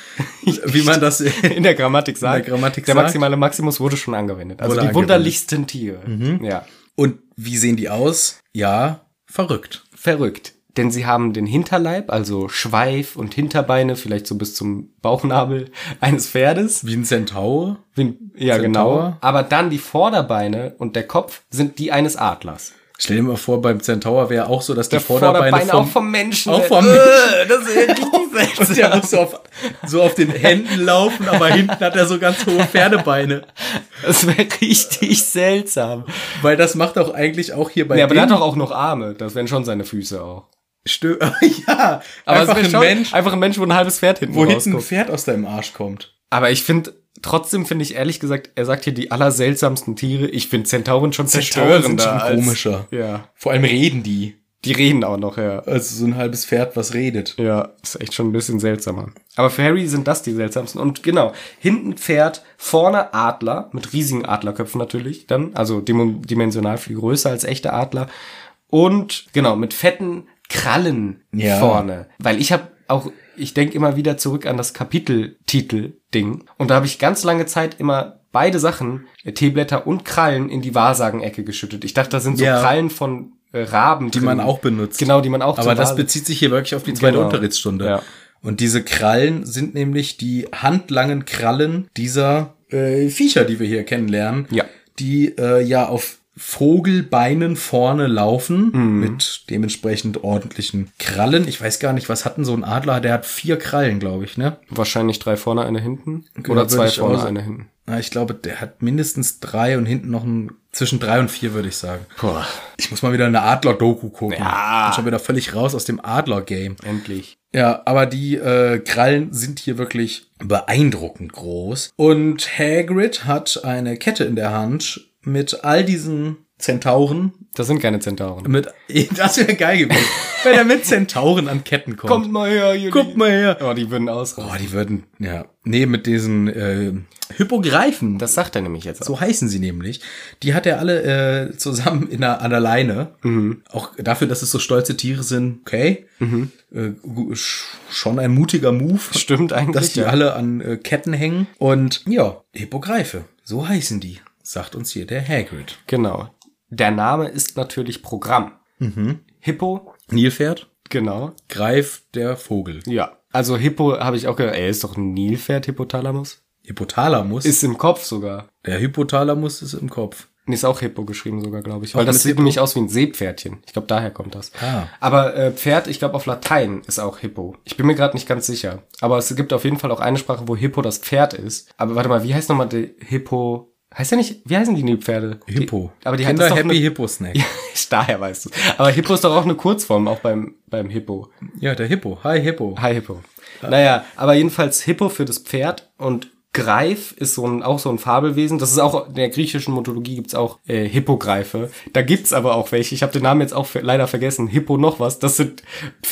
Speaker 2: Maximus.
Speaker 1: wie man das
Speaker 2: in der Grammatik sagt.
Speaker 1: der Grammatik
Speaker 2: der
Speaker 1: sagt.
Speaker 2: maximale Maximus wurde schon angewendet. Also
Speaker 1: Wurde
Speaker 2: die
Speaker 1: angewendet. Mhm.
Speaker 2: wunderlichsten Tiere. Ja.
Speaker 1: Und wie sehen die aus? Ja, verrückt.
Speaker 2: Verrückt. Denn sie haben den Hinterleib, also Schweif und Hinterbeine, vielleicht so bis zum Bauchnabel eines Pferdes.
Speaker 1: Wie ein Centaur.
Speaker 2: Win- Ja,
Speaker 1: Centaur.
Speaker 2: genau. Aber dann die Vorderbeine und der Kopf sind die eines Adlers.
Speaker 1: Stell dir mal vor, beim Centaur wäre auch so, dass die
Speaker 2: Der Vorderbeine,
Speaker 1: Vorderbeine, vom,
Speaker 2: auch vom Menschen.
Speaker 1: auch vom
Speaker 2: Äh,
Speaker 1: Menschen.
Speaker 2: Das ist ja richtig
Speaker 1: Und der muss so auf, so auf den Händen laufen, aber hinten hat er so ganz hohe Pferdebeine.
Speaker 2: Das wäre richtig seltsam.
Speaker 1: Weil das macht auch eigentlich auch hier bei
Speaker 2: Ja, aber der
Speaker 1: dem,
Speaker 2: hat doch auch noch Arme. Das wären schon seine Füße auch.
Speaker 1: Stö ja,
Speaker 2: Aber
Speaker 1: einfach
Speaker 2: es
Speaker 1: ein
Speaker 2: ist schon
Speaker 1: Mensch,
Speaker 2: einfach ein Mensch, wo ein halbes Pferd hinten
Speaker 1: wo hinten ein
Speaker 2: rausguckt.
Speaker 1: Pferd aus deinem Arsch kommt.
Speaker 2: Aber ich finde, trotzdem finde ich ehrlich gesagt, er sagt hier die allerseltsamsten Tiere. Ich finde Zentauren schon
Speaker 1: Zentauren
Speaker 2: zerstörender.
Speaker 1: sind schon
Speaker 2: als,
Speaker 1: komischer.
Speaker 2: Ja.
Speaker 1: Vor allem reden die.
Speaker 2: Die reden auch noch, ja.
Speaker 1: Also so ein halbes Pferd, was redet.
Speaker 2: Ja, ist echt schon ein bisschen seltsamer. Aber für Harry sind das die seltsamsten. Und genau, hinten Pferd, vorne Adler, mit riesigen Adlerköpfen natürlich dann, also dim- dimensional viel größer als echte Adler. Und genau, mit fetten Krallen
Speaker 1: Ja.
Speaker 2: vorne. Weil ich habe auch, ich denke immer wieder zurück an das Kapiteltitel-Ding. Und da habe ich ganz lange Zeit immer beide Sachen, äh, Teeblätter und Krallen, in die Wahrsagenecke geschüttet. Ich dachte, das sind so
Speaker 1: Ja.
Speaker 2: Krallen von äh, Raben.
Speaker 1: Die man auch benutzt.
Speaker 2: Genau, die man auch
Speaker 1: Aber
Speaker 2: zur
Speaker 1: das
Speaker 2: Wahrsa-
Speaker 1: bezieht sich hier wirklich auf die zweite
Speaker 2: Genau.
Speaker 1: Unterrichtsstunde.
Speaker 2: Ja.
Speaker 1: Und diese Krallen sind nämlich die handlangen Krallen dieser äh, Viecher, die wir hier kennenlernen,
Speaker 2: Ja.
Speaker 1: die äh, ja auf Vogelbeinen vorne laufen
Speaker 2: Mhm.
Speaker 1: mit dementsprechend ordentlichen Krallen. Ich weiß gar nicht, was hatten so ein Adler? Der hat vier Krallen, glaube ich, ne?
Speaker 2: Wahrscheinlich drei vorne, eine hinten.
Speaker 1: würde
Speaker 2: Oder zwei
Speaker 1: ich auch
Speaker 2: vorne,
Speaker 1: sagen.
Speaker 2: eine hinten.
Speaker 1: Na, ich glaube, der hat mindestens drei und hinten noch ein zwischen drei und vier, würde ich sagen.
Speaker 2: Boah,
Speaker 1: Ich muss mal wieder eine Adler-Doku gucken.
Speaker 2: Ja.
Speaker 1: Ich bin schon wieder völlig raus aus dem Adler-Game.
Speaker 2: endlich.
Speaker 1: Ja, aber die äh, Krallen sind hier wirklich beeindruckend groß. Und Hagrid hat eine Kette in der Hand mit all diesen Zentauren.
Speaker 2: Das sind keine Zentauren.
Speaker 1: Mit, das wäre geil gewesen, wenn er mit Zentauren an Ketten kommt.
Speaker 2: mal her, ihr
Speaker 1: guck mal her.
Speaker 2: Oh, die würden ausrasten.
Speaker 1: Oh, die würden, ja, nee, mit diesen äh, Hypogreifen,
Speaker 2: Das sagt er nämlich jetzt auch.
Speaker 1: so heißen sie nämlich, die hat er alle äh, zusammen in einer, an der Leine.
Speaker 2: Mhm.
Speaker 1: Auch dafür, dass es so stolze Tiere sind, okay. Äh, gu- sch- schon ein mutiger Move.
Speaker 2: Stimmt eigentlich,
Speaker 1: Dass die
Speaker 2: ja.
Speaker 1: alle an äh, Ketten hängen. Und ja, Hippogreife, so heißen die, sagt uns hier der Hagrid.
Speaker 2: Genau. Der Name ist natürlich Programm. Mhm. Hippo,
Speaker 1: Nilpferd,
Speaker 2: genau.
Speaker 1: Greif der Vogel.
Speaker 2: Ja. Also Hippo habe ich auch gehört, ey, ist doch ein Nilpferd, Hippothalamus.
Speaker 1: Hypothalamus,
Speaker 2: Ist im Kopf sogar.
Speaker 1: der Hypothalamus ist im Kopf.
Speaker 2: Nee, Ist auch Hippo geschrieben sogar, glaube ich. Weil
Speaker 1: mit
Speaker 2: das sieht
Speaker 1: Hippo?
Speaker 2: nämlich aus wie ein Seepferdchen. Ich glaube, daher kommt das.
Speaker 1: Ah.
Speaker 2: Aber äh, Pferd, ich glaube, auf Latein ist auch Hippo. Ich bin mir gerade nicht ganz sicher. Aber es gibt auf jeden Fall auch eine Sprache, wo Hippo das Pferd ist. Aber warte mal, wie heißt nochmal der Hippo? Heißt ja nicht, wie heißen die Nilpferde?
Speaker 1: Hippo.
Speaker 2: Die, aber die
Speaker 1: Kinder
Speaker 2: hat das doch
Speaker 1: Happy
Speaker 2: eine,
Speaker 1: Hippo Snack.
Speaker 2: ja, daher weißt du. Aber Hippo ist doch auch eine Kurzform, auch beim, beim Hippo.
Speaker 1: Ja, der Hippo. Hi Hippo.
Speaker 2: Hi Hippo. Naja, aber jedenfalls Hippo für das Pferd und Greif ist so ein, auch so ein Fabelwesen. Das ist auch in der griechischen Mythologie gibt's auch äh, Hippogreife. Da gibt's aber auch welche. Ich habe den Namen jetzt auch ver- leider vergessen. Hippo noch was. Das sind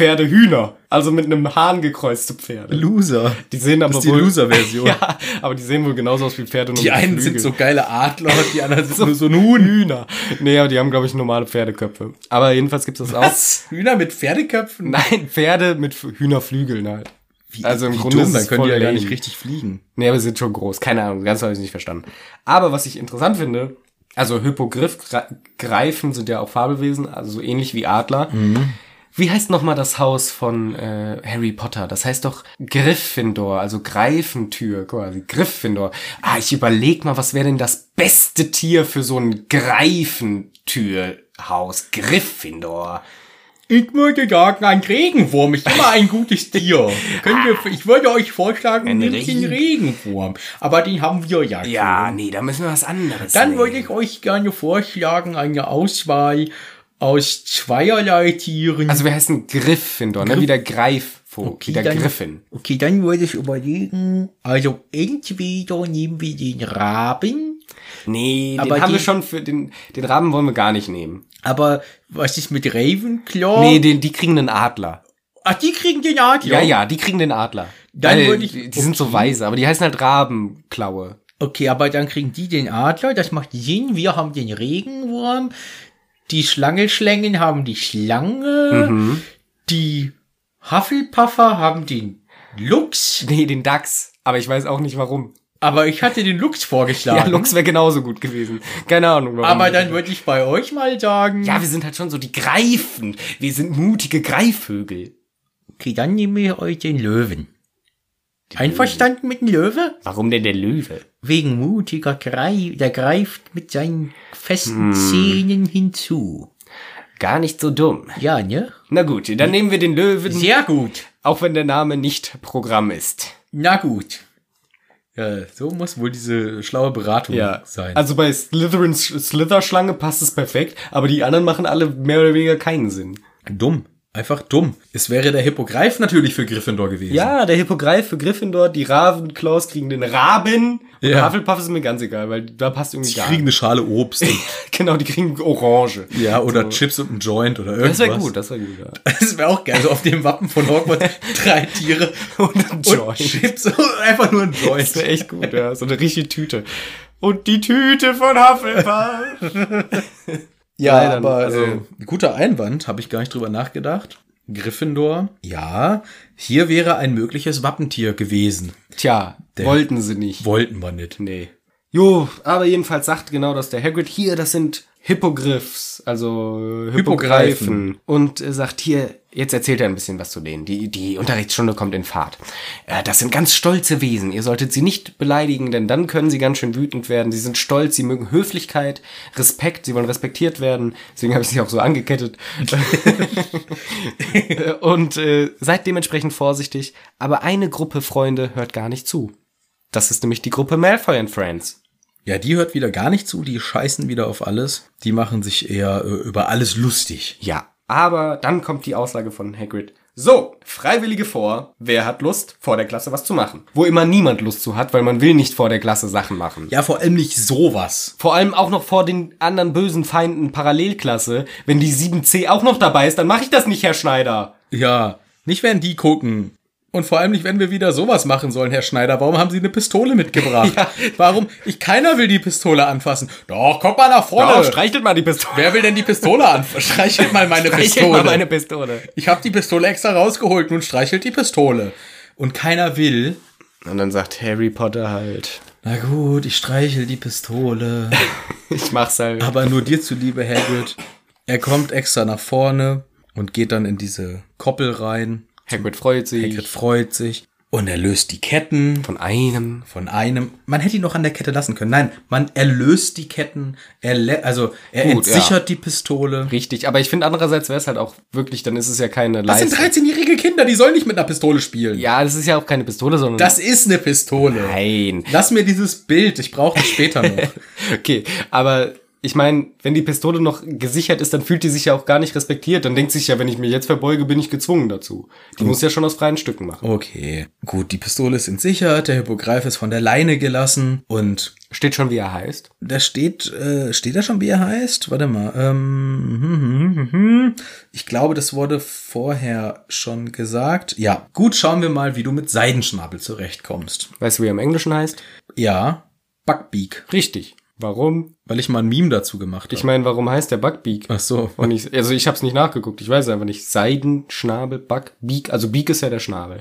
Speaker 2: Pferdehühner. Also mit einem Hahn gekreuzte Pferde.
Speaker 1: Loser.
Speaker 2: Die sehen aber
Speaker 1: Das ist die
Speaker 2: wohl-
Speaker 1: Loser-Version.
Speaker 2: ja, aber die sehen wohl genauso aus wie Pferde. nur
Speaker 1: Die
Speaker 2: mit
Speaker 1: einen sind so
Speaker 2: Flügeln.
Speaker 1: geile Adler und die anderen sind nur so ein
Speaker 2: Huhn.
Speaker 1: Huhn.
Speaker 2: Hühner. Nee, aber die haben, glaube ich, normale Pferdeköpfe. Aber jedenfalls gibt's das auch.
Speaker 1: Hühner mit Pferdeköpfen?
Speaker 2: Nein, Pferde mit F- Hühnerflügeln halt.
Speaker 1: Wie,
Speaker 2: also im
Speaker 1: wie
Speaker 2: Grunde ist
Speaker 1: dumm,
Speaker 2: es
Speaker 1: dann können die ja
Speaker 2: voll
Speaker 1: gar
Speaker 2: lame.
Speaker 1: nicht richtig fliegen.
Speaker 2: Nee, aber sie sind schon groß. Keine Ahnung, ganz habe ich nicht verstanden. Aber was ich interessant finde, also Hypogriffgreifen sind ja auch Fabelwesen, also so ähnlich wie Adler.
Speaker 1: Mhm.
Speaker 2: Wie heißt nochmal das Haus von äh, Harry Potter? Das heißt doch Gryffindor, also Greifentür quasi. Gryffindor. Ah, ich überleg mal, was wäre denn das beste Tier für so ein Greifentürhaus? Gryffindor.
Speaker 1: Ich würde sagen, ein Regenwurm ist immer ein gutes Tier. Können wir, ich würde euch vorschlagen,
Speaker 2: Ein
Speaker 1: nehmt den
Speaker 2: Regen-
Speaker 1: Regenwurm. Aber den haben wir ja. schon.
Speaker 2: Ja, nee, da müssen wir was anderes
Speaker 1: Dann
Speaker 2: nehmen.
Speaker 1: würde ich euch gerne vorschlagen, eine Auswahl aus zweierlei Tieren.
Speaker 2: Also wir heißen Gryffindor, ne? Wie der Greifvogel, wie der
Speaker 1: dann-
Speaker 2: Griffin.
Speaker 1: Okay, dann würde ich überlegen. Also entweder nehmen wir den Raben,
Speaker 2: Nee, den
Speaker 1: Aber
Speaker 2: haben wir
Speaker 1: die-
Speaker 2: schon für den den Raben wollen wir gar nicht nehmen.
Speaker 1: aber was ist mit Ravenclaw?
Speaker 2: Nee, den die kriegen einen Adler.
Speaker 1: Ach, die kriegen den Adler.
Speaker 2: Ja, ja, die kriegen den Adler.
Speaker 1: Dann
Speaker 2: Weil
Speaker 1: würde ich-
Speaker 2: die die sind so weise, aber die heißen halt Rabenklaue.
Speaker 1: Okay, aber dann kriegen die den Adler, das macht Sinn. Wir haben den Regenwurm. Die Schlangelschlängen haben die Schlange.
Speaker 2: Mhm.
Speaker 1: Die Hufflepuffer haben den Luchs.
Speaker 2: Nee, den Dachs, aber ich weiß auch nicht warum.
Speaker 1: Aber ich hatte den Luchs vorgeschlagen.
Speaker 2: Ja, Luchs wäre genauso gut gewesen. Keine Ahnung warum.
Speaker 1: Aber dann würde ich bei euch mal sagen.
Speaker 2: ja, wir sind halt schon so die Greifen. Wir sind mutige Greifvögel.
Speaker 1: Okay, dann nehme ich euch den Löwen. Einverstanden mit dem Löwe?
Speaker 2: Warum denn der Löwe?
Speaker 1: Wegen mutiger Greif, der greift mit seinen festen Zähnen hinzu.
Speaker 2: Gar nicht so dumm.
Speaker 1: Ja, ne?
Speaker 2: Na gut, dann nehmen wir den Löwen,
Speaker 1: Sehr gut.
Speaker 2: auch wenn der Name nicht Programm ist.
Speaker 1: Na gut. Ja, so muss wohl diese schlaue Beratung
Speaker 2: Ja,
Speaker 1: sein.
Speaker 2: also bei Slytherins Slither-Schlange passt es perfekt, aber die anderen machen alle mehr oder weniger keinen Sinn.
Speaker 1: dumm. Einfach dumm. Es wäre der Hippogreif natürlich für Gryffindor gewesen.
Speaker 2: Ja, der Hippogreif für Gryffindor, die Ravenclaws kriegen den Raben. Und
Speaker 1: Ja.
Speaker 2: Hufflepuff ist mir ganz egal, weil da passt irgendwie
Speaker 1: Die
Speaker 2: gar
Speaker 1: kriegen eine Schale Obst.
Speaker 2: Genau, die kriegen Orange.
Speaker 1: ja, oder Chips und ein Joint oder irgendwas.
Speaker 2: Das wäre gut, das wäre gut. Ja.
Speaker 1: Das wäre auch geil. So auf dem Wappen von Hogwarts drei Tiere
Speaker 2: Und ein
Speaker 1: und
Speaker 2: Joint.
Speaker 1: Chips und einfach nur ein
Speaker 2: Das wäre
Speaker 1: Joint.
Speaker 2: echt gut, ja. So eine richtige Tüte. Und die Tüte von Hufflepuff.
Speaker 1: Ja,
Speaker 2: Leider,
Speaker 1: aber
Speaker 2: also-
Speaker 1: äh, guter Einwand, habe ich gar nicht drüber nachgedacht. Gryffindor. Ja, hier wäre ein mögliches Wappentier gewesen.
Speaker 2: Tja, wollten sie nicht.
Speaker 1: Wollten wir nicht.
Speaker 2: Nee. Jo, aber jedenfalls sagt genau das der Hagrid. Hier, das sind Hippogriffs, also äh, Hippogreifen.
Speaker 1: Hippogreifen.
Speaker 2: Und äh, sagt hier, jetzt erzählt er ein bisschen was zu denen. Die, die Unterrichtsstunde kommt in Fahrt. Äh, das sind ganz stolze Wesen. Ihr solltet sie nicht beleidigen, denn dann können sie ganz schön wütend werden. Sie sind stolz, sie mögen Höflichkeit, Respekt, sie wollen respektiert werden. Deswegen habe ich sie auch so angekettet. Und äh, seid dementsprechend vorsichtig. Aber eine Gruppe Freunde hört gar nicht zu. Das ist nämlich die Gruppe Malfoy and Friends.
Speaker 1: Ja, die hört wieder gar nicht zu, die scheißen wieder auf alles. Die machen sich eher äh, über alles lustig.
Speaker 2: Ja. Aber dann kommt die Aussage von Hagrid. So, Freiwillige vor. Wer hat Lust, vor der Klasse was zu machen? Wo immer niemand Lust zu hat, weil man will nicht vor der Klasse Sachen machen.
Speaker 1: Ja, vor allem nicht sowas.
Speaker 2: Vor allem auch noch vor den anderen bösen Feinden Parallelklasse. Wenn die 7c auch noch dabei ist, dann mache ich das nicht, Herr Schneider.
Speaker 1: Ja, nicht wenn die gucken. Und vor allem nicht, wenn wir wieder sowas machen sollen, Herr Schneider. Warum haben Sie eine Pistole mitgebracht? Warum? Ich, keiner will die Pistole anfassen. Doch, kommt mal nach vorne.
Speaker 2: Oh, streichelt mal die Pistole.
Speaker 1: Wer will denn die Pistole anfassen? Streichelt mal meine
Speaker 2: Streichelt
Speaker 1: Pistole.
Speaker 2: mal meine Pistole.
Speaker 1: ich habe die Pistole extra rausgeholt, nun streichelt die Pistole. Und keiner will.
Speaker 2: Und dann sagt Harry Potter halt.
Speaker 1: Na gut, ich streichel die Pistole.
Speaker 2: Ich mach's halt.
Speaker 1: Aber nur dir zuliebe, Hagrid. Er kommt extra nach vorne und geht dann in diese Koppel rein.
Speaker 2: Hagrid freut sich.
Speaker 1: Hagrid freut sich. Und er löst die Ketten
Speaker 2: Von einem.
Speaker 1: von einem. Man hätte ihn noch an der Kette lassen können. Nein, man erlöst die Ketten. Er lä- also er
Speaker 2: Gut,
Speaker 1: entsichert die Pistole.
Speaker 2: Richtig, aber ich finde andererseits wäre es halt auch wirklich, dann ist es ja keine
Speaker 1: Das
Speaker 2: Leistung.
Speaker 1: sind 13-jährige Kinder, die sollen nicht mit einer Pistole spielen.
Speaker 2: Ja, das ist ja auch keine Pistole, sondern.
Speaker 1: Das ist eine Pistole.
Speaker 2: Nein.
Speaker 1: Lass mir dieses Bild, ich brauche das später noch.
Speaker 2: Okay, aber ich meine, wenn die Pistole noch gesichert ist, dann fühlt die sich ja auch gar nicht respektiert. Dann denkt sich ja, wenn ich mir jetzt verbeuge, bin ich gezwungen dazu. Die muss ja schon aus freien Stücken machen.
Speaker 1: Okay, gut, die Pistole ist entsichert, der Hippogreif ist von der Leine gelassen und
Speaker 2: Steht schon, wie er heißt.
Speaker 1: Da steht, äh, steht da schon, wie er heißt? Warte mal. Ähm, hm, hm, hm, hm. ich glaube, das wurde vorher schon gesagt. Ja, gut, schauen wir mal, wie du mit Seidenschnabel zurechtkommst.
Speaker 2: Weißt du, wie er im Englischen heißt?
Speaker 1: Ja, Buckbeak,
Speaker 2: Richtig. Warum?
Speaker 1: weil ich mal ein Meme dazu gemacht
Speaker 2: Ich
Speaker 1: habe.
Speaker 2: meine, warum heißt der Buckbeak?
Speaker 1: Ach so.
Speaker 2: Und ich, also ich habe es nicht nachgeguckt, ich weiß es einfach nicht. Seidenschnabel, Buck, Beak, also Beak ist ja der Schnabel.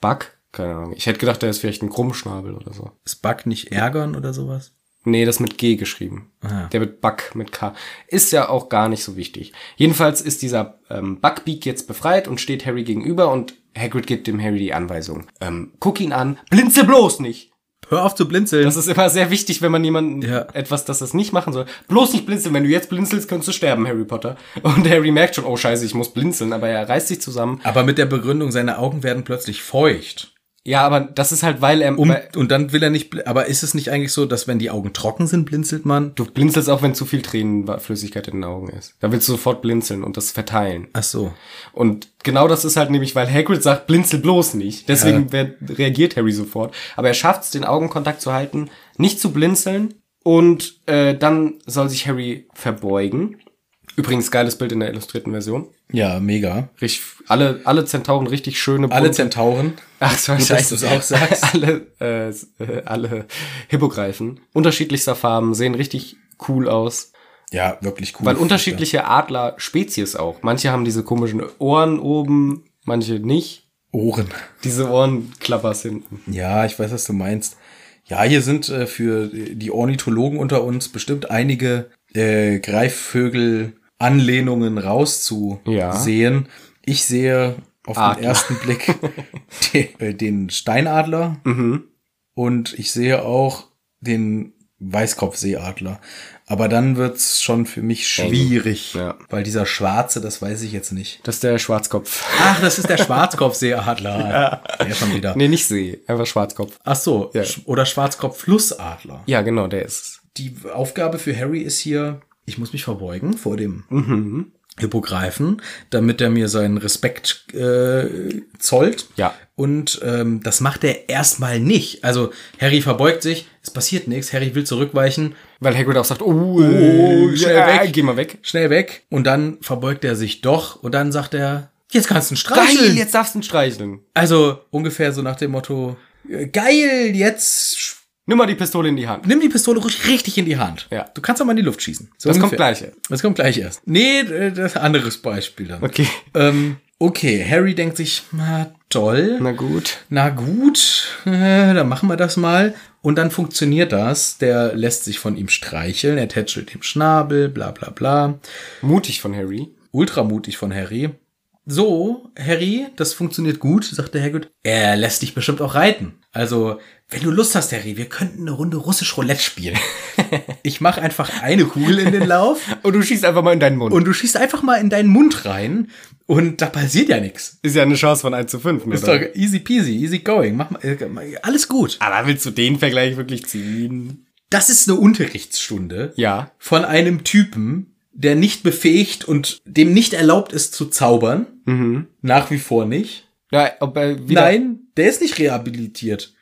Speaker 2: Buck, keine Ahnung. Ich hätte gedacht, der ist vielleicht ein Krummschnabel oder so.
Speaker 1: Ist Buck nicht ärgern oder sowas?
Speaker 2: Nee, das mit G geschrieben.
Speaker 1: Ah.
Speaker 2: Der wird Buck mit K. Ist ja auch gar nicht so wichtig. Jedenfalls ist dieser ähm, Buckbeak jetzt befreit und steht Harry gegenüber und Hagrid gibt dem Harry die Anweisung. Ähm, guck ihn an, blinze bloß nicht.
Speaker 1: Hör auf zu blinzeln.
Speaker 2: Das ist immer sehr wichtig, wenn man jemanden
Speaker 1: Ja.
Speaker 2: etwas, dass das nicht machen soll. Bloß nicht blinzeln. Wenn du jetzt blinzelst, kannst du sterben, Harry Potter. Und Harry merkt schon, oh scheiße, ich muss blinzeln, aber er reißt sich zusammen.
Speaker 1: Aber mit der Begründung, seine Augen werden plötzlich feucht.
Speaker 2: Ja, aber das ist halt, weil er...
Speaker 1: Um,
Speaker 2: weil,
Speaker 1: und dann will er nicht, bl- aber ist es nicht eigentlich so, dass wenn die Augen trocken sind, blinzelt man?
Speaker 2: du blinzelst auch, wenn zu viel Tränenflüssigkeit in den Augen ist. Da willst du sofort blinzeln und das verteilen.
Speaker 1: Ach so.
Speaker 2: Und genau das ist halt nämlich, weil Hagrid sagt, blinzel bloß nicht. Deswegen wer- reagiert Harry sofort. Aber er schafft es, den Augenkontakt zu halten, nicht zu blinzeln. Und äh, dann soll sich Harry verbeugen. Übrigens, geiles Bild in der illustrierten Version.
Speaker 1: Ja, mega.
Speaker 2: Richtig, alle, alle Zentauren richtig schöne
Speaker 1: Alle
Speaker 2: bunte-
Speaker 1: Zentauren.
Speaker 2: Ach so,
Speaker 1: Gut, dass
Speaker 2: scheiße.
Speaker 1: du's auch sagst.
Speaker 2: Alle, äh, s- äh, alle Hippogreifen unterschiedlichster Farben sehen richtig cool aus.
Speaker 1: Ja, wirklich cool.
Speaker 2: Weil unterschiedliche Adler-Spezies auch. Manche haben diese komischen Ohren oben, manche nicht.
Speaker 1: Ohren.
Speaker 2: Diese Ohrenklappers hinten.
Speaker 1: Ja, ich weiß, was du meinst. Ja, hier sind äh, für die Ornithologen unter uns bestimmt einige äh, Greifvögel-Anlehnungen
Speaker 2: Ja.
Speaker 1: rauszusehen. Ich sehe auf
Speaker 2: Adler.
Speaker 1: den ersten Blick de, äh, den Steinadler
Speaker 2: Mhm.
Speaker 1: und ich sehe auch den Weißkopfseeadler. Aber dann wird's schon für mich schwierig,
Speaker 2: Ja.
Speaker 1: weil dieser schwarze, das weiß ich jetzt nicht.
Speaker 2: Das ist der Schwarzkopf.
Speaker 1: Ach, das ist der Schwarzkopfseeadler. ja. Der schon wieder.
Speaker 2: Nee, nicht See, einfach Schwarzkopf.
Speaker 1: Ach so,
Speaker 2: Ja.
Speaker 1: Sch- oder Schwarzkopf-Flussadler.
Speaker 2: Ja, genau, der ist Mhm.
Speaker 1: Die Aufgabe für Harry ist hier, ich muss mich verbeugen vor dem Hippogreifen, damit er mir seinen Respekt äh, zollt.
Speaker 2: Ja.
Speaker 1: Und ähm, das macht er erstmal nicht. Also Harry verbeugt sich, es passiert nichts, Harry will zurückweichen,
Speaker 2: Weil Hagrid auch sagt, oh, oh
Speaker 1: schnell weg.
Speaker 2: geh mal weg.
Speaker 1: schnell weg. Und dann verbeugt er sich doch und dann sagt er, jetzt kannst du ihn streicheln.
Speaker 2: Geil, jetzt darfst du ihn streicheln.
Speaker 1: Also ungefähr so nach dem Motto, äh, geil, jetzt sch-
Speaker 2: Nimm mal die Pistole in die Hand.
Speaker 1: nimm die Pistole ruhig richtig in die Hand.
Speaker 2: Ja.
Speaker 1: Du kannst doch mal in die Luft schießen. So
Speaker 2: Das kommt
Speaker 1: ungefähr.
Speaker 2: gleich.
Speaker 1: Das kommt gleich erst. Nee, äh, das ist ein anderes Beispiel dann.
Speaker 2: Okay.
Speaker 1: Ähm, okay, Harry denkt sich, na toll,
Speaker 2: Na gut.
Speaker 1: na gut, äh, dann machen wir das mal. Und dann funktioniert das. Der lässt sich von ihm streicheln, er tätschelt ihm Schnabel, bla bla bla.
Speaker 2: Mutig von Harry.
Speaker 1: Ultramutig von Harry. So, Harry, das funktioniert gut, sagte Hagrid. Er lässt dich bestimmt auch reiten. Also, wenn du Lust hast, Harry, wir könnten eine Runde russisch Roulette spielen. Ich mache einfach eine Kugel in den Lauf
Speaker 2: Und du schießt einfach mal in deinen Mund.
Speaker 1: und du schießt einfach mal in deinen Mund rein und da passiert ja nichts.
Speaker 2: ist ja eine Chance von 1 zu ne? 5.
Speaker 1: Ist doch easy peasy, easy going. Mach mal, äh, alles gut.
Speaker 2: Aber willst du den Vergleich wirklich ziehen?
Speaker 1: Das ist eine Unterrichtsstunde
Speaker 2: Ja.
Speaker 1: von einem Typen, der nicht befähigt und dem nicht erlaubt ist zu zaubern. Nach wie vor nicht.
Speaker 2: ja ob er wieder
Speaker 1: Nein, der ist nicht rehabilitiert.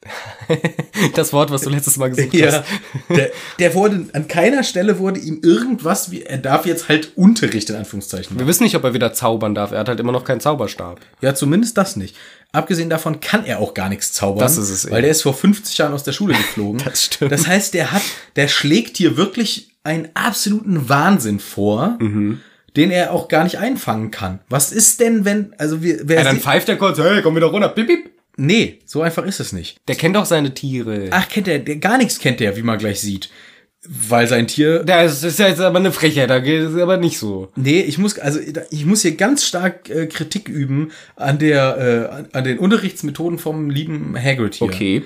Speaker 2: Das Wort, was du letztes Mal gesucht
Speaker 1: Ja,
Speaker 2: hast.
Speaker 1: der, der wurde, an keiner Stelle wurde ihm irgendwas, wie, er darf jetzt halt Unterricht in Anführungszeichen. machen.
Speaker 2: Wir wissen nicht, ob er wieder zaubern darf. Er hat halt immer noch keinen Zauberstab.
Speaker 1: Ja, zumindest das nicht. Abgesehen davon kann er auch gar nichts zaubern.
Speaker 2: Das ist es eben.
Speaker 1: Weil der ist vor 50 Jahren aus der Schule geflogen.
Speaker 2: Das stimmt.
Speaker 1: Das heißt, der hat, der schlägt hier wirklich einen absoluten Wahnsinn vor,
Speaker 2: Mhm.
Speaker 1: den er auch gar nicht einfangen kann. Was ist denn, wenn, also wir, wer,
Speaker 2: Ja, dann
Speaker 1: sie-
Speaker 2: pfeift er kurz, hey, komm wieder runter, bip, bip.
Speaker 1: nee, so einfach ist es nicht.
Speaker 2: Der kennt doch seine Tiere.
Speaker 1: Ach, kennt er, der, gar nichts kennt er, wie man gleich sieht. Weil sein Tier
Speaker 2: Das ist ja jetzt aber eine Frechheit, da geht es aber nicht so.
Speaker 1: Nee, ich muss also ich muss hier ganz stark äh, Kritik üben an der äh, an- an den Unterrichtsmethoden vom lieben Hagrid hier.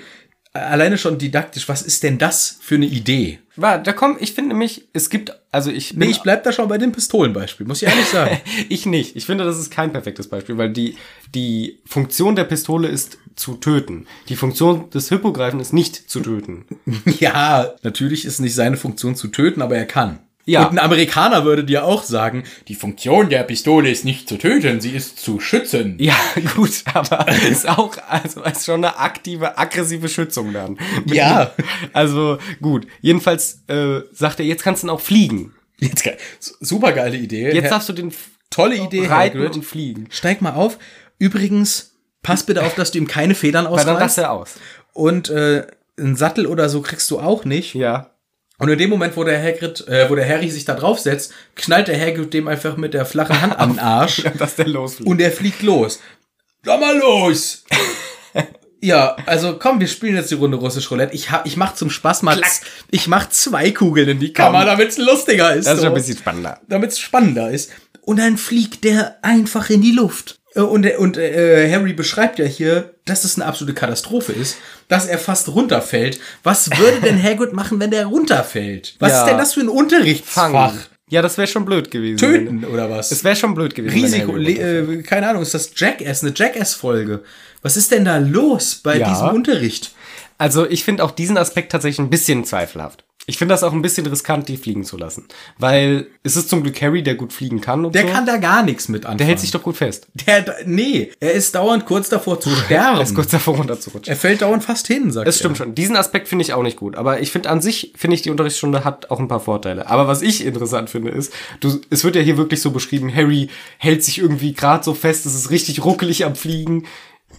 Speaker 1: Alleine schon didaktisch, was ist denn das für eine Idee?
Speaker 2: Warte, da komm, ich finde nämlich, es gibt, also ich bin,
Speaker 1: Nee, ich bleib da schon bei dem Pistolenbeispiel, muss ich ehrlich sagen.
Speaker 2: ich nicht. Ich finde, das ist kein perfektes Beispiel, weil die, die Funktion der Pistole ist zu töten. Die Funktion des Hippogreifen ist nicht zu töten.
Speaker 1: ja, natürlich ist nicht seine Funktion zu töten, aber er kann.
Speaker 2: Ja.
Speaker 1: Und ein Amerikaner würde dir auch sagen, die Funktion der Pistole ist nicht zu töten, sie ist zu schützen.
Speaker 2: Ja, gut, aber ist auch, also ist schon eine aktive, aggressive Schützung dann. Mit
Speaker 1: Ja.
Speaker 2: ihm. Also gut, jedenfalls äh, sagt er, jetzt kannst du ihn auch fliegen.
Speaker 1: Jetzt ge- super geile Idee.
Speaker 2: Jetzt
Speaker 1: Herr-
Speaker 2: darfst du den f-
Speaker 1: tolle Idee,
Speaker 2: reiten
Speaker 1: Hagrid.
Speaker 2: und fliegen.
Speaker 1: Steig mal auf. Übrigens, pass bitte auf, dass du ihm keine Federn
Speaker 2: Weil dann
Speaker 1: ausreißt.
Speaker 2: rast er aus.
Speaker 1: Und äh, einen Sattel oder so kriegst du auch nicht.
Speaker 2: Ja.
Speaker 1: Und in dem Moment, wo der Hagrid, äh, wo der Harry sich da draufsetzt, knallt der Hagrid dem einfach mit der flachen Hand am Arsch
Speaker 2: Dass der losfliegt.
Speaker 1: und er fliegt los. Lass mal los! Ja, also komm, wir spielen jetzt die Runde russisch Roulette. Ich, ha- ich mach zum Spaß mal,
Speaker 2: Klack.
Speaker 1: z- ich mach zwei Kugeln in die Kammer, damit es lustiger ist.
Speaker 2: das ist
Speaker 1: so
Speaker 2: schon ein bisschen spannender.
Speaker 1: damit es Also spannender ist. Und dann fliegt der einfach in die Luft. Äh, Und, äh, und äh, Harry beschreibt ja hier, dass es eine absolute Katastrophe ist, dass er fast runterfällt. Was würde denn Hagrid machen, wenn der runterfällt? Was
Speaker 2: Ja.
Speaker 1: ist denn das für ein Unterrichtsfach?
Speaker 2: Ja, das wäre schon blöd gewesen.
Speaker 1: Töten oder was?
Speaker 2: Das wäre schon blöd gewesen. wenn
Speaker 1: Risiko,
Speaker 2: Harry runterfällt.
Speaker 1: le- äh, keine Ahnung, ist das Jackass, eine Jackass-Folge? Was ist denn da los bei
Speaker 2: Ja.
Speaker 1: diesem Unterricht?
Speaker 2: Also ich finde auch diesen Aspekt tatsächlich ein bisschen zweifelhaft. Ich finde das auch ein bisschen riskant, die fliegen zu lassen. Weil es ist zum Glück Harry, der gut fliegen kann und
Speaker 1: Der
Speaker 2: so.
Speaker 1: kann da gar nichts mit anfangen.
Speaker 2: der hält sich doch gut fest.
Speaker 1: Der, da- nee, er ist dauernd kurz davor zu sterben.
Speaker 2: Er ist kurz davor runterzurutschen.
Speaker 1: Er fällt dauernd fast hin, sagt
Speaker 2: Das
Speaker 1: er.
Speaker 2: stimmt schon. Diesen Aspekt finde ich auch nicht gut. Aber ich finde an sich, finde ich, die Unterrichtsstunde hat auch ein paar Vorteile. Aber was ich interessant finde, ist, du, es wird ja hier wirklich so beschrieben, Harry hält sich irgendwie gerade so fest, es ist richtig ruckelig am Fliegen.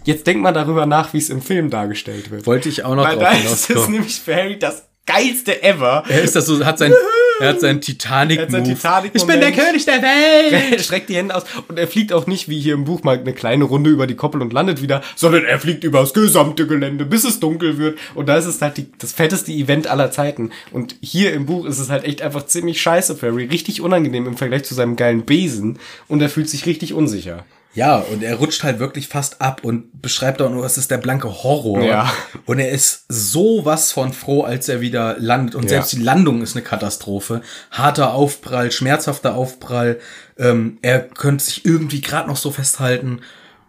Speaker 2: Jetzt denk mal darüber nach, wie es im Film dargestellt wird.
Speaker 1: Wollte ich auch noch
Speaker 2: Weil
Speaker 1: drauf
Speaker 2: da ist es
Speaker 1: hinauskommen.
Speaker 2: nämlich für Harry das geilste ever.
Speaker 1: Er ist das so, hat sein, er hat seinen Titanic.
Speaker 2: Er hat seinen
Speaker 1: Move.
Speaker 2: Titanic-Moment.
Speaker 1: ich bin der König der Welt.
Speaker 2: Er streckt die Hände aus und er fliegt auch nicht wie hier im Buch mal eine kleine Runde über die Koppel und landet wieder, sondern er fliegt über das gesamte Gelände, bis es dunkel wird. Und da ist es halt die, das fetteste Event aller Zeiten. Und hier im Buch ist es halt echt einfach ziemlich scheiße für Harry, richtig unangenehm im Vergleich zu seinem geilen Besen. Und er fühlt sich richtig unsicher.
Speaker 1: Ja, und er rutscht halt wirklich fast ab und beschreibt auch nur, es ist der blanke Horror.
Speaker 2: Ja.
Speaker 1: Und er ist sowas von froh, als er wieder landet. Und selbst die Landung ist eine Katastrophe. Harter Aufprall, schmerzhafter Aufprall. Ähm, er könnte sich irgendwie gerade noch so festhalten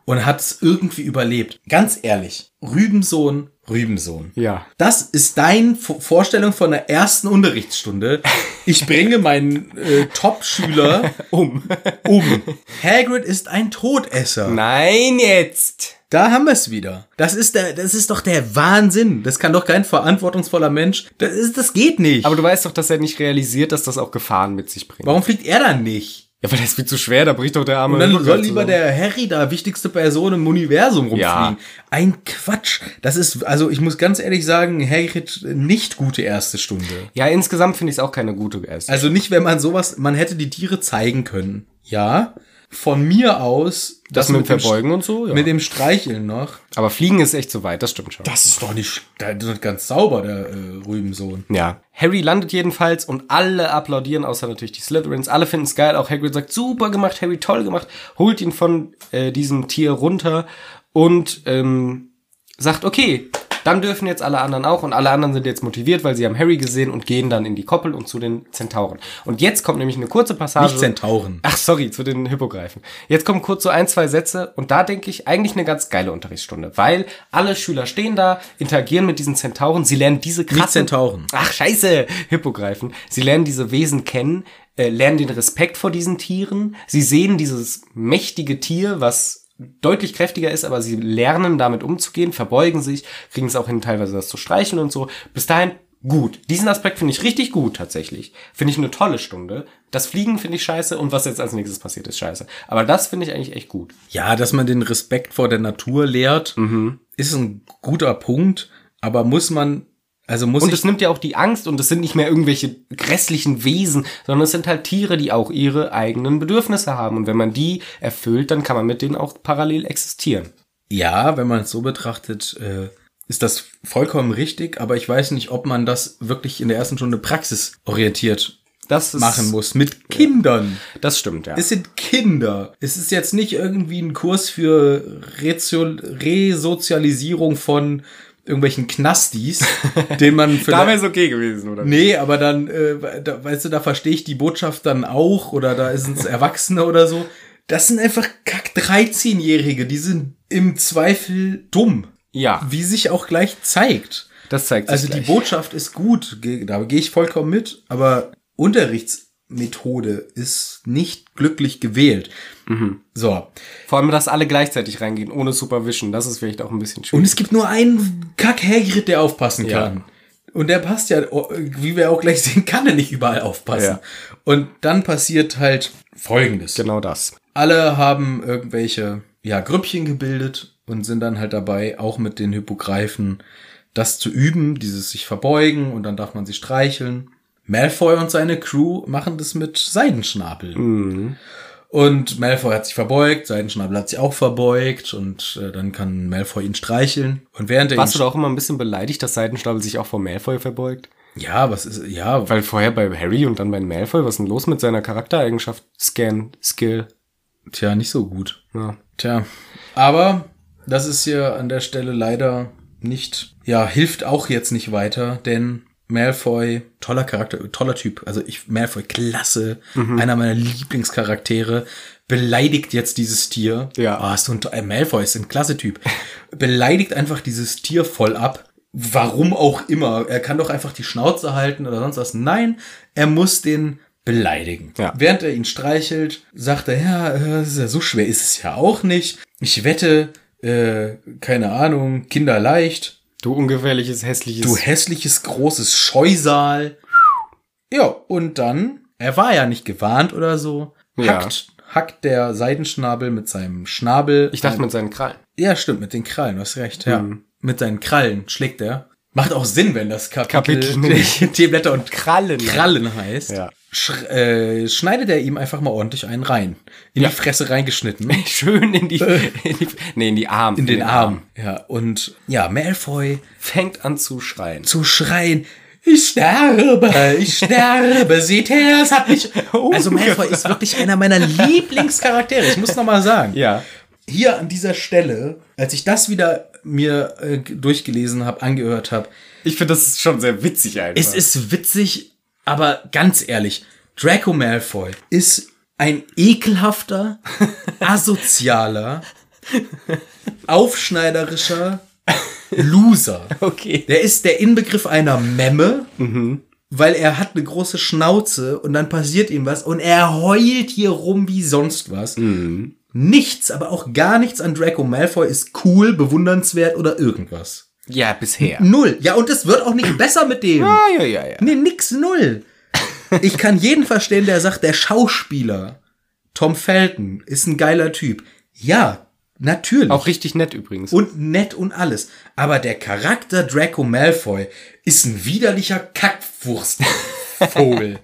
Speaker 1: und hat es irgendwie überlebt. Ganz ehrlich, Rübensohn Rübensohn.
Speaker 2: Ja.
Speaker 1: Das ist deine V- Vorstellung von der ersten Unterrichtsstunde. Ich bringe meinen äh, Top-Schüler
Speaker 2: Um.
Speaker 1: um. Hagrid ist ein Todesser.
Speaker 2: Nein, jetzt.
Speaker 1: Da haben wir es wieder. Das ist der, das ist doch der Wahnsinn. Das kann doch kein verantwortungsvoller Mensch. Das ist, das geht nicht.
Speaker 2: Aber du weißt doch, dass er nicht realisiert, dass das auch Gefahren mit sich bringt.
Speaker 1: Warum fliegt er dann nicht?
Speaker 2: Ja, weil das wird zu schwer, da bricht doch der arme
Speaker 1: Und dann
Speaker 2: Rücken
Speaker 1: soll lieber
Speaker 2: zusammen.
Speaker 1: der Harry da wichtigste Person im Universum rumfliegen.
Speaker 2: Ja.
Speaker 1: Ein Quatsch. Das ist, also ich muss ganz ehrlich sagen, Hagrid nicht gute erste Stunde.
Speaker 2: Ja, insgesamt finde ich es auch keine gute Geister.
Speaker 1: Also nicht, wenn man sowas, man hätte die Tiere zeigen können. Ja. Von mir aus.
Speaker 2: Das, mit
Speaker 1: dem
Speaker 2: Verbeugen
Speaker 1: Sch-
Speaker 2: und so, ja.
Speaker 1: Mit dem Streicheln noch.
Speaker 2: Aber Fliegen ist echt zu weit, das stimmt schon.
Speaker 1: Das ist doch nicht, das ist doch ganz sauber, der äh, Rübensohn.
Speaker 2: Ja. Harry landet jedenfalls und alle applaudieren, außer natürlich die Slytherins. Alle finden es geil. Auch Hagrid sagt, super gemacht, Harry, toll gemacht. Holt ihn von äh, diesem Tier runter und ähm, sagt, okay, dann dürfen jetzt alle anderen auch. Und alle anderen sind jetzt motiviert, weil sie haben Harry gesehen und gehen dann in die Koppel und zu den Zentauren. Und jetzt kommt nämlich eine kurze Passage.
Speaker 1: Nicht Also Zentauren.
Speaker 2: Ach, sorry, zu den Hippogreifen. Jetzt kommen kurz so ein, zwei Sätze und da denke ich eigentlich eine ganz geile Unterrichtsstunde, weil alle Schüler stehen da, interagieren mit diesen Zentauren, sie lernen diese krassen...
Speaker 1: Zentauren.
Speaker 2: Ach, scheiße, Hippogreifen. Sie lernen diese Wesen kennen, äh, lernen den Respekt vor diesen Tieren, sie sehen dieses mächtige Tier, was deutlich kräftiger ist, aber sie lernen damit umzugehen, verbeugen sich, kriegen es auch hin, teilweise das zu streicheln und so. Bis dahin gut. Diesen Aspekt finde ich richtig gut tatsächlich. Finde ich eine tolle Stunde. Das Fliegen finde ich scheiße und was jetzt als nächstes passiert ist scheiße. Aber das finde ich eigentlich echt gut.
Speaker 1: Ja, dass man den Respekt vor der Natur lehrt,
Speaker 2: Mhm.
Speaker 1: ist ein guter Punkt, aber muss man, also muss
Speaker 2: Und
Speaker 1: ich,
Speaker 2: es nimmt ja auch die Angst und es sind nicht mehr irgendwelche grässlichen Wesen, sondern es sind halt Tiere, die auch ihre eigenen Bedürfnisse haben. Und wenn man die erfüllt, dann kann man mit denen auch parallel existieren.
Speaker 1: ja, wenn man es so betrachtet, äh, ist das vollkommen richtig, aber ich weiß nicht, ob man das wirklich in der ersten Stunde praxisorientiert
Speaker 2: Das ist,
Speaker 1: machen muss mit Kindern.
Speaker 2: Das stimmt, ja.
Speaker 1: Es sind Kinder. Es ist jetzt nicht irgendwie ein Kurs für Rezio Resozialisierung von irgendwelchen Knastis, den man vielleicht
Speaker 2: es okay gewesen, oder?
Speaker 1: Nee, aber dann, äh, da, weißt du, da verstehe ich die Botschaft dann auch oder da sind es Erwachsene oder so. Das sind einfach kack 13-Jährige, die sind im Zweifel dumm,
Speaker 2: Ja,
Speaker 1: wie sich auch gleich zeigt.
Speaker 2: das zeigt sich
Speaker 1: Also die
Speaker 2: gleich.
Speaker 1: Botschaft ist gut, ge- da gehe ich vollkommen mit, aber Unterrichtsmethode ist nicht glücklich gewählt. So,
Speaker 2: Vor allem, dass alle gleichzeitig reingehen, ohne Supervision. Das ist vielleicht auch ein bisschen
Speaker 1: Und
Speaker 2: schwierig.
Speaker 1: es gibt nur einen Kack-Hagrid, der aufpassen kann. Und der passt ja, oh, wie wir auch gleich sehen, kann er nicht überall aufpassen.
Speaker 2: Ja.
Speaker 1: Und dann passiert halt Folgendes.
Speaker 2: genau das.
Speaker 1: Alle haben irgendwelche, ja, Grüppchen gebildet und sind dann halt dabei, auch mit den Hippogreifen das zu üben, dieses sich verbeugen und dann darf man sie streicheln. Malfoy und seine Crew machen das mit Seidenschnabel.
Speaker 2: Mhm.
Speaker 1: Und Malfoy hat sich verbeugt, Seidenschnabel hat sich auch verbeugt und äh, dann kann Malfoy ihn streicheln. Und während er
Speaker 2: Warst du
Speaker 1: ihn
Speaker 2: da auch immer ein bisschen beleidigt, dass Seitenstapel sich auch vor Malfoy verbeugt?
Speaker 1: ja, was ist ja,
Speaker 2: Weil vorher bei Harry und dann bei Malfoy, was ist denn los mit seiner Charaktereigenschaft? Scan, Skill.
Speaker 1: tja, nicht so gut.
Speaker 2: Ja.
Speaker 1: Tja, aber das ist hier an der Stelle leider nicht, ja, hilft auch jetzt nicht weiter, denn Malfoy, toller Charakter, toller Typ, also ich, Malfoy, klasse, einer meiner Lieblingscharaktere, beleidigt jetzt dieses Tier.
Speaker 2: Ja.
Speaker 1: Ah, ist so ein, äh, Malfoy ist ein klasse Typ. Beleidigt einfach dieses Tier voll ab. Warum auch immer. Er kann doch einfach die Schnauze halten oder sonst was. Nein, er muss den beleidigen.
Speaker 2: Ja.
Speaker 1: Während er ihn streichelt, sagt er, ja, äh, ist ja so schwer ist es ja auch nicht. Ich wette, äh, keine Ahnung, Kinder leicht.
Speaker 2: Du ungefährliches, hässliches.
Speaker 1: Du hässliches, großes Scheusal. Ja, und dann, er war ja nicht gewarnt oder so,
Speaker 2: Ja.
Speaker 1: hackt, hackt der Seidenschnabel mit seinem Schnabel.
Speaker 2: ich dachte mit seinen Krallen.
Speaker 1: Ja, stimmt, mit den Krallen, du hast recht, ja. Mit seinen Krallen schlägt er. Macht auch Sinn, wenn das Kapitel,
Speaker 2: Kapitel nämlich
Speaker 1: Teeblätter und
Speaker 2: Krallen.
Speaker 1: Krallen heißt.
Speaker 2: Ja.
Speaker 1: Sch äh, schneidet er ihm einfach mal ordentlich einen rein. In die Fresse reingeschnitten.
Speaker 2: Schön in die, in die, nee, in die Arme.
Speaker 1: In den Arm. Ja, und ja, Malfoy
Speaker 2: Fängt an zu schreien.
Speaker 1: zu schreien. Ich sterbe, ich sterbe, seht her, es hat mich. Also Malfoy ist wirklich einer meiner Lieblingscharaktere, ich muss nochmal sagen.
Speaker 2: Ja.
Speaker 1: hier an dieser Stelle, als ich das wieder mir äh, durchgelesen habe, angehört habe,
Speaker 2: Ich finde, das ist schon sehr witzig einfach.
Speaker 1: es ist witzig, aber ganz ehrlich, Draco Malfoy ist ein ekelhafter, asozialer, aufschneiderischer Loser.
Speaker 2: Okay.
Speaker 1: Der ist der Inbegriff einer Memme, weil er hat eine große Schnauze und dann passiert ihm was und er heult hier rum wie sonst was. Nichts, aber auch gar nichts an Draco Malfoy ist cool, bewundernswert oder irgendwas.
Speaker 2: Ja, bisher.
Speaker 1: Null. Ja, und es wird auch nicht besser mit dem.
Speaker 2: Ja, ja, ja, ja.
Speaker 1: Nee, nix null. Ich kann jeden verstehen, der sagt, der Schauspieler Tom Felton ist ein geiler Typ. Ja, natürlich.
Speaker 2: Auch richtig nett übrigens.
Speaker 1: und nett und alles. Aber der Charakter Draco Malfoy ist ein widerlicher Kackfurstvogel.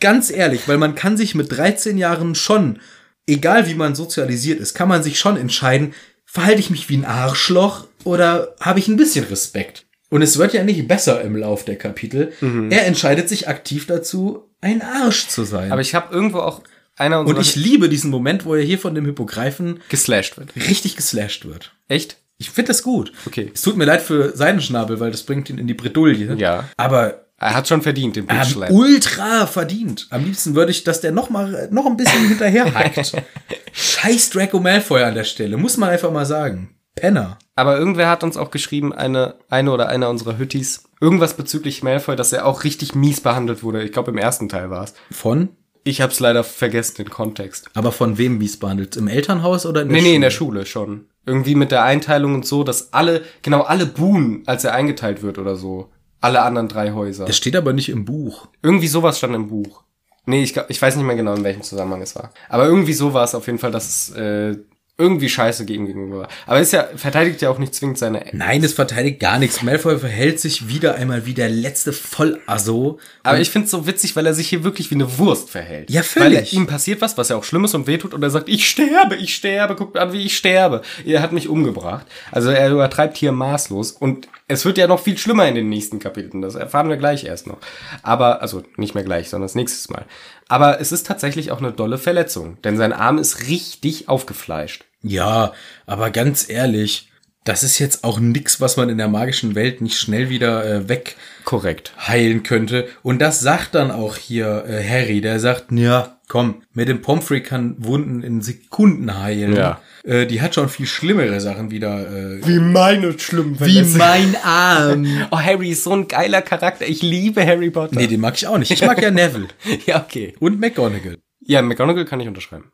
Speaker 1: Ganz ehrlich, weil man kann sich mit 13 Jahren schon, egal wie man sozialisiert ist, kann man sich schon entscheiden, verhalte ich mich wie ein Arschloch oder habe ich ein bisschen Respekt? Und es wird ja nicht besser im Lauf der Kapitel. Er entscheidet sich aktiv dazu, ein Arsch zu sein.
Speaker 2: Aber ich habe irgendwo auch einer
Speaker 1: und
Speaker 2: unserer
Speaker 1: ich liebe diesen Moment, wo er hier von dem Hippogreifen
Speaker 2: geslashed wird.
Speaker 1: richtig geslasht wird.
Speaker 2: Echt?
Speaker 1: Ich finde das gut.
Speaker 2: Okay.
Speaker 1: Es tut mir leid für seinen Schnabel, weil das bringt ihn in die Bredouille.
Speaker 2: Ja.
Speaker 1: Aber
Speaker 2: Er hat schon verdient, den
Speaker 1: er
Speaker 2: Bitch
Speaker 1: hat
Speaker 2: Slap.
Speaker 1: ultra verdient. Am liebsten würde ich, dass der noch mal noch ein bisschen hinterher hackt. Scheiß Draco Malfoy an der Stelle, muss man einfach mal sagen. Penner.
Speaker 2: Aber irgendwer hat uns auch geschrieben, eine, eine oder einer unserer Hüttis, irgendwas bezüglich Malfoy, dass er auch richtig mies behandelt wurde. Ich glaube, im ersten Teil war es.
Speaker 1: Von?
Speaker 2: Ich hab's leider vergessen, den Kontext.
Speaker 1: Aber von wem mies behandelt? Im Elternhaus oder in
Speaker 2: Nee, nee, in der Schule schon. Irgendwie mit der Einteilung und so, dass alle, genau alle buhen, als er eingeteilt wird oder so. Alle anderen drei Häuser.
Speaker 1: Das steht aber nicht im Buch.
Speaker 2: Irgendwie sowas stand im Buch. Nee, ich, glaub- ich weiß nicht mehr genau, in welchem Zusammenhang es war. Aber irgendwie so war es auf jeden Fall, dass es äh, irgendwie scheiße gegen gegenüber war. Aber ist ja, verteidigt ja auch nicht zwingend seine Eltern.
Speaker 1: Nein, es verteidigt gar nichts. Malfoy verhält sich wieder einmal wie der letzte Vollasso.
Speaker 2: Aber ich find's so witzig, weil er sich hier wirklich wie eine Wurst verhält.
Speaker 1: Ja,
Speaker 2: Weil
Speaker 1: völlig.
Speaker 2: ihm passiert was, was ja auch schlimm ist und wehtut und er sagt, ich sterbe, ich sterbe, guckt mir an, wie ich sterbe. Er hat mich umgebracht. Also er übertreibt hier maßlos und es wird ja noch viel schlimmer in den nächsten Kapiteln. Das erfahren wir gleich erst noch. Aber, also nicht mehr gleich, sondern das nächste Mal. Aber es ist tatsächlich auch eine dolle Verletzung, denn sein Arm ist richtig aufgefleischt.
Speaker 1: Ja, aber ganz ehrlich, das ist jetzt auch nix, was man in der magischen Welt nicht schnell wieder äh, weg
Speaker 2: Korrekt.
Speaker 1: heilen könnte. Und das sagt dann auch hier äh, Harry, der sagt, ja, komm, mit dem Pomfrey kann Wunden in Sekunden heilen.
Speaker 2: Ja.
Speaker 1: Äh, die hat schon viel schlimmere Sachen wieder. Äh,
Speaker 2: Wie meine schlimmen
Speaker 1: mein Arm.
Speaker 2: Oh, Harry ist so ein geiler Charakter. Ich liebe Harry Potter.
Speaker 1: Nee, den mag ich auch nicht. Ich mag ja Neville.
Speaker 2: ja, okay.
Speaker 1: Und McGonagall.
Speaker 2: Ja, McGonagall kann ich unterschreiben.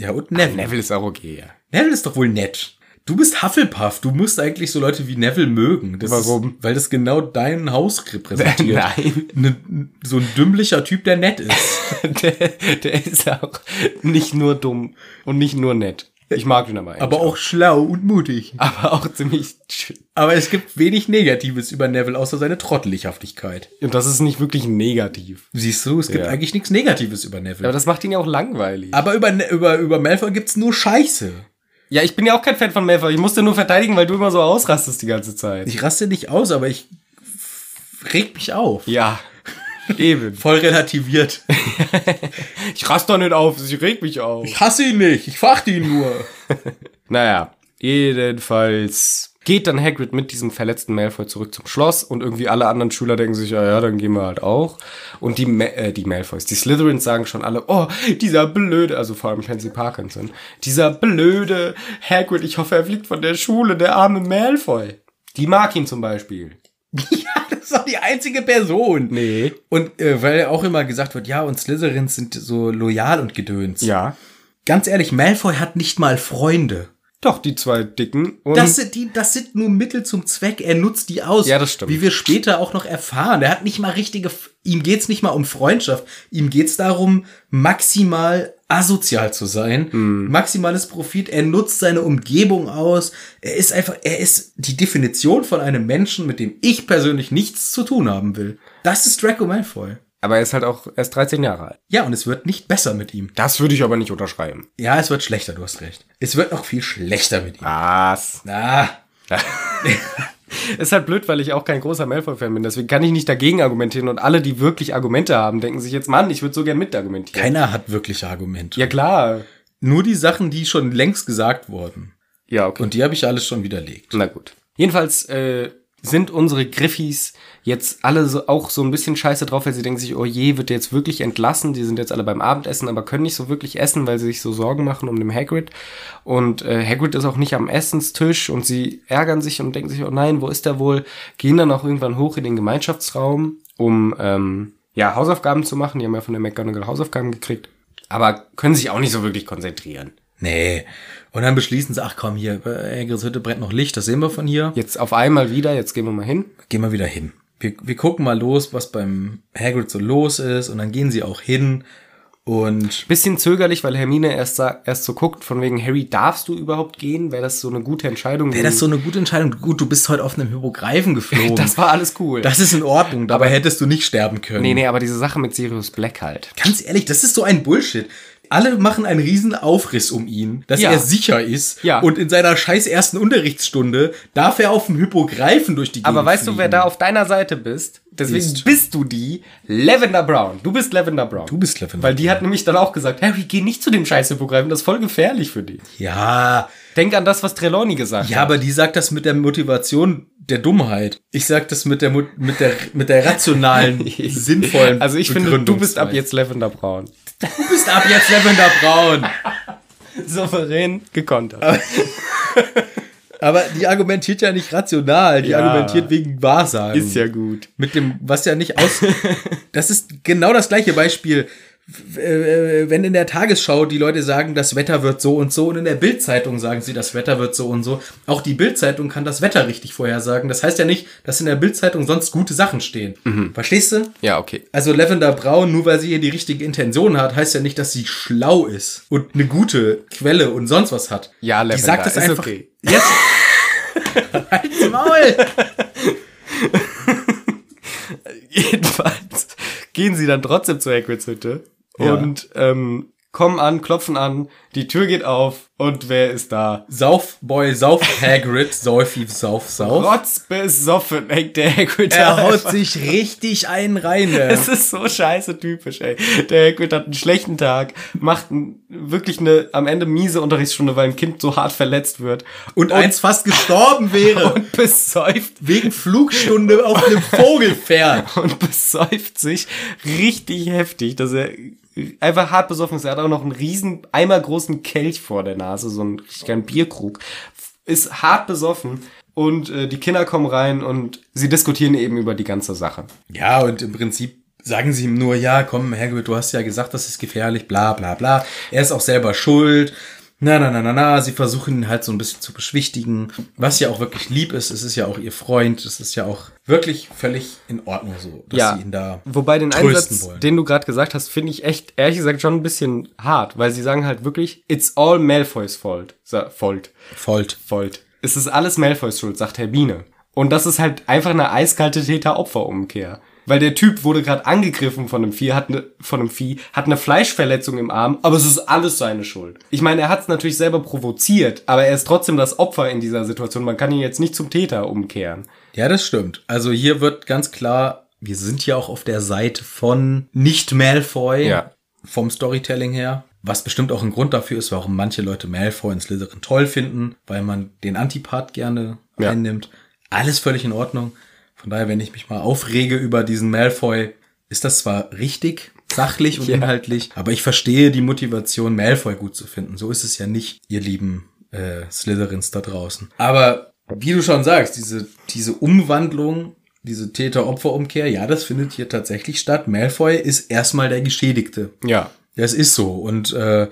Speaker 1: Ja, und Neville.
Speaker 2: Ah, Neville ist auch okay, ja.
Speaker 1: Neville ist doch wohl nett. Du bist Hufflepuff. Du musst eigentlich so Leute wie Neville mögen. Das
Speaker 2: Warum?
Speaker 1: Ist, weil das genau dein Haus repräsentiert.
Speaker 2: Nein.
Speaker 1: Ne, so ein dümmlicher Typ, der nett ist.
Speaker 2: Der, der ist auch nicht nur dumm und nicht nur nett. Ich mag ihn aber eigentlich.
Speaker 1: aber auch schlau und mutig.
Speaker 2: aber auch ziemlich. sch-
Speaker 1: Aber es gibt wenig Negatives über Neville, außer seine Trottelighaftigkeit.
Speaker 2: Und das ist nicht wirklich negativ.
Speaker 1: Siehst du, es gibt
Speaker 2: Ja.
Speaker 1: eigentlich nichts Negatives über Neville.
Speaker 2: Aber das macht ihn ja auch langweilig.
Speaker 1: aber über, Ne- über, über Malfoy gibt's nur Scheiße.
Speaker 2: Ja, ich bin ja auch kein Fan von Malfoy. Ich musste nur verteidigen, weil du immer so ausrastest die ganze Zeit.
Speaker 1: Ich raste nicht aus, aber ich f- reg mich auf.
Speaker 2: Ja. Eben.
Speaker 1: Voll relativiert.
Speaker 2: Ich raste doch nicht auf, ich reg mich auf.
Speaker 1: Ich hasse ihn nicht, ich verachte ihn nur.
Speaker 2: Naja, jedenfalls geht dann Hagrid mit diesem verletzten Malfoy zurück zum Schloss und irgendwie alle anderen Schüler denken sich, ja, ja, dann gehen wir halt auch. Und die, Ma äh, die Malfoys, die Slytherins sagen schon alle, oh, dieser blöde, also vor allem Pansy Parkinson, dieser blöde Hagrid, ich hoffe, er fliegt von der Schule, der arme Malfoy. Die mag ihn zum Beispiel.
Speaker 1: ja, das ist doch die einzige Person.
Speaker 2: Nee.
Speaker 1: Und äh, weil auch immer gesagt wird, ja, und Slytherins sind so loyal und gedöns.
Speaker 2: Ja.
Speaker 1: Ganz ehrlich, Malfoy hat nicht mal Freunde.
Speaker 2: Doch, die zwei Dicken. Und
Speaker 1: Das sind, die, das sind nur Mittel zum Zweck. Er nutzt die aus.
Speaker 2: Ja, das stimmt.
Speaker 1: Wie wir später auch noch erfahren. Er hat nicht mal richtige. F- Ihm geht's nicht mal um Freundschaft. Ihm geht's darum, maximal asozial zu sein.
Speaker 2: Mhm.
Speaker 1: Maximales Profit. Er nutzt seine Umgebung aus. Er ist einfach. Er ist die Definition von einem Menschen, mit dem ich persönlich nichts zu tun haben will. Das ist Draco Malfoy.
Speaker 2: aber er ist halt auch erst 13 Jahre alt.
Speaker 1: Ja, und es wird nicht besser mit ihm.
Speaker 2: Das würde ich aber nicht unterschreiben.
Speaker 1: Ja, es wird schlechter, du hast recht. Es wird noch viel schlechter mit ihm.
Speaker 2: Was?
Speaker 1: Ah,
Speaker 2: Ist halt blöd, weil ich auch kein großer Malfoy-Fan bin. Deswegen kann ich nicht dagegen argumentieren. Und alle, die wirklich Argumente haben, denken sich jetzt, Mann, ich würde so gern mitargumentieren.
Speaker 1: keiner hat wirklich Argumente.
Speaker 2: ja, klar.
Speaker 1: Nur die Sachen, die schon längst gesagt wurden.
Speaker 2: Ja, okay.
Speaker 1: Und die habe ich alles schon widerlegt.
Speaker 2: Na gut. Jedenfalls äh, sind unsere Griffis jetzt alle so, auch so ein bisschen scheiße drauf, weil sie denken sich, oh je, wird der jetzt wirklich entlassen? Die sind jetzt alle beim Abendessen, aber können nicht so wirklich essen, weil sie sich so Sorgen machen um den Hagrid. Und äh, Hagrid ist auch nicht am Essenstisch und sie ärgern sich und denken sich, oh nein, wo ist er wohl? Gehen dann auch irgendwann hoch in den Gemeinschaftsraum, um ähm, ja Hausaufgaben zu machen. Die haben ja von der McGonagall Hausaufgaben gekriegt, aber können sich auch nicht so wirklich konzentrieren.
Speaker 1: Nee. Und dann beschließen sie, ach komm, hier, äh, Hagrids Hütte brennt noch Licht, das sehen wir von hier.
Speaker 2: Jetzt auf einmal wieder, jetzt gehen wir mal hin.
Speaker 1: Gehen wir wieder hin. Wir, wir gucken mal los, was beim Hagrid so los ist. Und dann gehen sie auch hin. Und
Speaker 2: Bisschen zögerlich, weil Hermine erst, sa- erst so guckt, von wegen Harry, darfst du überhaupt gehen? Wäre das so eine gute Entscheidung?
Speaker 1: wäre das so eine gute Entscheidung. Gut, du bist heute auf einem Hypogreifen geflogen.
Speaker 2: Das war alles cool.
Speaker 1: Das ist in Ordnung, dabei hättest du nicht sterben können.
Speaker 2: nee, nee, aber diese Sache mit Sirius Black halt.
Speaker 1: Ganz ehrlich, das ist so ein Bullshit. Alle machen einen riesen Aufriss um ihn, dass
Speaker 2: Ja.
Speaker 1: er sicher ist.
Speaker 2: Ja.
Speaker 1: Und in seiner scheiß ersten Unterrichtsstunde darf er auf dem Hypogreifen durch die Gegend
Speaker 2: Aber weißt du, wer
Speaker 1: fliegen.
Speaker 2: da auf deiner Seite bist? Deswegen
Speaker 1: Ist.
Speaker 2: bist du die Lavender Brown. Du bist Lavender Brown.
Speaker 1: Du bist Lavender
Speaker 2: Weil die hat nämlich dann auch gesagt, Harry, geh nicht zu dem scheiß Hippogreifen, das ist voll gefährlich für dich.
Speaker 1: Ja,
Speaker 2: Denk an das, was Trelawney gesagt
Speaker 1: ja,
Speaker 2: hat.
Speaker 1: aber die sagt das mit der Motivation der Dummheit. Ich sag das mit der Mo- mit der mit der rationalen, sinnvollen.
Speaker 2: Also ich finde, du bist ab
Speaker 1: Begründungsweise.
Speaker 2: jetzt Lavender Brown.
Speaker 1: du bist ab jetzt Lavender Braun.
Speaker 2: Souverän gekontert.
Speaker 1: Aber die argumentiert ja nicht rational, die
Speaker 2: Ja.
Speaker 1: argumentiert wegen Wahrsagen.
Speaker 2: Ist ja gut.
Speaker 1: Mit dem, was ja nicht aus. das ist genau das gleiche Beispiel. F- äh, Wenn in der Tagesschau die Leute sagen, das Wetter wird so und so, und in der Bildzeitung sagen sie, das Wetter wird so und so. Auch die Bildzeitung kann das Wetter richtig vorhersagen. Das heißt ja nicht, dass in der Bildzeitung sonst gute Sachen stehen. Verstehst du?
Speaker 2: Mhm. Ja, okay.
Speaker 1: Also Lavender Brown, nur weil sie hier die richtige Intention hat, heißt ja nicht, dass sie schlau ist und eine gute Quelle und sonst was hat.
Speaker 2: Ja,
Speaker 1: Die
Speaker 2: Lavender,
Speaker 1: sagt das
Speaker 2: ist
Speaker 1: einfach.
Speaker 2: okay.
Speaker 1: Jetzt. Halt's Maul!
Speaker 2: Jedenfalls gehen sie dann trotzdem zur Hagrids Hütte
Speaker 1: Ja.
Speaker 2: und ähm, kommen an, klopfen an, die Tür geht auf und wer ist da?
Speaker 1: Saufboy, Sauf Hagrid, Säufi, Sauf, Sauf.
Speaker 2: Rotzbesoffen hängt der Hagrid
Speaker 1: Er
Speaker 2: da
Speaker 1: haut
Speaker 2: einfach.
Speaker 1: sich richtig einen rein. ne?
Speaker 2: Es ist so scheiße typisch, ey. Der Hagrid hat einen schlechten Tag, macht n- wirklich eine am Ende miese Unterrichtsstunde, weil ein Kind so hart verletzt wird
Speaker 1: Und eins fast gestorben wäre.
Speaker 2: und besäuft
Speaker 1: Wegen Flugstunde auf einem Vogelpferd.
Speaker 2: und besäuft sich richtig heftig, dass er einfach hart besoffen ist. Er hat auch noch einen riesen, einmal großen Kelch vor der Nase, so einen richtigen Bierkrug. Ist hart besoffen und äh, die Kinder kommen rein und sie diskutieren eben über die ganze Sache.
Speaker 1: Ja, und im Prinzip sagen sie ihm nur, ja, komm, Hagrid, du hast ja gesagt, das ist gefährlich, bla bla bla. Er ist auch selber schuld. Na, na, na, na, na, sie versuchen ihn halt so ein bisschen zu beschwichtigen, was ja auch wirklich lieb ist. Es ist ja auch ihr Freund, es ist ja auch wirklich völlig in Ordnung so, dass sie ihn da
Speaker 2: Wobei den
Speaker 1: trösten
Speaker 2: Einsatz,
Speaker 1: wollen.
Speaker 2: den du gerade gesagt hast, finde ich echt, ehrlich gesagt, schon ein bisschen hart, weil sie sagen halt wirklich, it's all Malfoys fault. Sa- fault.
Speaker 1: folgt.
Speaker 2: Volt. Es ist alles Malfoys Schuld, sagt Hermine. Und das ist halt einfach eine eiskalte Täter-Opfer-Umkehr. Weil der Typ wurde gerade angegriffen von einem Vieh, hat ne, von einem Vieh, hat eine Fleischverletzung im Arm, aber es ist alles seine Schuld. Ich meine, er hat es natürlich selber provoziert, aber er ist trotzdem das Opfer in dieser Situation. Man kann ihn jetzt nicht zum Täter umkehren.
Speaker 1: Ja, das stimmt. Also hier wird ganz klar, wir sind ja auch auf der Seite von nicht Malfoy
Speaker 2: Ja.
Speaker 1: vom Storytelling her. Was bestimmt auch ein Grund dafür ist, warum manche Leute Malfoy und Slytherin toll finden, weil man den Antipart gerne
Speaker 2: Ja.
Speaker 1: einnimmt. Alles völlig in Ordnung. Von daher, wenn ich mich mal aufrege über diesen Malfoy, ist das zwar richtig, sachlich und inhaltlich, aber ich verstehe die Motivation, Malfoy gut zu finden. So ist es ja nicht, ihr lieben äh, Slytherins da draußen. Aber wie du schon sagst, diese, diese Umwandlung, diese Täter-Opfer-Umkehr, ja, das findet hier tatsächlich statt. Malfoy ist erstmal der Geschädigte.
Speaker 2: Ja.
Speaker 1: Das ist so. Und äh,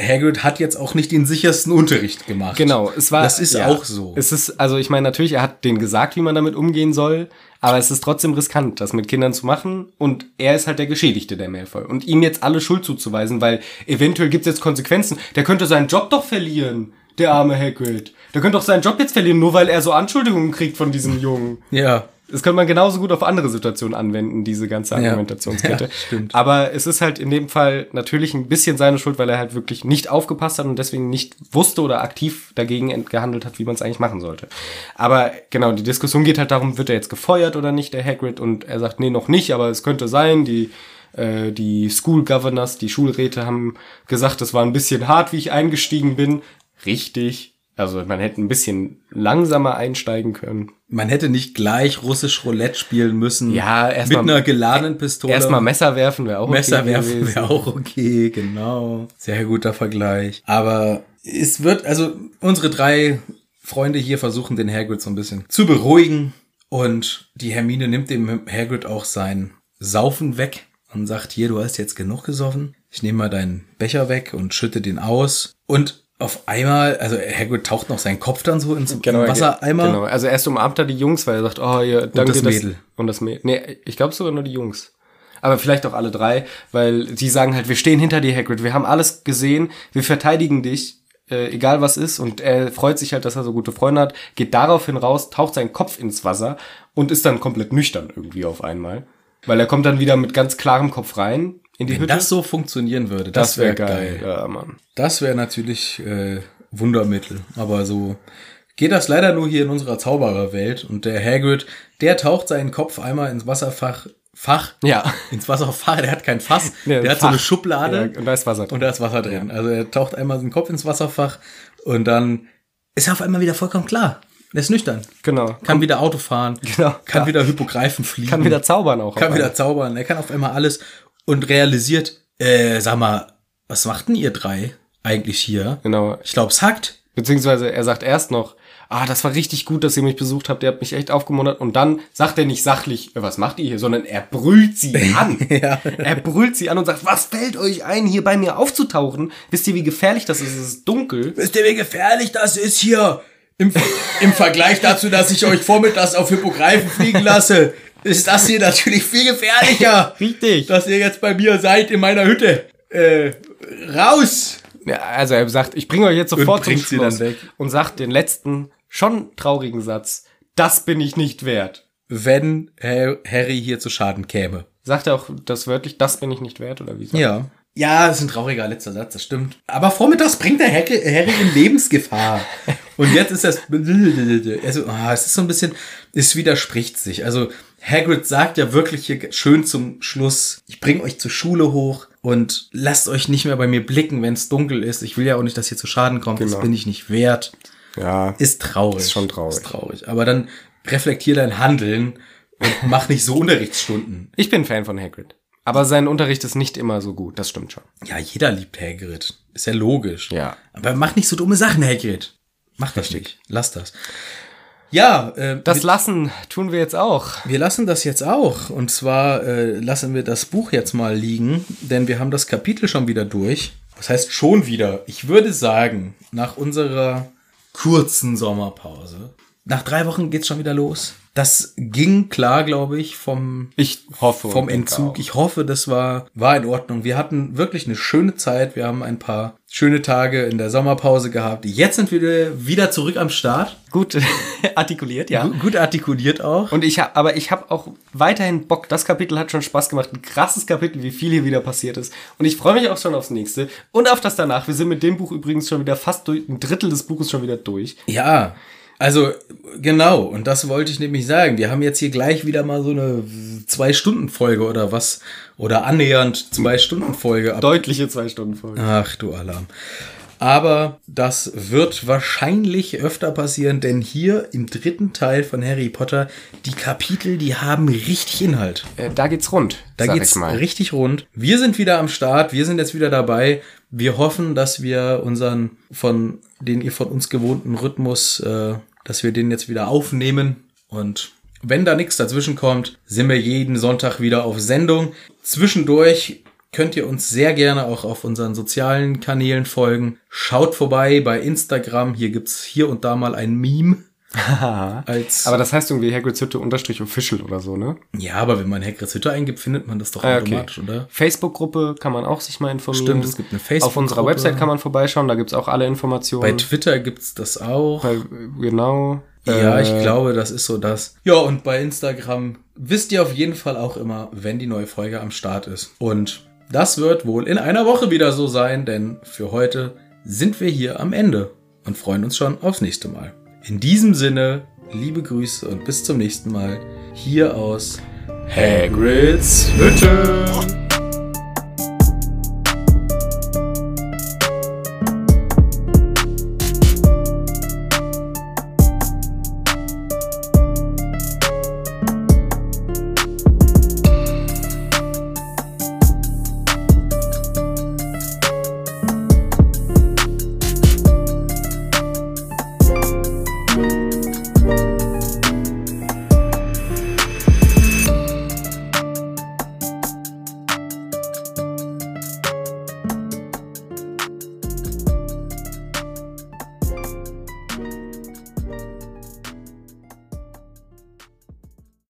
Speaker 1: Hagrid hat jetzt auch nicht den sichersten Unterricht gemacht.
Speaker 2: Genau, es war.
Speaker 1: Das ist
Speaker 2: ja.
Speaker 1: auch so.
Speaker 2: Es ist, also ich meine, natürlich, er hat denen gesagt, wie man damit umgehen soll, aber es ist trotzdem riskant, das mit Kindern zu machen und er ist halt der Geschädigte, der Malfoy. Und ihm jetzt alle Schuld zuzuweisen, weil eventuell gibt es jetzt Konsequenzen. Der könnte seinen Job doch verlieren, der arme Hagrid. Der könnte doch seinen Job jetzt verlieren, nur weil er so Anschuldigungen kriegt von diesem Jungen.
Speaker 1: ja.
Speaker 2: Das könnte man genauso gut auf andere Situationen anwenden, diese ganze Argumentationskette.
Speaker 1: Ja, stimmt.
Speaker 2: Aber es ist halt in dem Fall natürlich ein bisschen seine Schuld, weil er halt wirklich nicht aufgepasst hat und deswegen nicht wusste oder aktiv dagegen ent- gehandelt hat, wie man es eigentlich machen sollte. Aber genau, die Diskussion geht halt darum, wird er jetzt gefeuert oder nicht, der Hagrid? Und er sagt, nee, noch nicht, aber es könnte sein, die äh, die School Governors, die Schulräte haben gesagt, das war ein bisschen hart, wie ich eingestiegen bin. Richtig. Also man hätte ein bisschen langsamer einsteigen können.
Speaker 1: Man hätte nicht gleich russisch Roulette spielen müssen.
Speaker 2: Ja,
Speaker 1: erst
Speaker 2: erst
Speaker 1: Mit
Speaker 2: mal- e-
Speaker 1: einer geladenen Pistole.
Speaker 2: Erstmal Messer werfen wäre auch
Speaker 1: Messer
Speaker 2: okay
Speaker 1: werfen
Speaker 2: gewesen.
Speaker 1: wäre auch okay, genau. Sehr guter Vergleich. Aber es wird, also unsere drei Freunde hier versuchen, den Hagrid so ein bisschen zu beruhigen. Und die Hermine nimmt dem Hagrid auch sein Saufen weg und sagt, hier, du hast jetzt genug gesoffen. Ich nehme mal deinen Becher weg und schütte den aus. Und auf einmal, also Hagrid taucht noch seinen Kopf dann so ins
Speaker 2: er-
Speaker 1: Wassereimer.
Speaker 2: Genau. Also erst umarmt er die Jungs, weil er sagt, oh ja, danke.
Speaker 1: das
Speaker 2: dass-
Speaker 1: Mädel.
Speaker 2: Und das Mädel. Nee, ich glaube sogar nur die Jungs. Aber vielleicht auch alle drei, weil sie sagen halt, wir stehen hinter dir, Hagrid, wir haben alles gesehen, wir verteidigen dich, äh, egal was ist. Und er freut sich halt, dass er so gute Freunde hat, geht daraufhin raus, taucht seinen Kopf ins Wasser und ist dann komplett nüchtern irgendwie auf einmal. Weil er kommt dann wieder mit ganz klarem Kopf rein in die
Speaker 1: Wenn
Speaker 2: Hütte.
Speaker 1: das so funktionieren würde, das, wäre
Speaker 2: wär
Speaker 1: geil.
Speaker 2: Ja, Mann.
Speaker 1: Das wäre natürlich äh, Wundermittel. Aber so geht das leider nur hier in unserer Zaubererwelt. Und der Hagrid, der taucht seinen Kopf einmal ins Wasserfach. Fach?
Speaker 2: Ja.
Speaker 1: Ins Wasserfach. Der hat kein Fass.
Speaker 2: Ja,
Speaker 1: der hat so
Speaker 2: Fach.
Speaker 1: eine Schublade.
Speaker 2: Ja, genau. und da ist Wasser drin.
Speaker 1: Und da ist Wasser drin. Also er taucht einmal den Kopf ins Wasserfach. Und dann ist er auf einmal wieder vollkommen klar. Er ist nüchtern.
Speaker 2: Genau.
Speaker 1: Kann wieder Auto fahren.
Speaker 2: Genau.
Speaker 1: Kann
Speaker 2: Ja.
Speaker 1: wieder Hypogreifen fliegen.
Speaker 2: Kann wieder zaubern auch.
Speaker 1: Kann
Speaker 2: auf
Speaker 1: wieder zaubern. Er kann auf einmal alles und realisiert, äh, sag mal, was macht denn ihr drei eigentlich hier?
Speaker 2: Genau.
Speaker 1: Ich glaube, es hackt.
Speaker 2: Beziehungsweise er sagt erst noch, ah, das war richtig gut, dass ihr mich besucht habt, ihr habt mich echt aufgemuntert. Und dann sagt er nicht sachlich, "Äh, was macht ihr hier, sondern er brüllt sie an. Er brüllt sie an und sagt, was fällt euch ein, hier bei mir aufzutauchen? Wisst ihr, wie gefährlich das ist? Es ist dunkel.
Speaker 1: Wisst ihr, wie gefährlich das ist hier? Im, im Vergleich dazu, dass ich euch vormittags auf Hippogreifen fliegen lasse, ist das hier natürlich viel gefährlicher.
Speaker 2: Richtig.
Speaker 1: Dass ihr jetzt bei mir seid in meiner Hütte. Äh, raus!
Speaker 2: Ja, also er sagt, ich bringe euch jetzt sofort zum
Speaker 1: bringt sie dann
Speaker 2: Schluss
Speaker 1: weg.
Speaker 2: und sagt den letzten, schon traurigen Satz, das bin ich nicht wert.
Speaker 1: Wenn Har- Harry hier zu Schaden käme.
Speaker 2: Sagt er auch das wörtlich, das bin ich nicht wert oder wie? sagt er?
Speaker 1: Ja. Ja, das ist ein trauriger letzter Satz, das stimmt. Aber vormittags bringt der Harry, Harry in Lebensgefahr. Und jetzt ist das. Also, ah, es ist so ein bisschen. Es widerspricht sich. Also, Hagrid sagt ja wirklich hier schön zum Schluss: Ich bringe euch zur Schule hoch und lasst euch nicht mehr bei mir blicken, wenn es dunkel ist. Ich will ja auch nicht, dass ihr zu Schaden kommt. Das
Speaker 2: Genau.
Speaker 1: bin ich nicht wert.
Speaker 2: Ja.
Speaker 1: Ist traurig.
Speaker 2: Ist schon traurig.
Speaker 1: Ist traurig. Aber dann reflektier dein Handeln und mach nicht so Unterrichtsstunden.
Speaker 2: Ich bin Fan von Hagrid. Aber sein Unterricht ist nicht immer so gut, das stimmt schon.
Speaker 1: Ja, jeder liebt Hagrid. Ist ja logisch.
Speaker 2: Ja.
Speaker 1: Aber mach nicht so dumme Sachen, Hagrid. Mach das nicht. Lass das. Ja, äh,
Speaker 2: Das
Speaker 1: wir,
Speaker 2: Lassen tun wir jetzt auch.
Speaker 1: wir lassen das jetzt auch. Und zwar äh, lassen wir das Buch jetzt mal liegen, denn wir haben das Kapitel schon wieder durch. Was heißt schon wieder? Ich würde sagen, nach unserer kurzen Sommerpause, nach drei Wochen geht's schon wieder los. Das ging klar, glaube ich, vom
Speaker 2: Ich hoffe.
Speaker 1: vom Entzug. Ich hoffe, das war, war in Ordnung. Wir hatten wirklich eine schöne Zeit. Wir haben ein paar schöne Tage in der Sommerpause gehabt. Jetzt sind wir wieder zurück am Start.
Speaker 2: Gut artikuliert, ja.
Speaker 1: Gut artikuliert auch.
Speaker 2: Und ich habe, aber ich habe auch weiterhin Bock. Das Kapitel hat schon Spaß gemacht. Ein krasses Kapitel, wie viel hier wieder passiert ist. Und ich freue mich auch schon aufs nächste und auf das danach. Wir sind mit dem Buch übrigens schon wieder fast durch, ein Drittel des Buches schon wieder durch.
Speaker 1: Ja, also genau. Und das wollte ich nämlich sagen. Wir haben jetzt hier gleich wieder mal so eine Zwei-Stunden-Folge oder was. Oder annähernd Zwei-Stunden-Folge. ab-
Speaker 2: Deutliche zwei Stunden Folge.
Speaker 1: Ach du Alarm. Aber das wird wahrscheinlich öfter passieren, denn hier im dritten Teil von Harry Potter, die Kapitel, die haben richtig Inhalt.
Speaker 2: Äh, da geht's rund.
Speaker 1: Da
Speaker 2: sag
Speaker 1: geht's
Speaker 2: ich mal.
Speaker 1: richtig rund. Wir sind wieder am Start, wir sind jetzt wieder dabei. Wir hoffen, dass wir unseren von den ihr von uns gewohnten Rhythmus, äh, dass wir den jetzt wieder aufnehmen. Und wenn da nichts dazwischen kommt, sind wir jeden Sonntag wieder auf Sendung. Zwischendurch könnt ihr uns sehr gerne auch auf unseren sozialen Kanälen folgen. Schaut vorbei bei Instagram. Hier gibt's hier und da mal ein Meme. Als
Speaker 2: Aber das heißt irgendwie Hagrid's Hütte unterstrich official oder so, ne?
Speaker 1: ja, aber wenn man Hagrid's Hütte eingibt, findet man das doch
Speaker 2: Ah,
Speaker 1: automatisch, oder?
Speaker 2: Facebook-Gruppe kann man auch sich mal informieren.
Speaker 1: Stimmt, es gibt eine
Speaker 2: Auf unserer
Speaker 1: Facebook-Gruppe.
Speaker 2: Website kann man vorbeischauen, da gibt's auch alle Informationen.
Speaker 1: Bei Twitter gibt's das auch.
Speaker 2: Bei- genau.
Speaker 1: ja,
Speaker 2: Äh,
Speaker 1: ich glaube, das ist so das. Ja, und bei Instagram wisst ihr auf jeden Fall auch immer, wenn die neue Folge am Start ist. Und das wird wohl in einer Woche wieder so sein, denn für heute sind wir hier am Ende und freuen uns schon aufs nächste Mal. In diesem Sinne, liebe Grüße und bis zum nächsten Mal hier aus Hagrid's Hütte.